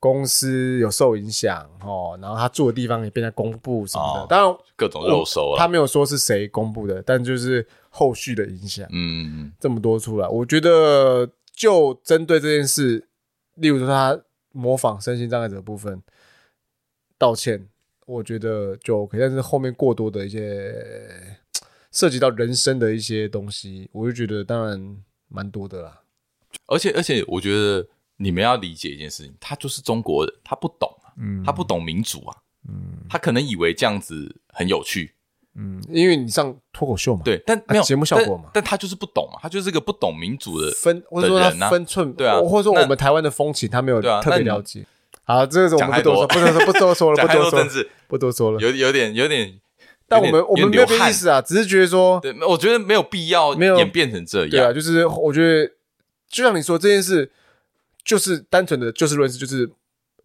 [SPEAKER 2] 公司有受影响哦，然后他住的地方也被人家公布什么的。
[SPEAKER 1] 哦
[SPEAKER 2] 当然
[SPEAKER 1] 各种肉收
[SPEAKER 2] 他
[SPEAKER 1] 了，
[SPEAKER 2] 没有说是谁公布的，但就是后续的影响
[SPEAKER 1] 嗯，
[SPEAKER 2] 这么多出来，我觉得就针对这件事，例如说他模仿身心障碍者的部分道歉，我觉得就 OK，但是后面过多的一些呃涉及到人生的一些东西，我就觉得当然蛮多的啦。
[SPEAKER 1] 而且而且，我觉得你们要理解一件事情，他就是中国人，他不懂啊，
[SPEAKER 2] 嗯
[SPEAKER 1] 他不懂民主啊，
[SPEAKER 2] 嗯
[SPEAKER 1] 他可能以为这样子很有趣，
[SPEAKER 2] 嗯，因为你上脱口秀嘛，，
[SPEAKER 1] 对，但没有
[SPEAKER 2] 啊节目效果嘛
[SPEAKER 1] 但但他就是不懂嘛，他就是个不懂民主的。
[SPEAKER 2] 分或者说
[SPEAKER 1] 的人啊
[SPEAKER 2] 他分寸，
[SPEAKER 1] 对啊
[SPEAKER 2] 或者说
[SPEAKER 1] 那
[SPEAKER 2] 我们台湾的风情，他没有
[SPEAKER 1] 对啊
[SPEAKER 2] 特别
[SPEAKER 1] 那你
[SPEAKER 2] 了解。好，这个是我
[SPEAKER 1] 讲
[SPEAKER 2] 们
[SPEAKER 1] 太
[SPEAKER 2] 不多说，不多说，不多说了，
[SPEAKER 1] 讲
[SPEAKER 2] 不
[SPEAKER 1] 太
[SPEAKER 2] 多
[SPEAKER 1] 多
[SPEAKER 2] 说
[SPEAKER 1] 政
[SPEAKER 2] 了，
[SPEAKER 1] 治，
[SPEAKER 2] 不多说了。
[SPEAKER 1] 有有点有点，
[SPEAKER 2] 但
[SPEAKER 1] 有
[SPEAKER 2] 我
[SPEAKER 1] 点
[SPEAKER 2] 们我们没
[SPEAKER 1] 有
[SPEAKER 2] 有
[SPEAKER 1] 点流
[SPEAKER 2] 别
[SPEAKER 1] 汗
[SPEAKER 2] 意思啊，只是觉得说，
[SPEAKER 1] 对，我觉得没有必要
[SPEAKER 2] 没有
[SPEAKER 1] 演变成这
[SPEAKER 2] 对啊，
[SPEAKER 1] 样。
[SPEAKER 2] 就是我觉得，就像你说这件事，就是单纯的就事论事，就是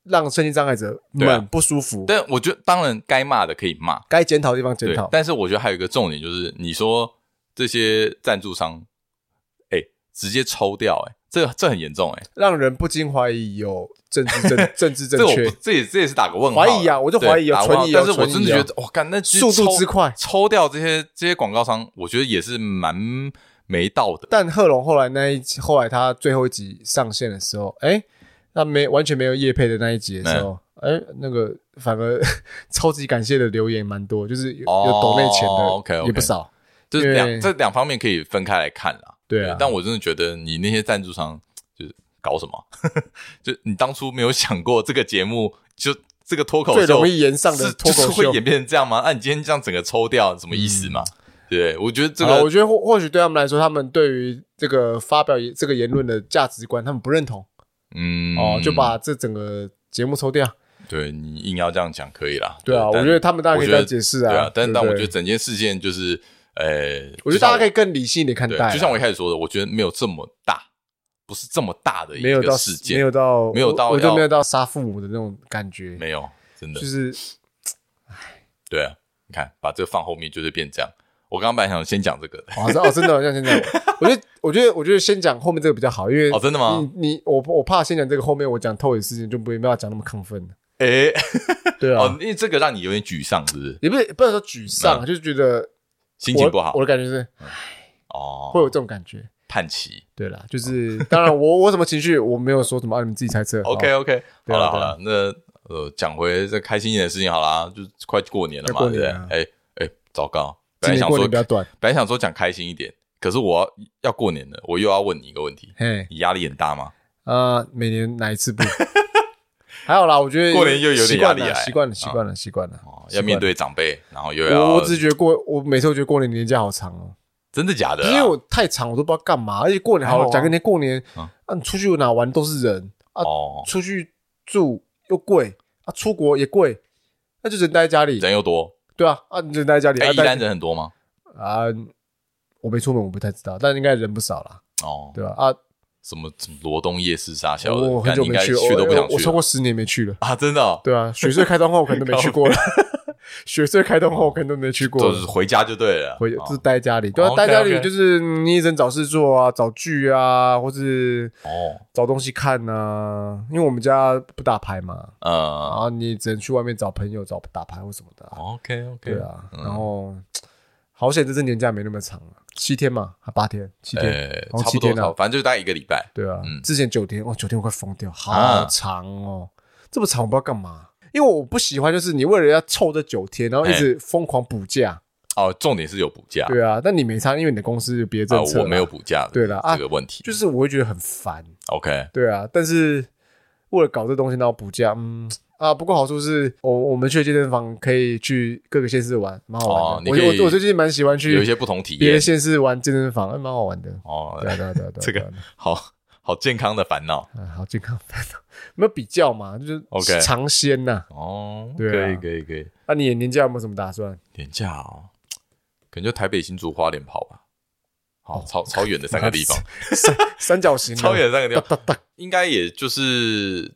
[SPEAKER 2] 让身心障碍者
[SPEAKER 1] 对啊
[SPEAKER 2] 们不舒服，
[SPEAKER 1] 但我觉得，当然该骂的可以骂，
[SPEAKER 2] 该检讨的地方检
[SPEAKER 1] 对
[SPEAKER 2] 讨。。
[SPEAKER 1] 但是我觉得还有一个重点就是，你说这些赞助商，哎、直接抽掉、哎，这这很严重、哎，
[SPEAKER 2] 让人不禁怀疑有政治 正政治
[SPEAKER 1] 这
[SPEAKER 2] 正
[SPEAKER 1] 我
[SPEAKER 2] 确
[SPEAKER 1] 不，这也这也是打个问号啦。
[SPEAKER 2] 怀疑啊我就
[SPEAKER 1] 对
[SPEAKER 2] 怀疑有
[SPEAKER 1] 打个问号
[SPEAKER 2] 存疑有
[SPEAKER 1] 但是我真
[SPEAKER 2] 存疑啊
[SPEAKER 1] 的
[SPEAKER 2] 有
[SPEAKER 1] 觉得，哦哇，干，那其实
[SPEAKER 2] 速度
[SPEAKER 1] 抽
[SPEAKER 2] 之快。
[SPEAKER 1] 抽掉这些这些广告商，我觉得也是蛮没道德。
[SPEAKER 2] 但贺龙后来那一集，后来他最后一集上线的时候，哎，那没完全没有叶配的那一集的时候，
[SPEAKER 1] 嗯
[SPEAKER 2] 哎，那个反而 超级感谢的留言蛮多，就是有
[SPEAKER 1] 哦
[SPEAKER 2] 有抖内钱的
[SPEAKER 1] OK，OK
[SPEAKER 2] 也不少。
[SPEAKER 1] 就是
[SPEAKER 2] 对
[SPEAKER 1] 两这两方面可以分开来看啦。
[SPEAKER 2] 对啊
[SPEAKER 1] 但我真的觉得你那些赞助商就是搞什么， 就你当初没有想过这个节目就这个脱口
[SPEAKER 2] 最
[SPEAKER 1] 秀
[SPEAKER 2] 容易延上的
[SPEAKER 1] 是
[SPEAKER 2] 脱口秀嗯
[SPEAKER 1] 就是会演变成这样吗？那、你今天这样整个抽掉，什么意思嘛？对，我觉得这
[SPEAKER 2] 好啦
[SPEAKER 1] 个
[SPEAKER 2] 我觉得或或许对他们来说，他们对于这个发表言这个言论的价值观，他们不认同
[SPEAKER 1] 嗯
[SPEAKER 2] 哦，就把这整个节目抽掉。
[SPEAKER 1] 对你硬要这样讲可以啦。
[SPEAKER 2] 对啊，我
[SPEAKER 1] 但
[SPEAKER 2] 觉得他们当然可以这
[SPEAKER 1] 我觉
[SPEAKER 2] 样
[SPEAKER 1] 得
[SPEAKER 2] 解释
[SPEAKER 1] 对
[SPEAKER 2] 啊
[SPEAKER 1] 啊，，但
[SPEAKER 2] 对不
[SPEAKER 1] 但我
[SPEAKER 2] 对
[SPEAKER 1] 觉得整件事件就是呃，
[SPEAKER 2] 我觉得大家可
[SPEAKER 1] 以
[SPEAKER 2] 以更理性一点看
[SPEAKER 1] 对，
[SPEAKER 2] 待啊，
[SPEAKER 1] 就像我一开始说的，我觉得没有这么大，不是这么大的一
[SPEAKER 2] 没有
[SPEAKER 1] 个
[SPEAKER 2] 到
[SPEAKER 1] 事
[SPEAKER 2] 没
[SPEAKER 1] 件，
[SPEAKER 2] 有到
[SPEAKER 1] 没有到
[SPEAKER 2] 我我就
[SPEAKER 1] 要
[SPEAKER 2] 没有到杀父母的那种感觉，
[SPEAKER 1] 没有真的
[SPEAKER 2] 就是
[SPEAKER 1] 对啊，你看把这个放后面就是变这样。我刚刚本来想先讲这个的，
[SPEAKER 2] 哦，真哦真的哦，像现在，我觉得我觉得我觉得先讲后面这个比较好，因为
[SPEAKER 1] 哦真的吗
[SPEAKER 2] 你你我我怕先讲这个，后面我讲透的事情就不没办法讲那么亢奋了，
[SPEAKER 1] 诶、
[SPEAKER 2] 对啊
[SPEAKER 1] 哦，，因为这个让你有点沮丧，是不是？
[SPEAKER 2] 也不是不能说沮丧，啊就是觉得
[SPEAKER 1] 嗯心
[SPEAKER 2] 我
[SPEAKER 1] 情不好
[SPEAKER 2] 我的感觉是
[SPEAKER 1] 哦，
[SPEAKER 2] 会有这种感觉。
[SPEAKER 1] 叛棋。
[SPEAKER 2] 对啦，就是当然我我什么情绪我没有说什么，啊，你们自己猜测。
[SPEAKER 1] 哦 OK
[SPEAKER 2] 好
[SPEAKER 1] OK，
[SPEAKER 2] 对
[SPEAKER 1] 好
[SPEAKER 2] 啊
[SPEAKER 1] 了好了，那呃，讲回这开心一点的事情好啦，就快过年了嘛，
[SPEAKER 2] 快过
[SPEAKER 1] 对不
[SPEAKER 2] 年
[SPEAKER 1] 对？
[SPEAKER 2] 啊
[SPEAKER 1] 哎哎，糟糕，
[SPEAKER 2] 今
[SPEAKER 1] 本来
[SPEAKER 2] 年
[SPEAKER 1] 想
[SPEAKER 2] 过
[SPEAKER 1] 说
[SPEAKER 2] 年比较短，
[SPEAKER 1] 本来想说讲开心一点，可是我要要过年了，我又要问你一个问题，
[SPEAKER 2] 嘿
[SPEAKER 1] 你压力很大吗？
[SPEAKER 2] 啊，每年哪一次不？ 还好啦，我觉得
[SPEAKER 1] 过年又有点
[SPEAKER 2] 习惯
[SPEAKER 1] 压力
[SPEAKER 2] 了，
[SPEAKER 1] 哎
[SPEAKER 2] 习惯了，习惯了，习惯了。
[SPEAKER 1] 哦，
[SPEAKER 2] 习
[SPEAKER 1] 要
[SPEAKER 2] 惯
[SPEAKER 1] 面对啊长辈，然后又
[SPEAKER 2] 我
[SPEAKER 1] 要
[SPEAKER 2] 我只觉得过，我每次都觉得过年年假好长哦，
[SPEAKER 1] 真的假的
[SPEAKER 2] 因
[SPEAKER 1] 啊？
[SPEAKER 2] 为我太长我都不知道干嘛，而且过年好
[SPEAKER 1] 还好
[SPEAKER 2] 了，
[SPEAKER 1] 啊
[SPEAKER 2] 讲个年过年
[SPEAKER 1] 嗯
[SPEAKER 2] 啊，你出去哪玩都是人啊，
[SPEAKER 1] 哦，
[SPEAKER 2] 出去住又贵啊，出国也贵，那就只能待在家里。
[SPEAKER 1] 人又多，
[SPEAKER 2] 对啊，啊，你只能待在家里。
[SPEAKER 1] 哎，
[SPEAKER 2] 啊
[SPEAKER 1] 宜
[SPEAKER 2] 待
[SPEAKER 1] 兰人很多吗？
[SPEAKER 2] 啊，我没出门，我不太知道，但应该人不少啦，
[SPEAKER 1] 哦，
[SPEAKER 2] 对吧？啊，
[SPEAKER 1] 什么什么罗东夜市啥小的，
[SPEAKER 2] 我很
[SPEAKER 1] 干
[SPEAKER 2] 久
[SPEAKER 1] 你
[SPEAKER 2] 没
[SPEAKER 1] 应该
[SPEAKER 2] 去，
[SPEAKER 1] 去都不想
[SPEAKER 2] 我我
[SPEAKER 1] 去
[SPEAKER 2] 超
[SPEAKER 1] 了
[SPEAKER 2] 过十年没去了。
[SPEAKER 1] 啊！真的哦，
[SPEAKER 2] 对啊，雪隧开通后我可能都没去 过了，雪隧开通后我可能都没去过
[SPEAKER 1] 就是
[SPEAKER 2] 了。
[SPEAKER 1] 回家就对了，
[SPEAKER 2] 回
[SPEAKER 1] 哦
[SPEAKER 2] 就是待家里，对啊，
[SPEAKER 1] OK，
[SPEAKER 2] 待家
[SPEAKER 1] OK
[SPEAKER 2] 里就是嗯你也只能找事做啊，找剧啊，或是
[SPEAKER 1] 哦，
[SPEAKER 2] 找东西看啊。因为我们家不打牌嘛，然
[SPEAKER 1] 呃
[SPEAKER 2] 后你只能去外面找朋友、找打牌或什么的啊。
[SPEAKER 1] ，OK OK，嗯
[SPEAKER 2] 对，啊，然后好险这次年假没那么长啊，七天嘛，还八天，七天，
[SPEAKER 1] 呃，
[SPEAKER 2] 哦
[SPEAKER 1] 差不
[SPEAKER 2] 七
[SPEAKER 1] 多，
[SPEAKER 2] 天啊
[SPEAKER 1] 差不多反正就大概一个礼拜，
[SPEAKER 2] 对啊
[SPEAKER 1] 嗯，
[SPEAKER 2] 之前九天，哦，九天我快疯掉，好
[SPEAKER 1] 啊
[SPEAKER 2] 长哦，这么长我不知道干嘛，因为我不喜欢就是你为了要凑这九天，然后一
[SPEAKER 1] 哎
[SPEAKER 2] 直疯狂补假，
[SPEAKER 1] 哦，重点是有补假，
[SPEAKER 2] 对啊，但你没差，因为你的公司有别的
[SPEAKER 1] 啊
[SPEAKER 2] 政策，
[SPEAKER 1] 我没有，补假的，
[SPEAKER 2] 对啦啊
[SPEAKER 1] 这个问题
[SPEAKER 2] 就是我会觉得很烦，
[SPEAKER 1] ，OK，
[SPEAKER 2] 对啊，但是为了搞这东西，然后补假，嗯。啊，不过好处是，我我们去的健身房可以去各个县市玩，蛮好玩
[SPEAKER 1] 哦
[SPEAKER 2] 的。
[SPEAKER 1] 你
[SPEAKER 2] 我
[SPEAKER 1] 可以
[SPEAKER 2] 我我最近蛮喜欢去
[SPEAKER 1] 有一些不同体
[SPEAKER 2] 别的
[SPEAKER 1] 验，
[SPEAKER 2] 县市玩健身房，哎，蛮好玩的。
[SPEAKER 1] 哦
[SPEAKER 2] 对，啊对啊对啊对啊，
[SPEAKER 1] 这个
[SPEAKER 2] 对啊
[SPEAKER 1] 好好健康的烦恼，
[SPEAKER 2] 啊好健康，没有比较嘛，就是
[SPEAKER 1] OK
[SPEAKER 2] 尝鲜呐。
[SPEAKER 1] 哦，可
[SPEAKER 2] 对
[SPEAKER 1] 以
[SPEAKER 2] 啊
[SPEAKER 1] 可以可以，
[SPEAKER 2] 那你年假有没有什么打算？
[SPEAKER 1] 廉价哦，可能就台北、新竹、花莲跑吧，
[SPEAKER 2] 哦
[SPEAKER 1] 好，超超远的三个地方，
[SPEAKER 2] 三三角形的
[SPEAKER 1] 超远，的三个地
[SPEAKER 2] 哒
[SPEAKER 1] 方，
[SPEAKER 2] 哒哒
[SPEAKER 1] 应该也就是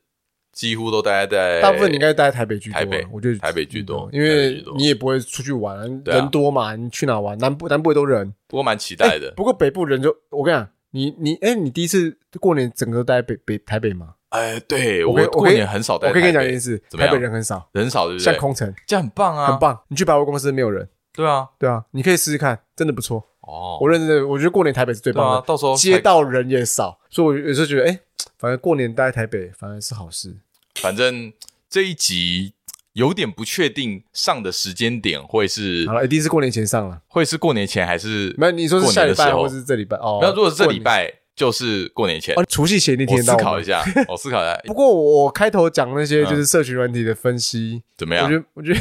[SPEAKER 1] 几乎都待在
[SPEAKER 2] 大部分你应该待在台北居多
[SPEAKER 1] 欸台北
[SPEAKER 2] 啊，我觉得
[SPEAKER 1] 台北居多
[SPEAKER 2] 因
[SPEAKER 1] 台北居
[SPEAKER 2] 为
[SPEAKER 1] 多
[SPEAKER 2] 你也不会出去玩，
[SPEAKER 1] 对啊
[SPEAKER 2] 人多嘛，你去哪玩？南部南部也都人，
[SPEAKER 1] 不过蛮期待的
[SPEAKER 2] 不。过北部人就我跟你讲，你你哎，你第一次过年整个都待北北台北吗？
[SPEAKER 1] 哎，对
[SPEAKER 2] 我可以
[SPEAKER 1] 我
[SPEAKER 2] 我
[SPEAKER 1] 过
[SPEAKER 2] 可以
[SPEAKER 1] 年很少哦待
[SPEAKER 2] 我
[SPEAKER 1] 台
[SPEAKER 2] 可
[SPEAKER 1] 北，
[SPEAKER 2] 以跟你讲一件事，
[SPEAKER 1] 怎么
[SPEAKER 2] 台
[SPEAKER 1] 样
[SPEAKER 2] 北人很少，
[SPEAKER 1] 人少对不
[SPEAKER 2] 像
[SPEAKER 1] 对？
[SPEAKER 2] 空城
[SPEAKER 1] 这样很棒啊，
[SPEAKER 2] 很。棒，你去百货公司没有人，
[SPEAKER 1] 对啊，
[SPEAKER 2] 对啊，你可以试试看，真的不错。
[SPEAKER 1] 哦，
[SPEAKER 2] 我认真的，我觉得过年台北是最
[SPEAKER 1] 对
[SPEAKER 2] 棒的
[SPEAKER 1] 啊，，到时候
[SPEAKER 2] 街
[SPEAKER 1] 才，
[SPEAKER 2] 道人也少，所以我有时候觉得，哎、反正过年待在台北反而是好事。
[SPEAKER 1] 反正这一集有点不确定上的时间点会是
[SPEAKER 2] 好了，一定是过年前上了。
[SPEAKER 1] 会是过年前还是
[SPEAKER 2] 没有，你说是
[SPEAKER 1] 过
[SPEAKER 2] 下
[SPEAKER 1] 年
[SPEAKER 2] 礼
[SPEAKER 1] 的时
[SPEAKER 2] 拜
[SPEAKER 1] 候
[SPEAKER 2] 或是这礼拜哦？
[SPEAKER 1] 没有，如果是这礼拜就是过年前
[SPEAKER 2] 过年，哦，除夕前那
[SPEAKER 1] 我
[SPEAKER 2] 天
[SPEAKER 1] 思考一
[SPEAKER 2] 下。
[SPEAKER 1] 下，我思考一下哎
[SPEAKER 2] 不过我开头讲那些
[SPEAKER 1] 嗯啊
[SPEAKER 2] 就是社群软体的分析，
[SPEAKER 1] 怎么
[SPEAKER 2] 我
[SPEAKER 1] 样
[SPEAKER 2] 觉？得，我觉得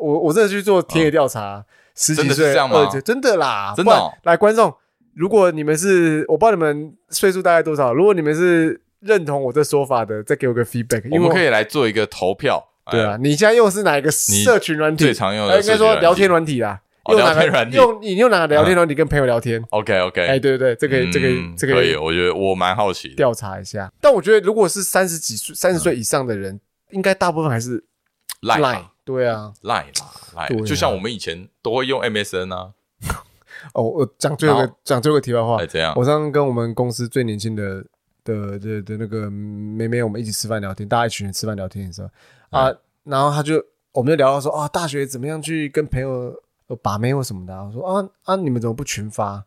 [SPEAKER 2] 我我真的去做田野调查，十几
[SPEAKER 1] 嗯真的是
[SPEAKER 2] 岁，
[SPEAKER 1] 这样吗
[SPEAKER 2] 二十真的啦，
[SPEAKER 1] 真的哦
[SPEAKER 2] 不然来观众，如果你们是，我不知道你们岁数大概多少，如果你们是认同我这说法的，再给我个 feedback，因为
[SPEAKER 1] 我们可以来做一个投票。
[SPEAKER 2] 对
[SPEAKER 1] 哎，
[SPEAKER 2] 啊，你现在用的是哪一个社群软体？
[SPEAKER 1] 最常用
[SPEAKER 2] 呃
[SPEAKER 1] 的
[SPEAKER 2] 应该说
[SPEAKER 1] 社群
[SPEAKER 2] 聊天
[SPEAKER 1] 软
[SPEAKER 2] 软体啦，
[SPEAKER 1] 哦
[SPEAKER 2] 用哪
[SPEAKER 1] 聊
[SPEAKER 2] 个
[SPEAKER 1] 天软体嗯
[SPEAKER 2] 用你用哪个聊天软体跟朋友聊天？
[SPEAKER 1] OK OK，
[SPEAKER 2] 哎，对对对，这个这个啊这
[SPEAKER 1] 嗯可以，哦
[SPEAKER 2] 个
[SPEAKER 1] 我觉得我蛮好奇的。
[SPEAKER 2] 调查一下。但我觉得如果是三十几岁、三十岁以上的人，应该大部分还是
[SPEAKER 1] Line 吧
[SPEAKER 2] Line，对啊。
[SPEAKER 1] 赖啦赖
[SPEAKER 2] 对啊
[SPEAKER 1] 啦，就像我们以前都会用 MSN 啊，
[SPEAKER 2] 哦，我讲最后一
[SPEAKER 1] 然
[SPEAKER 2] 个讲最后一个题外话
[SPEAKER 1] 哎，，这样
[SPEAKER 2] 哦我上次跟我们公司最年轻的的的的那个妹妹，我们一起吃饭聊天，大家一群人吃饭聊天的时候
[SPEAKER 1] 嗯
[SPEAKER 2] 啊，然后她就我们就聊到说啊，大学怎么样去跟朋友呃把妹或什么的、啊，我说啊啊，你们怎么不群发？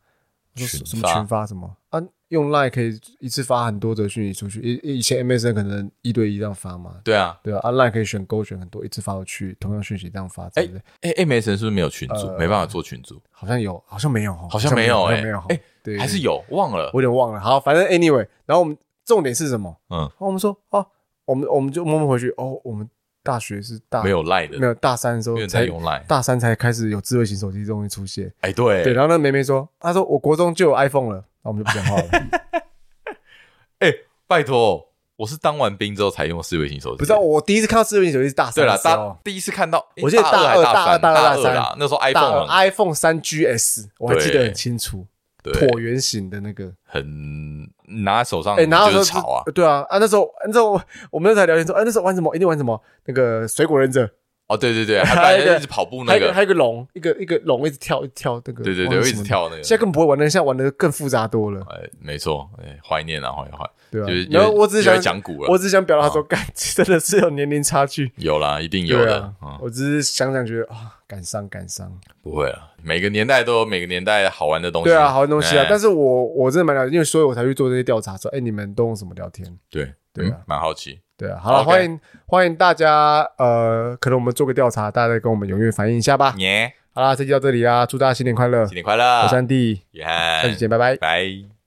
[SPEAKER 2] 我说
[SPEAKER 1] 群
[SPEAKER 2] 什么
[SPEAKER 1] 发
[SPEAKER 2] 群发什么啊？用 Line 可以一次发很多则讯息出去，以以前 MSN 可能一对一这样发嘛，
[SPEAKER 1] 对啊，
[SPEAKER 2] 对啊，啊 Line 可以选勾选很多，一次发过去，同样讯息这样发，对不对？
[SPEAKER 1] 哎，MSN 是不是没有群组？
[SPEAKER 2] 呃
[SPEAKER 1] 没办法做群组，
[SPEAKER 2] 好像有，好像没有哦，
[SPEAKER 1] 好像没有
[SPEAKER 2] 好
[SPEAKER 1] 哎
[SPEAKER 2] 像没有，好像没
[SPEAKER 1] 哎
[SPEAKER 2] 有，对，
[SPEAKER 1] 还是
[SPEAKER 2] 有。
[SPEAKER 1] 有忘了？
[SPEAKER 2] 我有点忘了。好，反正 anyway，然后我们重点是什么？
[SPEAKER 1] 嗯
[SPEAKER 2] 然后我们说哦，我们我们就默默回去哦，我们大学是大
[SPEAKER 1] 没有赖的，
[SPEAKER 2] 没有大三的时
[SPEAKER 1] 没
[SPEAKER 2] 候
[SPEAKER 1] 有在
[SPEAKER 2] 才
[SPEAKER 1] 用赖。
[SPEAKER 2] 大三才开始有智慧型手机这东西出现。
[SPEAKER 1] 哎，对
[SPEAKER 2] 对，然后那梅梅说，她说我国中就有 iPhone 了，那我们就不讲话了。
[SPEAKER 1] 哎，拜托，我是当完兵之后才用智慧型手机。
[SPEAKER 2] 不知道我第一次看到智慧型手机是大
[SPEAKER 1] 对
[SPEAKER 2] 三的
[SPEAKER 1] 啦，
[SPEAKER 2] 时
[SPEAKER 1] 大
[SPEAKER 2] 候，
[SPEAKER 1] 第一次看到，哎
[SPEAKER 2] 我记得
[SPEAKER 1] 大
[SPEAKER 2] 大
[SPEAKER 1] 还
[SPEAKER 2] 二
[SPEAKER 1] 大三
[SPEAKER 2] 大二
[SPEAKER 1] 大
[SPEAKER 2] 大三
[SPEAKER 1] 啦，那时候
[SPEAKER 2] 大
[SPEAKER 1] iPhone 很
[SPEAKER 2] iPhone 三 GS，我还记得
[SPEAKER 1] 对
[SPEAKER 2] 很清楚，
[SPEAKER 1] 对
[SPEAKER 2] 椭圆形的那个。
[SPEAKER 1] 很拿在手上，
[SPEAKER 2] 哎，然后
[SPEAKER 1] 就
[SPEAKER 2] 说
[SPEAKER 1] 是吵啊，
[SPEAKER 2] 对啊啊，那时候那时候我我们那时候还聊天说，哎，那时候玩什么？一定玩什么？那个水果忍者。
[SPEAKER 1] 哦，对对 对，还
[SPEAKER 2] 还有一
[SPEAKER 1] 大
[SPEAKER 2] 个
[SPEAKER 1] 家一直跑步
[SPEAKER 2] 还有
[SPEAKER 1] 那
[SPEAKER 2] 一个
[SPEAKER 1] 个
[SPEAKER 2] 还，有一个龙，一个一个龙一直跳一直跳那个，
[SPEAKER 1] 对对
[SPEAKER 2] 忘
[SPEAKER 1] 对，
[SPEAKER 2] 了
[SPEAKER 1] 会一
[SPEAKER 2] 什
[SPEAKER 1] 直
[SPEAKER 2] 么
[SPEAKER 1] 跳那个，
[SPEAKER 2] 现在更不会玩了，现在玩的更复杂多了，
[SPEAKER 1] 哎，没错，哎，怀念啊，怀怀，
[SPEAKER 2] 对吧、
[SPEAKER 1] 就是
[SPEAKER 2] 然后
[SPEAKER 1] 又
[SPEAKER 2] 我只是
[SPEAKER 1] 又在
[SPEAKER 2] 想
[SPEAKER 1] 讲古了
[SPEAKER 2] 我只是想表达说，干、 真的是有年龄差距，
[SPEAKER 1] 有啦，一定有
[SPEAKER 2] 对
[SPEAKER 1] 的
[SPEAKER 2] 啊，，
[SPEAKER 1] 嗯，
[SPEAKER 2] 我只是想想觉得啊，感伤感伤，
[SPEAKER 1] 不会啊，每个年代都有每个年代好玩的东西，
[SPEAKER 2] 对啊，好东西啊，
[SPEAKER 1] 哎
[SPEAKER 2] 但是我我真的蛮了解，因为所以我才去做这些调查，说，哎、你们都用什么聊天？
[SPEAKER 1] 对
[SPEAKER 2] 对啊
[SPEAKER 1] 嗯蛮 好奇，
[SPEAKER 2] 对啊，好了
[SPEAKER 1] OK
[SPEAKER 2] 欢迎欢迎大家，呃，可能我们做个调查，大家再跟我们踊跃反映一下吧。
[SPEAKER 1] 耶，
[SPEAKER 2] 啊好啦，这期到这里啦，祝大家新年快乐
[SPEAKER 1] 嗯新，年快乐哎
[SPEAKER 2] 我，是安迪，
[SPEAKER 1] 约翰
[SPEAKER 2] 下期见，拜拜。
[SPEAKER 1] 拜。